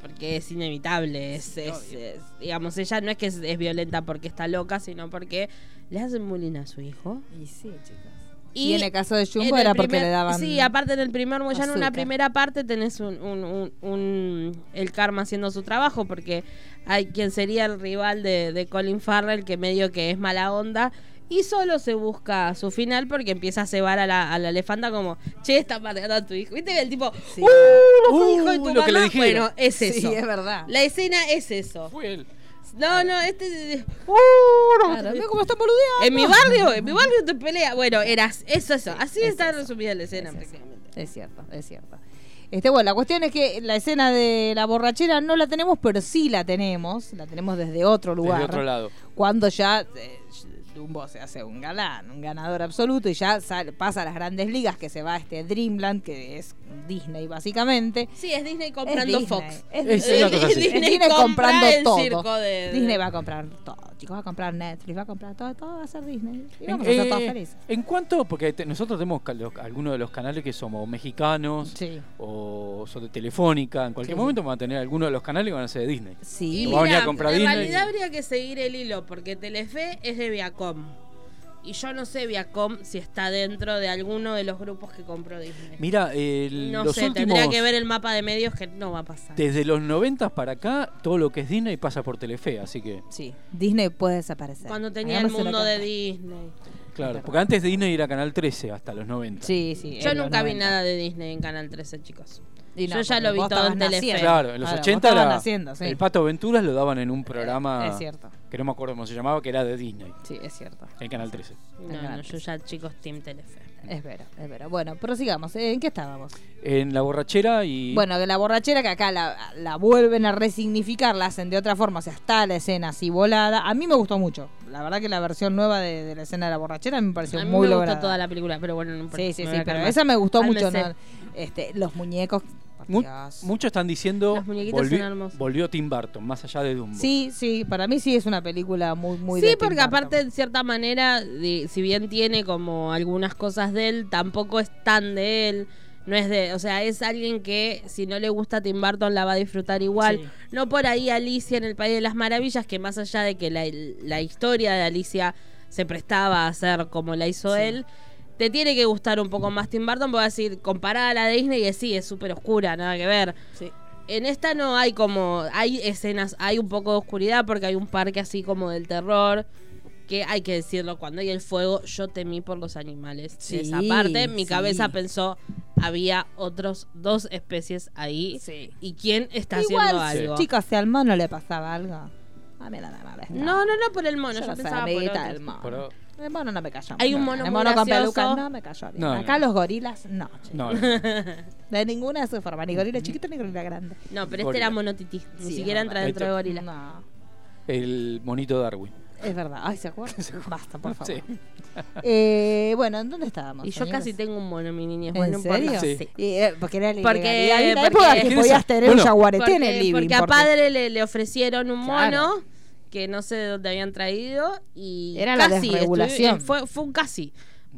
[SPEAKER 3] Porque es inevitable, es, es- es- digamos, ella no es que es, es violenta porque está loca, sino porque le hacen bullying a su hijo.
[SPEAKER 2] Y sí, chicas.
[SPEAKER 3] Y
[SPEAKER 2] Y, en el caso de
[SPEAKER 3] en
[SPEAKER 2] Jumbo
[SPEAKER 3] el
[SPEAKER 2] era porque
[SPEAKER 3] primer-
[SPEAKER 2] le daban.
[SPEAKER 3] Sí, aparte en el primer, ya en una
[SPEAKER 2] azúcar.
[SPEAKER 3] primera parte tenés un, un- un- un- el karma haciendo su trabajo, porque hay quien sería el rival de, de Colin Farrell, que medio que es mala onda. Y solo se busca su final porque empieza a cebar a la, a la elefanta como, che, está matando a tu hijo. ¿Viste que el tipo,
[SPEAKER 2] Sí.
[SPEAKER 3] "Uh,
[SPEAKER 1] Uh,
[SPEAKER 3] hijo de tu
[SPEAKER 1] lo que le
[SPEAKER 3] mamá"?
[SPEAKER 1] dijeron.
[SPEAKER 3] Bueno, es
[SPEAKER 2] Sí,
[SPEAKER 3] eso.
[SPEAKER 2] es verdad.
[SPEAKER 3] La escena es eso.
[SPEAKER 1] Fue él.
[SPEAKER 3] No, no, este... "Uh, no,
[SPEAKER 2] Claro, mira cómo está boludeando.
[SPEAKER 3] en mi barrio, en mi barrio te pelea. Bueno, eras eso, eso. Así está resumida la escena
[SPEAKER 2] Es eso.
[SPEAKER 3] prácticamente.
[SPEAKER 2] Es cierto, es cierto. Este, bueno, la cuestión es que la escena de la borrachera no la tenemos, pero sí la tenemos. La tenemos desde otro lugar.
[SPEAKER 1] Desde otro lado.
[SPEAKER 2] Cuando ya eh, Dumbo se hace un galán, un ganador absoluto, y ya sale- pasa a las grandes ligas, que se va a este Dreamland, que es Disney básicamente.
[SPEAKER 3] Sí, es Disney comprando
[SPEAKER 2] Es Disney,
[SPEAKER 3] Fox.
[SPEAKER 2] Es
[SPEAKER 1] Es
[SPEAKER 2] Disney,
[SPEAKER 1] una cosa así.
[SPEAKER 2] Es Disney
[SPEAKER 3] Disney
[SPEAKER 2] comprando
[SPEAKER 3] compra el
[SPEAKER 2] todo.
[SPEAKER 3] circo de-
[SPEAKER 2] Disney va a comprar todo. Chicos, va a comprar Netflix, va a comprar todo. Todo va a ser Disney. Y vamos a ser todos
[SPEAKER 1] Eh,
[SPEAKER 2] felices.
[SPEAKER 1] ¿En cuánto? Porque te- nosotros tenemos cal- los- algunos de los canales que somos mexicanos
[SPEAKER 2] Sí.
[SPEAKER 1] o son de Telefónica. En cualquier
[SPEAKER 2] Sí.
[SPEAKER 1] momento vamos a tener algunos de los canales que van a ser de Disney.
[SPEAKER 2] Sí.
[SPEAKER 3] Y
[SPEAKER 1] Lo va a venir
[SPEAKER 3] mira,
[SPEAKER 1] a comprar
[SPEAKER 3] en
[SPEAKER 1] Disney.
[SPEAKER 3] realidad habría que seguir el hilo, porque Telefe es de Viacom. Y yo no sé Viacom si está dentro de alguno de los grupos que compró Disney.
[SPEAKER 1] Mira, el-
[SPEAKER 3] no
[SPEAKER 1] los
[SPEAKER 3] sé,
[SPEAKER 1] últimos.
[SPEAKER 3] tendría que ver el mapa de medios que no va a pasar.
[SPEAKER 1] Desde los 90 para acá, todo lo que es Disney pasa por Telefe, así que.
[SPEAKER 2] Sí, Disney puede desaparecer.
[SPEAKER 3] Cuando tenía el
[SPEAKER 2] Hagámosela
[SPEAKER 3] mundo
[SPEAKER 2] cantar.
[SPEAKER 3] de Disney.
[SPEAKER 1] Claro,
[SPEAKER 2] verdad.
[SPEAKER 1] porque antes Disney era Canal 13 hasta los 90.
[SPEAKER 2] Sí, sí.
[SPEAKER 3] Yo
[SPEAKER 2] en los
[SPEAKER 3] nunca vi
[SPEAKER 2] 90.
[SPEAKER 3] nada de Disney en Canal 13, chicos.
[SPEAKER 2] Y
[SPEAKER 3] yo ya lo vi
[SPEAKER 2] vos
[SPEAKER 3] todo en
[SPEAKER 2] estabas
[SPEAKER 3] Telefe.
[SPEAKER 2] naciendo.
[SPEAKER 1] Claro, en los
[SPEAKER 2] Claro,
[SPEAKER 1] 80
[SPEAKER 2] vos estabas
[SPEAKER 1] la-
[SPEAKER 2] naciendo, sí.
[SPEAKER 1] el Pato Venturas lo daban en un programa
[SPEAKER 2] Es cierto.
[SPEAKER 1] que no me acuerdo cómo se llamaba, que era de Disney,
[SPEAKER 2] Sí, es cierto.
[SPEAKER 1] en Canal 13.
[SPEAKER 3] No,
[SPEAKER 2] Canal
[SPEAKER 3] no, yo
[SPEAKER 2] 13.
[SPEAKER 3] ya, chicos, Team Telefe.
[SPEAKER 2] Es verdad, es verdad. Bueno, prosigamos. ¿En qué estábamos?
[SPEAKER 1] En la borrachera y.
[SPEAKER 2] Bueno, que la borrachera que acá la, la vuelven a resignificar, la hacen de otra forma, o sea, está la escena así volada. A mí me gustó mucho. La verdad que la versión nueva de, de la escena de la borrachera me pareció
[SPEAKER 3] A mí
[SPEAKER 2] muy
[SPEAKER 3] me
[SPEAKER 2] lograda.
[SPEAKER 3] gustó toda la película, pero bueno, no importa,
[SPEAKER 2] Sí, sí,
[SPEAKER 3] me
[SPEAKER 2] sí,
[SPEAKER 3] voy a
[SPEAKER 2] pero
[SPEAKER 3] calmar.
[SPEAKER 2] esa me gustó
[SPEAKER 3] Al
[SPEAKER 2] mucho.
[SPEAKER 3] Mesé.
[SPEAKER 2] ¿no? Este, los muñecos. por
[SPEAKER 1] Mu-
[SPEAKER 2] Dios.
[SPEAKER 1] muchos están diciendo.
[SPEAKER 3] Los muñequitos
[SPEAKER 1] volvi-
[SPEAKER 3] son hermosos.
[SPEAKER 1] Volvió Tim Burton, más allá de Dumbo.
[SPEAKER 2] Sí, sí, para mí sí es una película muy, muy. de
[SPEAKER 3] sí,
[SPEAKER 2] Tim
[SPEAKER 3] porque
[SPEAKER 2] Burton.
[SPEAKER 3] aparte, de cierta manera, de- si bien tiene como algunas cosas de él, tampoco es tan de él. No es de, o sea, es alguien que si no le gusta Tim Burton la va a disfrutar igual.
[SPEAKER 2] Sí.
[SPEAKER 3] No por ahí Alicia en el País de las Maravillas, que más allá de que la, la historia de Alicia se prestaba a ser como la hizo
[SPEAKER 2] Sí.
[SPEAKER 3] él, te tiene que gustar un poco más Tim Burton, porque vas a decir, comparada a la de Disney, y sí, es súper oscura, nada que ver.
[SPEAKER 2] Sí.
[SPEAKER 3] En esta no hay como. Hay escenas, hay un poco de oscuridad porque hay un parque así como del terror. Que hay que decirlo, cuando hay el fuego, yo temí por los animales.
[SPEAKER 2] Sí,
[SPEAKER 3] De esa parte, mi
[SPEAKER 2] sí.
[SPEAKER 3] cabeza pensó, había otros dos especies ahí.
[SPEAKER 2] Sí.
[SPEAKER 3] ¿Y quién está haciendo
[SPEAKER 2] Igual,
[SPEAKER 3] algo?
[SPEAKER 2] chicos, si al mono le pasaba algo. A mí nada más.
[SPEAKER 3] No, no, no por el mono,
[SPEAKER 2] Yo
[SPEAKER 3] yo,
[SPEAKER 2] no
[SPEAKER 3] pensaba
[SPEAKER 2] soy
[SPEAKER 3] por
[SPEAKER 2] amiguita
[SPEAKER 3] otros.
[SPEAKER 2] del mono.
[SPEAKER 1] Pero-
[SPEAKER 2] El mono no me cayó.
[SPEAKER 3] Hay un
[SPEAKER 2] bien.
[SPEAKER 3] mono
[SPEAKER 2] El
[SPEAKER 3] muy
[SPEAKER 2] mono con
[SPEAKER 3] gracioso.
[SPEAKER 2] peluca no me cayó. bien.
[SPEAKER 1] No, no.
[SPEAKER 2] Acá los gorilas no. che.
[SPEAKER 1] No, no.
[SPEAKER 2] De ninguna de sus formas. Ni gorila chiquito ni gorila grande.
[SPEAKER 3] No, pero este
[SPEAKER 1] Gorila.
[SPEAKER 3] era monotitis, ni
[SPEAKER 2] Sí, es
[SPEAKER 3] siquiera
[SPEAKER 2] verdad.
[SPEAKER 3] entra dentro de
[SPEAKER 1] Esto-
[SPEAKER 3] gorila.
[SPEAKER 2] No.
[SPEAKER 1] El monito Darwin.
[SPEAKER 2] Es verdad. Ay, ¿se acuerdan? Basta, por favor.
[SPEAKER 1] Sí.
[SPEAKER 2] Eh, bueno, ¿en dónde estábamos?
[SPEAKER 3] Y yo
[SPEAKER 2] señores?
[SPEAKER 3] casi tengo un mono, mi niña.
[SPEAKER 2] ¿En
[SPEAKER 3] Bueno, no importa.
[SPEAKER 2] serio?
[SPEAKER 1] Sí.
[SPEAKER 2] Y, eh, porque era la
[SPEAKER 3] Porque-
[SPEAKER 2] ilegalidad. Había una
[SPEAKER 3] porque-
[SPEAKER 2] época que
[SPEAKER 1] ¿Quién es
[SPEAKER 2] podías
[SPEAKER 1] ese?
[SPEAKER 2] tener un
[SPEAKER 1] Bueno.
[SPEAKER 2] jaguarete
[SPEAKER 3] Porque,
[SPEAKER 2] en el living.
[SPEAKER 3] porque a
[SPEAKER 2] porque-
[SPEAKER 3] padre le, le ofrecieron un
[SPEAKER 2] Claro.
[SPEAKER 3] mono que no sé de dónde habían traído y
[SPEAKER 2] Era la
[SPEAKER 3] casi,
[SPEAKER 2] desregulación.
[SPEAKER 3] estuvi- eh, fue, fue un casi.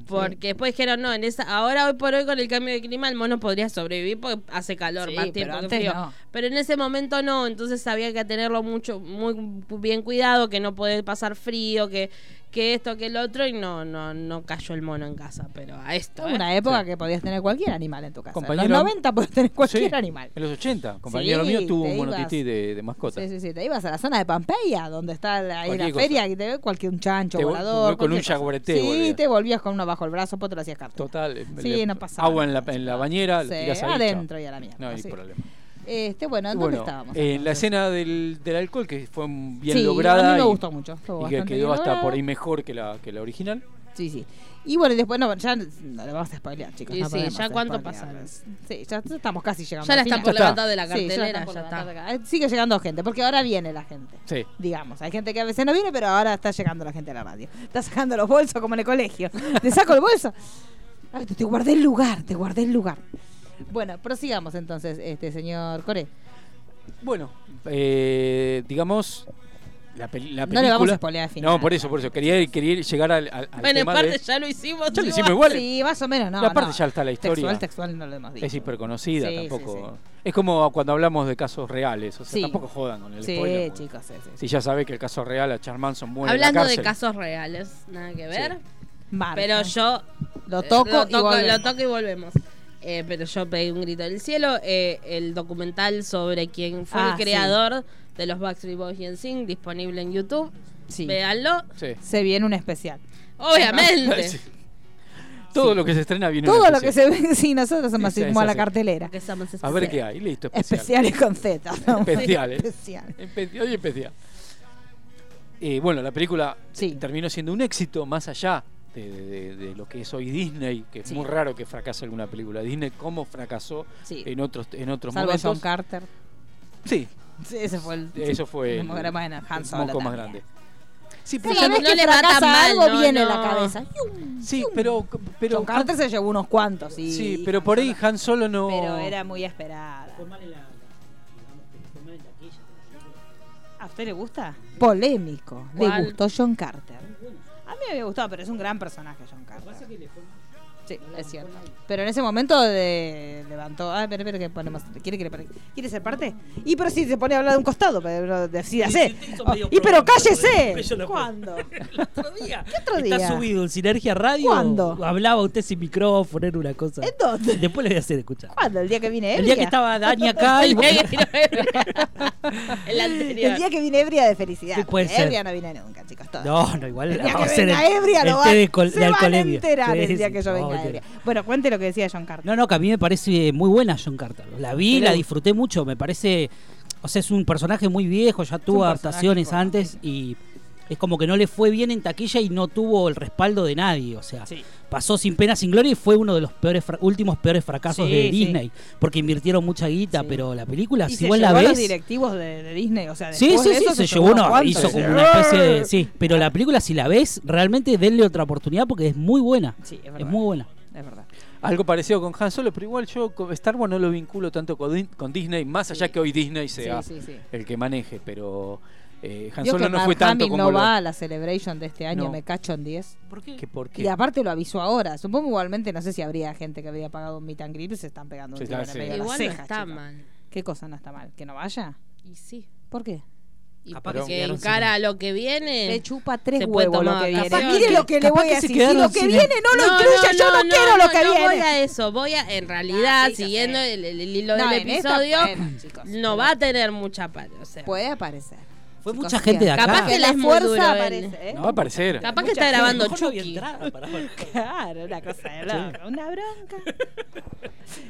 [SPEAKER 3] Porque después dijeron, no, en esa, ahora hoy por hoy con el cambio de clima el mono podría sobrevivir porque hace calor
[SPEAKER 2] Sí,
[SPEAKER 3] más
[SPEAKER 2] pero
[SPEAKER 3] tiempo que
[SPEAKER 2] antes
[SPEAKER 3] frío.
[SPEAKER 2] no.
[SPEAKER 3] Pero en ese momento no, entonces había que tenerlo mucho, muy bien cuidado, que no puede pasar frío, que, que esto, que el otro, y no, no, no cayó el mono en casa, pero a esto.
[SPEAKER 2] Hubo
[SPEAKER 3] ¿eh?
[SPEAKER 2] una época
[SPEAKER 1] Sí.
[SPEAKER 2] que podías tener cualquier animal en tu casa.
[SPEAKER 1] Compañero-
[SPEAKER 2] En los 90 podías tener cualquier
[SPEAKER 1] Sí,
[SPEAKER 2] animal.
[SPEAKER 1] En los 80, compañero
[SPEAKER 2] Sí,
[SPEAKER 1] mío tuvo
[SPEAKER 2] te
[SPEAKER 1] un
[SPEAKER 2] ibas.
[SPEAKER 1] monotití de, de mascota.
[SPEAKER 2] Sí, sí, sí. Te ibas a la zona de Pampeya, donde está la, ahí la
[SPEAKER 1] Cualquier cosa.
[SPEAKER 2] feria, que te ve cualquier un chancho
[SPEAKER 1] Te vol-
[SPEAKER 2] volador.
[SPEAKER 1] con un
[SPEAKER 2] cualquier cosa.
[SPEAKER 1] jaguarete
[SPEAKER 2] Sí,
[SPEAKER 1] volvías.
[SPEAKER 2] te volvías con uno bajo el brazo, pues te lo hacías carta.
[SPEAKER 1] Total. eh,
[SPEAKER 2] Sí,
[SPEAKER 1] le-
[SPEAKER 2] no pasaba
[SPEAKER 1] Agua en la,
[SPEAKER 2] nada.
[SPEAKER 1] en la bañera, lo
[SPEAKER 2] Sí,
[SPEAKER 1] tirás ahí,
[SPEAKER 2] adentro
[SPEAKER 1] chao.
[SPEAKER 2] y a la mierda,
[SPEAKER 1] No hay
[SPEAKER 2] sí.
[SPEAKER 1] problema.
[SPEAKER 2] Este, bueno, ¿en
[SPEAKER 1] Bueno,
[SPEAKER 2] dónde
[SPEAKER 1] eh,
[SPEAKER 2] estábamos?
[SPEAKER 1] en la
[SPEAKER 2] entonces?
[SPEAKER 1] escena del, del alcohol, que fue bien
[SPEAKER 2] Sí,
[SPEAKER 1] lograda.
[SPEAKER 2] A mí me
[SPEAKER 1] y-
[SPEAKER 2] gustó mucho. estuvo
[SPEAKER 1] Y que
[SPEAKER 2] bastante
[SPEAKER 1] quedó
[SPEAKER 2] bien
[SPEAKER 1] hasta por
[SPEAKER 2] lograda.
[SPEAKER 1] ahí mejor que la, que la original.
[SPEAKER 2] Sí, sí. Y bueno, y después no, ya no lo vamos a spoilear, chicos.
[SPEAKER 3] Y
[SPEAKER 2] no
[SPEAKER 3] sí,
[SPEAKER 2] podemos
[SPEAKER 3] ya cuánto
[SPEAKER 2] spoilear.
[SPEAKER 3] pasaron.
[SPEAKER 2] Sí, ya estamos casi llegando.
[SPEAKER 3] Ya la
[SPEAKER 2] al
[SPEAKER 3] están
[SPEAKER 2] final.
[SPEAKER 1] Ya
[SPEAKER 3] por
[SPEAKER 1] está.
[SPEAKER 3] levantar de la
[SPEAKER 2] Sí, ya la
[SPEAKER 3] cartelera,
[SPEAKER 2] están por
[SPEAKER 3] ya
[SPEAKER 2] levantar de
[SPEAKER 3] está.
[SPEAKER 2] acá. Eh, Sigue llegando gente, porque ahora viene la gente.
[SPEAKER 1] Sí.
[SPEAKER 2] Digamos, hay gente que a veces no viene, pero ahora está llegando la gente a la radio. Está sacando los bolsos como en el colegio. Te saco el bolso. Ay, te, te guardé el lugar, te guardé el lugar. Bueno, prosigamos entonces, este señor Core.
[SPEAKER 1] Bueno, eh, digamos. La, peli- la
[SPEAKER 2] No
[SPEAKER 1] película.
[SPEAKER 2] le vamos a spoilear al final.
[SPEAKER 1] No, por eso, por eso. Quería, quería llegar al, al- al
[SPEAKER 3] Bueno, en
[SPEAKER 1] tema
[SPEAKER 3] parte
[SPEAKER 1] de-
[SPEAKER 3] ya lo hicimos.
[SPEAKER 1] Ya lo
[SPEAKER 3] igual.
[SPEAKER 1] hicimos igual.
[SPEAKER 2] Sí, más o menos, no.
[SPEAKER 1] Y aparte
[SPEAKER 2] no.
[SPEAKER 1] ya está la historia.
[SPEAKER 2] Textual, textual no lo hemos dicho.
[SPEAKER 1] Es hiperconocida,
[SPEAKER 2] Sí, sí,
[SPEAKER 1] tampoco.
[SPEAKER 2] sí.
[SPEAKER 1] Es como cuando hablamos de casos reales, o sea,
[SPEAKER 2] Sí.
[SPEAKER 1] tampoco jodan con el
[SPEAKER 2] Sí,
[SPEAKER 1] spoiler. porque
[SPEAKER 2] chicos, sí, sí.
[SPEAKER 1] Si ya sabe que el caso real a Charles Manson muere en
[SPEAKER 3] Hablando
[SPEAKER 1] la
[SPEAKER 3] de
[SPEAKER 1] cárcel.
[SPEAKER 3] casos reales, nada que ver.
[SPEAKER 2] Marca.
[SPEAKER 3] Pero yo
[SPEAKER 2] lo
[SPEAKER 3] eh,
[SPEAKER 2] toco,
[SPEAKER 3] lo
[SPEAKER 2] y
[SPEAKER 3] toco,
[SPEAKER 2] volvemos.
[SPEAKER 3] lo toco y volvemos. Eh, pero yo pedí un grito del cielo. eh, el documental sobre quién fue
[SPEAKER 2] Ah,
[SPEAKER 3] el
[SPEAKER 2] sí.
[SPEAKER 3] creador de los Backstreet Boys y NSYNC disponible en YouTube.
[SPEAKER 2] Sí.
[SPEAKER 3] Véanlo.
[SPEAKER 1] Sí.
[SPEAKER 2] Se viene un especial.
[SPEAKER 3] Obviamente.
[SPEAKER 1] Sí. Todo lo que se estrena viene en
[SPEAKER 2] Todo lo que
[SPEAKER 1] especial.
[SPEAKER 2] se ve, sí, nosotros somos
[SPEAKER 1] Sí,
[SPEAKER 2] así
[SPEAKER 1] sí,
[SPEAKER 2] como a
[SPEAKER 1] es
[SPEAKER 2] la
[SPEAKER 1] así.
[SPEAKER 2] cartelera.
[SPEAKER 3] Porque somos
[SPEAKER 1] A ver qué hay, listo, especial.
[SPEAKER 2] Especiales con Z. ¿no?
[SPEAKER 1] Especiales.
[SPEAKER 2] Especial.
[SPEAKER 1] Especial y especial. Eh, bueno, la película
[SPEAKER 2] Sí.
[SPEAKER 1] terminó siendo un éxito más allá de, de- de lo que es hoy Disney, que es
[SPEAKER 2] Sí.
[SPEAKER 1] muy raro que fracase alguna película. Disney, ¿cómo fracasó
[SPEAKER 2] Sí.
[SPEAKER 1] en otros, en otros
[SPEAKER 2] Salvo John
[SPEAKER 1] momentos?
[SPEAKER 2] Carter.
[SPEAKER 1] Sí,
[SPEAKER 2] Sí, ese fue el.
[SPEAKER 1] eso fue
[SPEAKER 2] El demograma de Han Solo
[SPEAKER 1] moco más
[SPEAKER 2] también.
[SPEAKER 1] grande. Sí,
[SPEAKER 2] Sí,
[SPEAKER 1] pero,
[SPEAKER 2] Cada
[SPEAKER 3] no
[SPEAKER 2] vez que
[SPEAKER 3] le va tan
[SPEAKER 2] fracasa
[SPEAKER 3] mal,
[SPEAKER 2] algo,
[SPEAKER 3] no,
[SPEAKER 2] viene
[SPEAKER 3] no.
[SPEAKER 2] la cabeza.
[SPEAKER 1] sí, pero, pero-
[SPEAKER 2] John Carter se llevó unos cuantos. Y,
[SPEAKER 1] sí, pero por ahí Han Solo no.
[SPEAKER 2] Pero era muy esperada. ¿A usted le gusta? Polémico.
[SPEAKER 3] ¿Cuál?
[SPEAKER 2] Le gustó John Carter. A mí me había gustado, pero es un gran personaje John Carter. Sí, es cierto. Pero en ese momento de- levantó. Ah, espera, espera, que ponemos. ¿Quiere, que le pare- ¿Quiere ser parte? Y pero sí, se pone a hablar de un costado, pero decídase. Oh, y pero cállese. ¿Cuándo?
[SPEAKER 5] El otro día.
[SPEAKER 2] otro día?
[SPEAKER 5] Está subido en Sinergia Radio.
[SPEAKER 2] ¿Cuándo?
[SPEAKER 5] Hablaba usted sin micrófono, era una cosa.
[SPEAKER 2] ¿En dónde?
[SPEAKER 5] Después le voy a hacer escuchar.
[SPEAKER 2] ¿Cuándo? ¿El día que vine ebria?
[SPEAKER 5] El día que estaba Dani acá y
[SPEAKER 3] El
[SPEAKER 5] vos-
[SPEAKER 3] día que El anterior.
[SPEAKER 2] El día que vine ebria de felicidad.
[SPEAKER 5] Sí, puede
[SPEAKER 2] porque ebria
[SPEAKER 5] ser.
[SPEAKER 2] no vine nunca, chicos. Todos.
[SPEAKER 5] No, no, igual.
[SPEAKER 2] El día
[SPEAKER 5] vamos a
[SPEAKER 2] que
[SPEAKER 5] hacer
[SPEAKER 2] venga ebria lo
[SPEAKER 5] el
[SPEAKER 2] van,
[SPEAKER 5] té de, col,
[SPEAKER 2] se
[SPEAKER 5] de
[SPEAKER 2] van a
[SPEAKER 5] alcoholevia.
[SPEAKER 2] enterar
[SPEAKER 5] Sí,
[SPEAKER 2] el día
[SPEAKER 5] sí,
[SPEAKER 2] que yo
[SPEAKER 5] no,
[SPEAKER 2] venga
[SPEAKER 5] olvídate.
[SPEAKER 2] ebria. Bueno, cuente lo que decía John Carter.
[SPEAKER 5] No, no, que a mí me parece muy buena John Carter. La vi,
[SPEAKER 2] Pero-
[SPEAKER 5] la disfruté mucho. Me parece. O sea, es un personaje muy viejo, ya tuvo
[SPEAKER 2] personaje
[SPEAKER 5] adaptaciones
[SPEAKER 2] importante.
[SPEAKER 5] antes y es como que no le fue bien en taquilla y no tuvo el respaldo de nadie. O sea,
[SPEAKER 6] Sí.
[SPEAKER 5] pasó sin pena, sin gloria y fue uno de los peores fra- últimos peores fracasos
[SPEAKER 6] Sí,
[SPEAKER 5] de
[SPEAKER 6] sí.
[SPEAKER 5] Disney. Porque invirtieron mucha guita,
[SPEAKER 6] Sí.
[SPEAKER 5] pero la película,
[SPEAKER 2] Y
[SPEAKER 5] si
[SPEAKER 2] se
[SPEAKER 5] igual la
[SPEAKER 2] llevó a los
[SPEAKER 5] ves.
[SPEAKER 2] directivos de, de Disney, o sea,
[SPEAKER 5] Sí,
[SPEAKER 2] después
[SPEAKER 5] sí,
[SPEAKER 2] de
[SPEAKER 5] sí,
[SPEAKER 2] eso
[SPEAKER 5] se llevó una,
[SPEAKER 2] cuantos.
[SPEAKER 5] hizo como una especie de. Sí, pero la película, si la ves, realmente denle otra oportunidad porque es muy buena.
[SPEAKER 2] Sí, es verdad.
[SPEAKER 5] Es muy buena.
[SPEAKER 2] Es verdad.
[SPEAKER 1] Algo parecido con Han Solo, pero igual yo con Star Wars no lo vinculo tanto con, Di- con Disney, más allá
[SPEAKER 2] Sí.
[SPEAKER 1] que hoy Disney
[SPEAKER 2] Sí,
[SPEAKER 1] sea
[SPEAKER 2] sí, sí.
[SPEAKER 1] el que maneje, pero eh, Han
[SPEAKER 2] Vio
[SPEAKER 1] Solo
[SPEAKER 2] que
[SPEAKER 1] no fue
[SPEAKER 2] Mark
[SPEAKER 1] tanto
[SPEAKER 2] Hamill
[SPEAKER 1] como
[SPEAKER 2] no
[SPEAKER 1] lo-
[SPEAKER 2] va a la Celebration de este año,
[SPEAKER 1] No.
[SPEAKER 2] me cacho en 10.
[SPEAKER 1] ¿Qué por qué?
[SPEAKER 2] Y aparte lo avisó ahora. Supongo igualmente, no sé si habría gente que habría pagado un meet and greet y se están pegando un
[SPEAKER 1] Sí,
[SPEAKER 2] tiro
[SPEAKER 1] está,
[SPEAKER 2] en el
[SPEAKER 1] sí.
[SPEAKER 2] medio de las
[SPEAKER 3] Igual no
[SPEAKER 2] cejas,
[SPEAKER 3] está
[SPEAKER 2] chicos.
[SPEAKER 3] mal.
[SPEAKER 2] ¿Qué cosa no está mal? ¿Que no vaya?
[SPEAKER 3] Y sí.
[SPEAKER 2] ¿Por qué?
[SPEAKER 3] Y
[SPEAKER 1] Ah,
[SPEAKER 5] Capaz que se
[SPEAKER 3] porque
[SPEAKER 5] quedaron
[SPEAKER 3] en
[SPEAKER 5] sin-
[SPEAKER 3] cara a lo que viene.
[SPEAKER 2] Le chupa tres
[SPEAKER 3] se puede
[SPEAKER 2] huevos lo
[SPEAKER 3] tomar
[SPEAKER 2] que viene.
[SPEAKER 3] capaz
[SPEAKER 2] Mire
[SPEAKER 3] que-
[SPEAKER 2] lo que le
[SPEAKER 5] capaz
[SPEAKER 2] voy
[SPEAKER 5] que
[SPEAKER 2] a
[SPEAKER 5] se
[SPEAKER 2] decir. Si
[SPEAKER 5] quedaron
[SPEAKER 2] lo que
[SPEAKER 5] sin-
[SPEAKER 2] viene no lo incluya, yo no, quiero lo que
[SPEAKER 3] no
[SPEAKER 2] viene.
[SPEAKER 3] voy a eso, voy a, en realidad,
[SPEAKER 2] sí, ya
[SPEAKER 3] siguiendo
[SPEAKER 2] sé.
[SPEAKER 3] el, el hilo
[SPEAKER 2] No,
[SPEAKER 3] del
[SPEAKER 2] en esta,
[SPEAKER 3] episodio,
[SPEAKER 2] bueno, chicos,
[SPEAKER 3] no
[SPEAKER 2] pero
[SPEAKER 3] va a tener mucha pata. O sea,
[SPEAKER 2] Puede aparecer.
[SPEAKER 5] Fue
[SPEAKER 2] Chicos,
[SPEAKER 5] mucha gente de
[SPEAKER 2] bien.
[SPEAKER 5] acá.
[SPEAKER 3] Capaz que
[SPEAKER 2] la
[SPEAKER 3] es muy
[SPEAKER 2] fuerza
[SPEAKER 3] duro él.
[SPEAKER 2] aparece. ¿eh?
[SPEAKER 1] No va a aparecer.
[SPEAKER 3] capaz que
[SPEAKER 2] mucha
[SPEAKER 3] está
[SPEAKER 2] gente.
[SPEAKER 3] grabando
[SPEAKER 5] Mejor no había
[SPEAKER 3] Chucky.
[SPEAKER 5] entrado, pará, pará.
[SPEAKER 2] Claro, una cosa de loco, una bronca.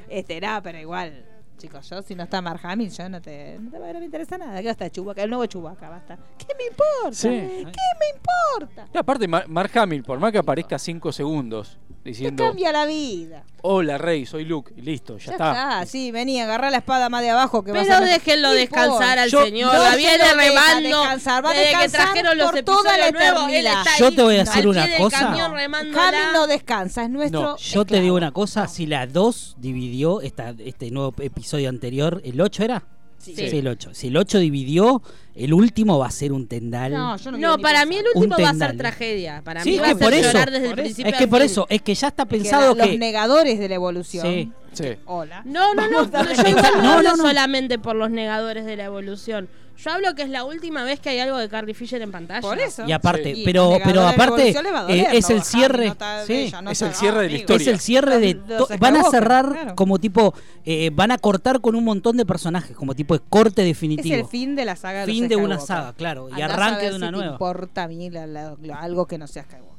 [SPEAKER 2] Este, no, pero igual, chicos, yo si no está Mark Hamill, yo no te, no te, no me interesa nada. ¿Qué está Chubaca? El nuevo Chubaca, basta. ¿Qué me importa?
[SPEAKER 1] Sí.
[SPEAKER 2] ¿Qué me importa?
[SPEAKER 1] Y aparte, Mar- Mark Hamill, por más que aparezca 5 segundos
[SPEAKER 2] Te
[SPEAKER 1] diciendo:
[SPEAKER 2] cambia la vida.
[SPEAKER 1] Hola, Rey, soy Luke, y listo, ya,
[SPEAKER 2] Ya
[SPEAKER 1] está.
[SPEAKER 2] está, sí, vení, agarrá la espada más de abajo que vas
[SPEAKER 3] Pero
[SPEAKER 2] a
[SPEAKER 3] déjenlo
[SPEAKER 2] No
[SPEAKER 3] descansar al
[SPEAKER 5] Yo-
[SPEAKER 3] señor,
[SPEAKER 2] No
[SPEAKER 3] la
[SPEAKER 2] se lo
[SPEAKER 3] viene
[SPEAKER 2] deja
[SPEAKER 3] remando.
[SPEAKER 2] descansar, va a
[SPEAKER 3] desde que
[SPEAKER 2] descansar
[SPEAKER 3] trajeron los
[SPEAKER 2] por toda la
[SPEAKER 3] episodios nuevos, él
[SPEAKER 2] eternidad.
[SPEAKER 3] está
[SPEAKER 5] Yo
[SPEAKER 3] ahí,
[SPEAKER 5] te voy a
[SPEAKER 3] al
[SPEAKER 5] decir
[SPEAKER 3] pie
[SPEAKER 5] una
[SPEAKER 3] del
[SPEAKER 5] cosa.
[SPEAKER 3] camión remándola.
[SPEAKER 2] Hamill no descansa, es nuestro.
[SPEAKER 1] No,
[SPEAKER 5] Yo te
[SPEAKER 2] esclavo.
[SPEAKER 5] digo una cosa, si la 2 dividió esta, este nuevo episodio anterior, ¿el 8 era?
[SPEAKER 2] Sí.
[SPEAKER 5] Sí, el 8. Si el 8 dividió, el último va a ser un tendal.
[SPEAKER 2] No, yo no quiero
[SPEAKER 3] No,
[SPEAKER 2] ni
[SPEAKER 3] para
[SPEAKER 2] pensar.
[SPEAKER 3] mí el
[SPEAKER 5] Un
[SPEAKER 3] último va a ser
[SPEAKER 5] tendal.
[SPEAKER 3] tragedia. Para
[SPEAKER 5] Sí,
[SPEAKER 3] mí
[SPEAKER 5] es
[SPEAKER 3] va a
[SPEAKER 5] que
[SPEAKER 3] ser
[SPEAKER 5] por eso,
[SPEAKER 3] llorar desde el
[SPEAKER 5] por eso.
[SPEAKER 3] principio.
[SPEAKER 5] es que
[SPEAKER 3] al
[SPEAKER 5] por
[SPEAKER 3] fin.
[SPEAKER 5] eso, es que ya está
[SPEAKER 2] Que la-
[SPEAKER 5] pensado que...
[SPEAKER 2] Los negadores de la evolución.
[SPEAKER 5] Sí.
[SPEAKER 1] Sí.
[SPEAKER 2] Hola.
[SPEAKER 3] No, no, no. no, Yo
[SPEAKER 5] Está-
[SPEAKER 3] igual
[SPEAKER 5] no,
[SPEAKER 3] no hablo
[SPEAKER 5] no, no.
[SPEAKER 3] solamente por los negadores de la evolución. Yo hablo que es la última vez que hay algo de Carrie Fisher en pantalla.
[SPEAKER 2] Por eso.
[SPEAKER 5] Y aparte,
[SPEAKER 2] Sí.
[SPEAKER 5] pero,
[SPEAKER 2] Negadores
[SPEAKER 5] pero
[SPEAKER 2] de la
[SPEAKER 5] aparte,
[SPEAKER 2] evolución le va a
[SPEAKER 5] eh,
[SPEAKER 2] doler,
[SPEAKER 5] es
[SPEAKER 2] no
[SPEAKER 5] el
[SPEAKER 2] bajar,
[SPEAKER 5] cierre.
[SPEAKER 2] no está
[SPEAKER 5] sí,
[SPEAKER 2] bella, no
[SPEAKER 1] Es
[SPEAKER 2] está-
[SPEAKER 1] el cierre de la
[SPEAKER 2] amigo.
[SPEAKER 1] historia.
[SPEAKER 5] Es el cierre de.
[SPEAKER 2] Los- los
[SPEAKER 5] to- van a
[SPEAKER 2] escabocas,
[SPEAKER 5] cerrar
[SPEAKER 2] claro.
[SPEAKER 5] como tipo. eh, van a cortar con un montón de personajes, como tipo de corte
[SPEAKER 2] Es
[SPEAKER 5] definitivo.
[SPEAKER 2] el fin de la saga. los
[SPEAKER 5] Fin de una
[SPEAKER 2] Skywalker.
[SPEAKER 5] saga, claro. Y
[SPEAKER 2] Andá a
[SPEAKER 5] arranque
[SPEAKER 2] saber
[SPEAKER 5] de
[SPEAKER 2] si
[SPEAKER 5] una
[SPEAKER 2] te
[SPEAKER 5] nueva.
[SPEAKER 2] importa a mí la- la- lo- algo que no sea Skywalker.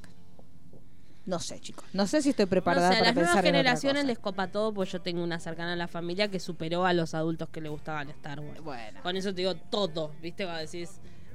[SPEAKER 2] No sé, chicos. No sé si estoy
[SPEAKER 3] No sé,
[SPEAKER 2] preparada
[SPEAKER 3] a
[SPEAKER 2] para
[SPEAKER 3] las
[SPEAKER 2] pensar
[SPEAKER 3] nuevas
[SPEAKER 2] en otra
[SPEAKER 3] generaciones
[SPEAKER 2] cosa.
[SPEAKER 3] les copa todo, pues yo tengo una cercana a la familia que superó a los adultos que le gustaban Star Wars.
[SPEAKER 2] Bueno.
[SPEAKER 3] Con eso te digo todo, ¿viste? Cuando decís,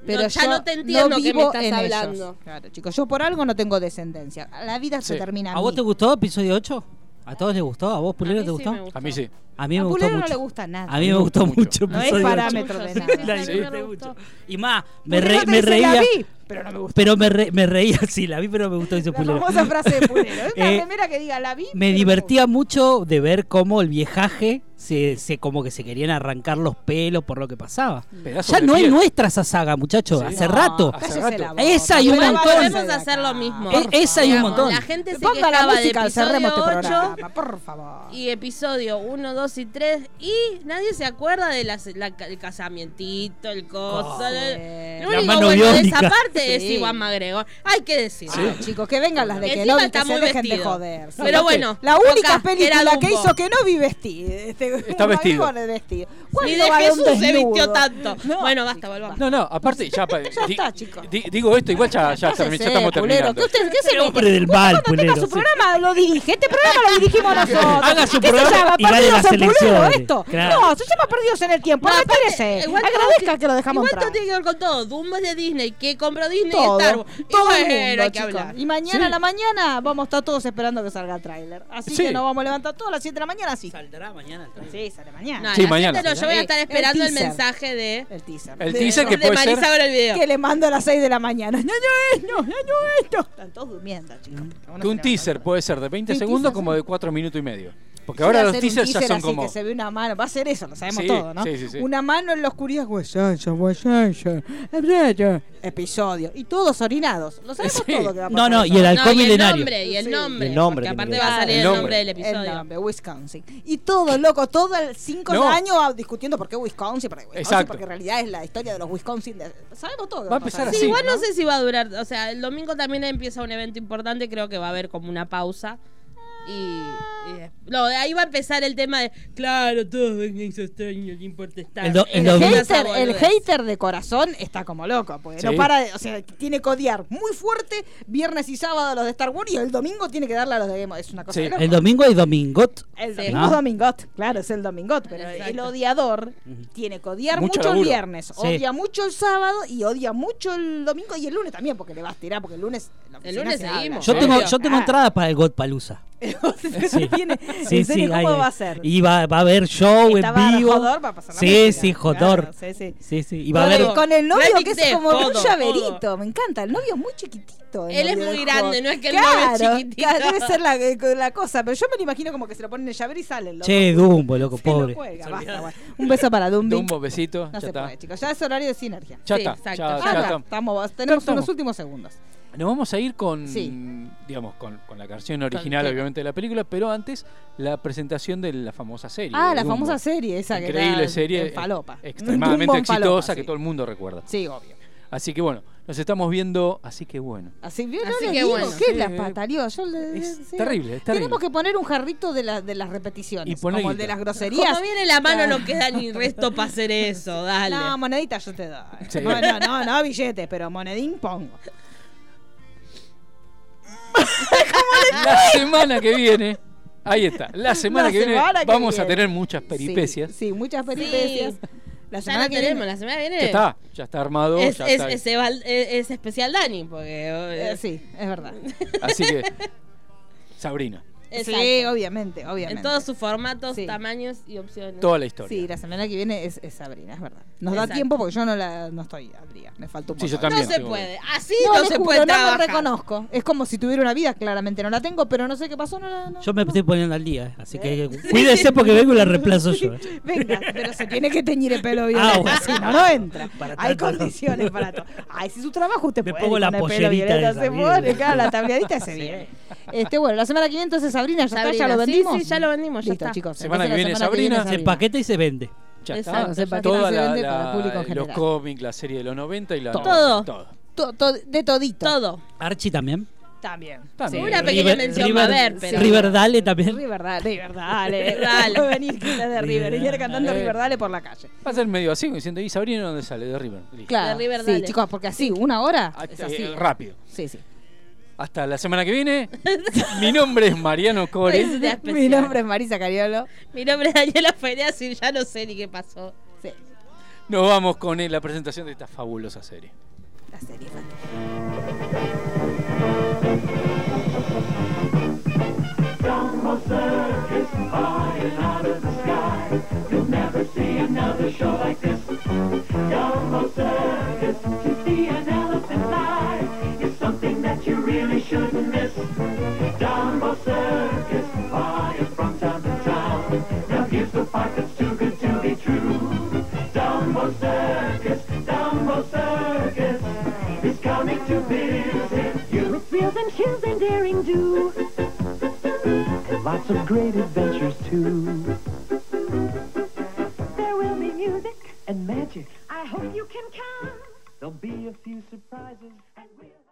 [SPEAKER 2] Pero
[SPEAKER 3] no, ya
[SPEAKER 2] yo
[SPEAKER 3] no te entiendo
[SPEAKER 2] no
[SPEAKER 3] que me
[SPEAKER 2] vivo
[SPEAKER 3] estás
[SPEAKER 2] en ellos.
[SPEAKER 3] hablando.
[SPEAKER 2] Claro, chicos, yo por algo no tengo descendencia. La vida se
[SPEAKER 1] Sí.
[SPEAKER 2] termina.
[SPEAKER 5] ¿A vos te
[SPEAKER 2] mí.
[SPEAKER 5] gustó episodio 8? ¿A todos les gustó? ¿A vos, Pulero,
[SPEAKER 3] mí
[SPEAKER 5] te
[SPEAKER 3] sí
[SPEAKER 5] gustó?
[SPEAKER 3] me gustó.
[SPEAKER 1] A mí sí.
[SPEAKER 5] A mí me
[SPEAKER 2] a
[SPEAKER 5] gustó
[SPEAKER 2] Pulero
[SPEAKER 5] mucho.
[SPEAKER 2] no le gusta nada.
[SPEAKER 5] A mí me gustó mucho
[SPEAKER 2] No es
[SPEAKER 5] episodio
[SPEAKER 2] para
[SPEAKER 5] ocho.
[SPEAKER 2] mí.
[SPEAKER 3] Mucho,
[SPEAKER 2] metro de
[SPEAKER 3] sí,
[SPEAKER 2] nada.
[SPEAKER 3] sí, sí, a mí
[SPEAKER 5] Sí.
[SPEAKER 3] me
[SPEAKER 5] Me
[SPEAKER 3] gustó.
[SPEAKER 5] Y más, me,
[SPEAKER 2] Pulero
[SPEAKER 5] re-
[SPEAKER 2] te
[SPEAKER 5] me
[SPEAKER 2] dice,
[SPEAKER 5] reía.
[SPEAKER 2] La vi, pero no me gustó.
[SPEAKER 5] Pero me, re- me reía, sí, la vi, pero me gustó, dice
[SPEAKER 2] la
[SPEAKER 5] Pulero.
[SPEAKER 2] famosa frase de Pulero. Es una
[SPEAKER 5] Eh,
[SPEAKER 2] remera que diga la vi. pero no
[SPEAKER 5] Me divertía mucho de ver cómo el viejaje se, se como que se querían arrancar los pelos por lo que pasaba.
[SPEAKER 1] Pedazos
[SPEAKER 5] Ya
[SPEAKER 1] de
[SPEAKER 5] no es
[SPEAKER 1] piel.
[SPEAKER 5] nuestra esa saga, muchachos.
[SPEAKER 1] Sí.
[SPEAKER 5] Hace
[SPEAKER 1] No.
[SPEAKER 5] rato.
[SPEAKER 1] Hace
[SPEAKER 2] Cállese
[SPEAKER 1] rato.
[SPEAKER 2] la boca.
[SPEAKER 5] Esa y un
[SPEAKER 2] Volvamos
[SPEAKER 5] montón.
[SPEAKER 2] a hacer
[SPEAKER 3] Volvemos a hacer
[SPEAKER 2] acá.
[SPEAKER 3] lo mismo.
[SPEAKER 5] E- esa y un
[SPEAKER 3] Digamos,
[SPEAKER 5] montón.
[SPEAKER 3] La gente se
[SPEAKER 2] Ponga la
[SPEAKER 3] quejaba de
[SPEAKER 2] música, cerremos este
[SPEAKER 3] episodio 8
[SPEAKER 2] programa, por favor.
[SPEAKER 3] y episodio 1, 2 y 3 y nadie se acuerda de las- la- el casamientito, el coso.
[SPEAKER 2] Sí.
[SPEAKER 3] el- Lo
[SPEAKER 5] La
[SPEAKER 3] único
[SPEAKER 5] mano
[SPEAKER 3] bueno de
[SPEAKER 5] biónica.
[SPEAKER 3] esa parte es
[SPEAKER 2] Sí.
[SPEAKER 3] Iwan McGregor. Hay que decir.
[SPEAKER 2] Ah, chicos, que vengan las de
[SPEAKER 3] Y
[SPEAKER 2] que
[SPEAKER 3] encima
[SPEAKER 2] no, que
[SPEAKER 3] está
[SPEAKER 2] se
[SPEAKER 3] muy
[SPEAKER 2] dejen de
[SPEAKER 3] vestido.
[SPEAKER 2] joder. sí.
[SPEAKER 3] Pero bueno,
[SPEAKER 2] La única
[SPEAKER 3] acá, era
[SPEAKER 2] película que
[SPEAKER 3] Dumbo.
[SPEAKER 2] hizo que no vi vestido. Este,
[SPEAKER 1] Está
[SPEAKER 2] no vi
[SPEAKER 1] vestido.
[SPEAKER 2] con el vestido. ¿Cuándo
[SPEAKER 3] Ni de
[SPEAKER 2] va a haber un
[SPEAKER 3] Jesús se
[SPEAKER 2] desnudo?
[SPEAKER 3] vistió tanto.
[SPEAKER 2] No,
[SPEAKER 3] bueno, basta,
[SPEAKER 2] chicos,
[SPEAKER 3] volvamos.
[SPEAKER 1] No, no, aparte, ya, pa- di-
[SPEAKER 2] está, chicos.
[SPEAKER 1] di- digo esto, igual ya, ya, termi- ya
[SPEAKER 2] Cállese,
[SPEAKER 1] estamos
[SPEAKER 2] Pulero,
[SPEAKER 1] terminando.
[SPEAKER 2] ¿Qué, usted, qué se
[SPEAKER 5] El hombre
[SPEAKER 2] mete?
[SPEAKER 5] del
[SPEAKER 2] Usted
[SPEAKER 5] mal,
[SPEAKER 2] cuando tenga
[SPEAKER 5] Pulero,
[SPEAKER 2] su
[SPEAKER 5] sí.
[SPEAKER 2] programa lo dirige. Este programa lo dirigimos nosotros.
[SPEAKER 5] Haga su
[SPEAKER 2] ¿Qué se
[SPEAKER 5] programa
[SPEAKER 2] llama?
[SPEAKER 5] y vaya a
[SPEAKER 2] Perdidos
[SPEAKER 5] las
[SPEAKER 2] en Pulero,
[SPEAKER 5] elecciones.
[SPEAKER 2] esto?
[SPEAKER 5] Claro.
[SPEAKER 2] No, se llama Perdidos en el Tiempo.
[SPEAKER 3] No, aparte,
[SPEAKER 2] Retírese.
[SPEAKER 3] Eh, igual todo
[SPEAKER 2] Eh, Agradezca
[SPEAKER 3] tiene-
[SPEAKER 2] que lo dejamos
[SPEAKER 3] Igual
[SPEAKER 2] entrar.
[SPEAKER 3] todo tiene que ver con todo. Dumbo es de Disney. Que compró Disney
[SPEAKER 2] todo,
[SPEAKER 3] y Star Wars. Y
[SPEAKER 2] todo el
[SPEAKER 3] bueno,
[SPEAKER 2] mundo,
[SPEAKER 3] hay que
[SPEAKER 2] chicos.
[SPEAKER 3] hablar.
[SPEAKER 2] Y mañana a
[SPEAKER 1] Sí.
[SPEAKER 2] la mañana vamos a estar todos esperando que salga el tráiler. Así
[SPEAKER 1] Sí.
[SPEAKER 2] que nos vamos a levantar todos a las 7 de la mañana, sí.
[SPEAKER 5] Saldrá mañana.
[SPEAKER 2] Sí, sale
[SPEAKER 3] No,
[SPEAKER 2] mañana.
[SPEAKER 3] a
[SPEAKER 1] Sí,
[SPEAKER 3] la
[SPEAKER 1] mañana.
[SPEAKER 3] gente no, yo voy a estar
[SPEAKER 2] El
[SPEAKER 3] esperando el,
[SPEAKER 2] teaser.
[SPEAKER 3] mensaje de,
[SPEAKER 2] El teaser.
[SPEAKER 1] El
[SPEAKER 2] De-
[SPEAKER 1] teaser que
[SPEAKER 3] de
[SPEAKER 1] puede
[SPEAKER 3] Marisa
[SPEAKER 1] ser.
[SPEAKER 3] con el video.
[SPEAKER 2] que le mando a las 6 de la mañana. No, no, es, no, no, no, esto. Están todos durmiendo, chicos.
[SPEAKER 5] Mm.
[SPEAKER 2] porque
[SPEAKER 1] Que
[SPEAKER 2] uno
[SPEAKER 1] un
[SPEAKER 2] se levanta
[SPEAKER 1] teaser
[SPEAKER 2] tarde.
[SPEAKER 1] puede ser de 20
[SPEAKER 2] Sí,
[SPEAKER 1] segundos
[SPEAKER 2] teaser,
[SPEAKER 1] como
[SPEAKER 2] sí.
[SPEAKER 1] de 4 minutos y medio. Porque
[SPEAKER 2] Va
[SPEAKER 1] ahora
[SPEAKER 2] a
[SPEAKER 1] los
[SPEAKER 2] ser un
[SPEAKER 1] teasers ya
[SPEAKER 2] teaser
[SPEAKER 1] son
[SPEAKER 2] así
[SPEAKER 1] como.
[SPEAKER 2] que se ve una mano. Va a ser eso, lo sabemos
[SPEAKER 1] Sí,
[SPEAKER 2] todo, ¿no?
[SPEAKER 1] sí, sí, sí.
[SPEAKER 2] Una mano en la oscuridad. guayayo, guayayo, guayayo. Episodio. Y todos orinados. Lo sabemos
[SPEAKER 1] Sí.
[SPEAKER 2] todo que va a
[SPEAKER 5] No,
[SPEAKER 2] pasar.
[SPEAKER 5] no, y el
[SPEAKER 3] No,
[SPEAKER 5] halcón
[SPEAKER 3] y el
[SPEAKER 5] milenario.
[SPEAKER 3] nombre, y el
[SPEAKER 2] Sí.
[SPEAKER 3] nombre.
[SPEAKER 6] El nombre
[SPEAKER 3] porque
[SPEAKER 6] tiene
[SPEAKER 3] aparte
[SPEAKER 6] que
[SPEAKER 3] va a
[SPEAKER 2] ver.
[SPEAKER 3] salir el
[SPEAKER 1] El
[SPEAKER 3] nombre
[SPEAKER 1] nombre.
[SPEAKER 3] del
[SPEAKER 2] El
[SPEAKER 3] episodio.
[SPEAKER 2] nombre, Wisconsin. Y todo, loco, todo el cinco
[SPEAKER 1] No.
[SPEAKER 2] años ah, discutiendo por qué Wisconsin, porque Wisconsin,
[SPEAKER 1] Exacto.
[SPEAKER 2] porque en realidad es la historia de los Wisconsin. de- sabemos todo.
[SPEAKER 1] Va a empezar
[SPEAKER 3] Sí,
[SPEAKER 1] así.
[SPEAKER 3] igual no sé si va a durar. O sea, el domingo también empieza un evento importante. Creo que va a haber como una pausa. Y, y des- no, de ahí va a empezar el tema de, claro, todos ven que es extraño, no importa estar.
[SPEAKER 5] El do- el
[SPEAKER 3] en
[SPEAKER 5] do-
[SPEAKER 2] El
[SPEAKER 5] Lo vi.
[SPEAKER 3] esa
[SPEAKER 2] hater, el
[SPEAKER 3] boludez.
[SPEAKER 2] hater de corazón está como loco, porque no
[SPEAKER 1] Sí.
[SPEAKER 2] para de, o sea, tiene que odiar muy fuerte viernes y sábado a los de Star Wars y el domingo tiene que darle a los de Game of- Es una cosa
[SPEAKER 1] Sí,
[SPEAKER 2] de loco.
[SPEAKER 5] El Ah. domingo hay domingot.
[SPEAKER 2] El
[SPEAKER 3] Sí.
[SPEAKER 2] domingo
[SPEAKER 5] ¿No?
[SPEAKER 2] es domingot, claro, es el domingot, pero
[SPEAKER 3] Exacto.
[SPEAKER 2] el odiador tiene que odiar
[SPEAKER 1] Mucho
[SPEAKER 2] mucho, el
[SPEAKER 1] laburo.
[SPEAKER 2] viernes,
[SPEAKER 5] Sí.
[SPEAKER 2] odia mucho el sábado y odia mucho el domingo y el lunes también, porque le vas a tirar, porque el lunes... en la
[SPEAKER 3] El
[SPEAKER 2] oficina
[SPEAKER 3] lunes
[SPEAKER 2] se habla.
[SPEAKER 3] seguimos.
[SPEAKER 5] Yo tengo,
[SPEAKER 3] Obvio.
[SPEAKER 5] yo tengo
[SPEAKER 2] Ah.
[SPEAKER 5] entrada para el God Palusa. Sí.
[SPEAKER 2] Tiene-
[SPEAKER 5] Sí,
[SPEAKER 2] en serio,
[SPEAKER 5] sí,
[SPEAKER 2] ¿cómo
[SPEAKER 5] hay- eh,
[SPEAKER 2] va a ser?
[SPEAKER 5] Y va, va a haber show
[SPEAKER 2] Está
[SPEAKER 5] en
[SPEAKER 2] Bar
[SPEAKER 5] vivo.
[SPEAKER 2] Jodor, va a pasar la
[SPEAKER 5] sí,
[SPEAKER 2] música,
[SPEAKER 5] sí, Jodor.
[SPEAKER 2] claro, sí, sí.
[SPEAKER 5] Sí, sí. Y va a
[SPEAKER 2] Con
[SPEAKER 5] haber.
[SPEAKER 2] el, con el novio
[SPEAKER 3] Ranking
[SPEAKER 2] que es
[SPEAKER 3] Dev,
[SPEAKER 2] como
[SPEAKER 3] jodo,
[SPEAKER 2] un llaverito,
[SPEAKER 3] jodo.
[SPEAKER 2] me encanta. El novio es muy chiquitito. el
[SPEAKER 3] Él es
[SPEAKER 2] novio
[SPEAKER 3] muy
[SPEAKER 2] de
[SPEAKER 3] grande,
[SPEAKER 2] Jodo.
[SPEAKER 3] no es que el
[SPEAKER 2] claro,
[SPEAKER 3] novio es chiquitito.
[SPEAKER 2] claro, debe ser la, eh, la cosa, pero yo me lo imagino como que se lo ponen en el llavero y salen. los
[SPEAKER 5] Che, Dumbo, loco,
[SPEAKER 2] Se lo
[SPEAKER 5] pobre.
[SPEAKER 2] juega, basta, bueno. Un beso para Dumbi.
[SPEAKER 1] Dumbo, besito.
[SPEAKER 2] No
[SPEAKER 1] ya
[SPEAKER 2] se
[SPEAKER 1] está.
[SPEAKER 2] puede, chicos. Ya es horario de sinergia.
[SPEAKER 1] Ya
[SPEAKER 3] Sí,
[SPEAKER 1] está,
[SPEAKER 3] exacto.
[SPEAKER 1] ya-
[SPEAKER 3] Ah,
[SPEAKER 1] ya
[SPEAKER 2] Ah,
[SPEAKER 1] está.
[SPEAKER 2] estamos, tenemos
[SPEAKER 1] estamos.
[SPEAKER 2] unos últimos segundos.
[SPEAKER 1] Nos vamos a ir con,
[SPEAKER 2] Sí.
[SPEAKER 1] digamos, con, con la canción original,
[SPEAKER 3] tema.
[SPEAKER 1] obviamente, de la película, pero antes la presentación de la famosa serie.
[SPEAKER 2] Ah,
[SPEAKER 1] de
[SPEAKER 2] la
[SPEAKER 1] Dumbo.
[SPEAKER 2] famosa serie esa que
[SPEAKER 1] Increíble
[SPEAKER 2] era
[SPEAKER 1] serie. eh,
[SPEAKER 2] en falopa.
[SPEAKER 1] Extremadamente
[SPEAKER 2] Dumbo en
[SPEAKER 1] exitosa
[SPEAKER 2] falopa,
[SPEAKER 1] que
[SPEAKER 2] sí.
[SPEAKER 1] todo el mundo recuerda.
[SPEAKER 2] Sí, obvio.
[SPEAKER 1] Así que bueno, nos estamos viendo. Así que bueno.
[SPEAKER 2] Así, yo no
[SPEAKER 3] Así
[SPEAKER 2] les
[SPEAKER 3] que
[SPEAKER 2] digo,
[SPEAKER 3] bueno.
[SPEAKER 2] ¿qué
[SPEAKER 1] Sí,
[SPEAKER 2] la
[SPEAKER 1] eh,
[SPEAKER 2] patarió? Yo le-
[SPEAKER 1] Es
[SPEAKER 2] sí.
[SPEAKER 1] terrible, es terrible.
[SPEAKER 2] Tenemos que poner un jarrito de, la- de las repeticiones.
[SPEAKER 1] Y ponle
[SPEAKER 2] como el de
[SPEAKER 1] guita.
[SPEAKER 2] las groserías.
[SPEAKER 3] Como viene la mano no queda ni resto para hacer eso, dale.
[SPEAKER 2] No, moneditas yo te doy.
[SPEAKER 1] Sí.
[SPEAKER 2] No, no, no, no billetes, pero monedín pongo.
[SPEAKER 1] La semana que viene. Ahí está. La semana
[SPEAKER 2] La
[SPEAKER 1] que viene
[SPEAKER 2] semana que
[SPEAKER 1] vamos a
[SPEAKER 2] viene.
[SPEAKER 1] tener muchas peripecias.
[SPEAKER 2] Sí, sí, muchas peripecias.
[SPEAKER 3] Sí.
[SPEAKER 2] La
[SPEAKER 3] ya la
[SPEAKER 2] semana que
[SPEAKER 3] tenemos,
[SPEAKER 2] viene.
[SPEAKER 3] la semana que viene.
[SPEAKER 1] Ya está, ya está armado.
[SPEAKER 3] Es,
[SPEAKER 1] ya
[SPEAKER 3] es-
[SPEAKER 1] está.
[SPEAKER 3] ese val- es- es especial Dani, porque. eh,
[SPEAKER 2] Eh, sí, es verdad.
[SPEAKER 1] Así que, Sabrina,
[SPEAKER 3] exacto.
[SPEAKER 2] Sí, obviamente, obviamente.
[SPEAKER 3] En todos sus formatos,
[SPEAKER 2] Sí.
[SPEAKER 3] tamaños y opciones.
[SPEAKER 1] toda la historia.
[SPEAKER 2] Sí, la semana que viene es, es Sabrina, es verdad. Nos da
[SPEAKER 3] Exacto.
[SPEAKER 2] tiempo porque yo no la no estoy al día. Me falta un
[SPEAKER 1] Sí, yo
[SPEAKER 2] montón.
[SPEAKER 3] no
[SPEAKER 1] también.
[SPEAKER 3] se puede. Así
[SPEAKER 2] No,
[SPEAKER 3] no,
[SPEAKER 2] les
[SPEAKER 3] se
[SPEAKER 2] juro,
[SPEAKER 3] puede
[SPEAKER 2] no
[SPEAKER 3] trabajar.
[SPEAKER 2] me reconozco. Es como si tuviera una vida, claramente no la tengo, pero no sé qué pasó. No, la- no-
[SPEAKER 5] Yo me
[SPEAKER 2] no.
[SPEAKER 5] estoy poniendo al día, así
[SPEAKER 3] Eh.
[SPEAKER 5] que cuídese porque vengo y la reemplazo yo. eh.
[SPEAKER 2] Venga, pero se tiene que teñir el pelo violeta,
[SPEAKER 5] Ah, bueno.
[SPEAKER 2] si no, no entra.
[SPEAKER 5] Para
[SPEAKER 2] Hay
[SPEAKER 5] tanto, no.
[SPEAKER 2] condiciones para todo. Ay, si su trabajo usted
[SPEAKER 5] Me
[SPEAKER 2] puede.
[SPEAKER 5] pongo
[SPEAKER 2] ir
[SPEAKER 5] la
[SPEAKER 2] con el pelo
[SPEAKER 5] pollerita
[SPEAKER 2] violeta,
[SPEAKER 5] esa,
[SPEAKER 2] se
[SPEAKER 5] bien.
[SPEAKER 2] pone, claro, la tableadita se viene. Este, bueno, la semana que viene entonces Sabrina, ya, está, ya
[SPEAKER 3] Sabrina,
[SPEAKER 2] lo
[SPEAKER 3] sí,
[SPEAKER 2] vendimos.
[SPEAKER 3] sí, ya lo vendimos, ya
[SPEAKER 2] Listo,
[SPEAKER 3] está.
[SPEAKER 2] chicos.
[SPEAKER 1] Semana
[SPEAKER 2] entonces
[SPEAKER 1] que
[SPEAKER 2] la
[SPEAKER 1] viene Sabrina.
[SPEAKER 5] Se empaqueta y se vende.
[SPEAKER 1] Ya
[SPEAKER 3] Exacto,
[SPEAKER 1] está.
[SPEAKER 3] se
[SPEAKER 1] Toda
[SPEAKER 2] paquetiza y se
[SPEAKER 1] la-
[SPEAKER 2] vende para
[SPEAKER 1] la-
[SPEAKER 2] el público en
[SPEAKER 1] los
[SPEAKER 2] general.
[SPEAKER 1] cómics, la serie de los 90 y la
[SPEAKER 2] Todo.
[SPEAKER 1] nueva,
[SPEAKER 2] To- to- de todito.
[SPEAKER 3] Todo.
[SPEAKER 5] Archie también.
[SPEAKER 2] También.
[SPEAKER 1] También.
[SPEAKER 3] Una pequeña mención va a haber, pero.
[SPEAKER 5] Riverdale también.
[SPEAKER 2] Riverdale, Riverdale.
[SPEAKER 3] Riverdale.
[SPEAKER 2] Va a venir quizás de River. Y viene cantando
[SPEAKER 1] Riverdale.
[SPEAKER 2] Riverdale por la calle.
[SPEAKER 1] Va a ser medio así, como diciendo, ¿y Sabrina dónde sale? De River. Listo.
[SPEAKER 2] Claro.
[SPEAKER 3] De Riverdale.
[SPEAKER 2] Sí, chicos, porque así, una hora
[SPEAKER 1] Ah,
[SPEAKER 2] es así.
[SPEAKER 1] eh, rápido.
[SPEAKER 2] Sí, sí.
[SPEAKER 1] Hasta la semana que viene. Mi nombre es Mariano Core.
[SPEAKER 3] Pues, de especial.
[SPEAKER 2] Mi nombre es Marisa Cariolo.
[SPEAKER 3] Mi nombre es Daniela Fereas y ya no sé ni qué pasó.
[SPEAKER 2] Sí,
[SPEAKER 1] Nos vamos con eh, la presentación de esta fabulosa serie.
[SPEAKER 2] la serie fantástica.
[SPEAKER 6] Jumbo Circus to see an elephant live is something that you really shouldn't miss. Jumbo Circus fires from town to town. Now here's the part that's too good to be true. Jumbo Circus, Jumbo Circus is coming to visit you with thrills and chills and daring do, and lots of great adventures too. There will be music and magic. I hope you can come. There'll be a few surprises and we'll...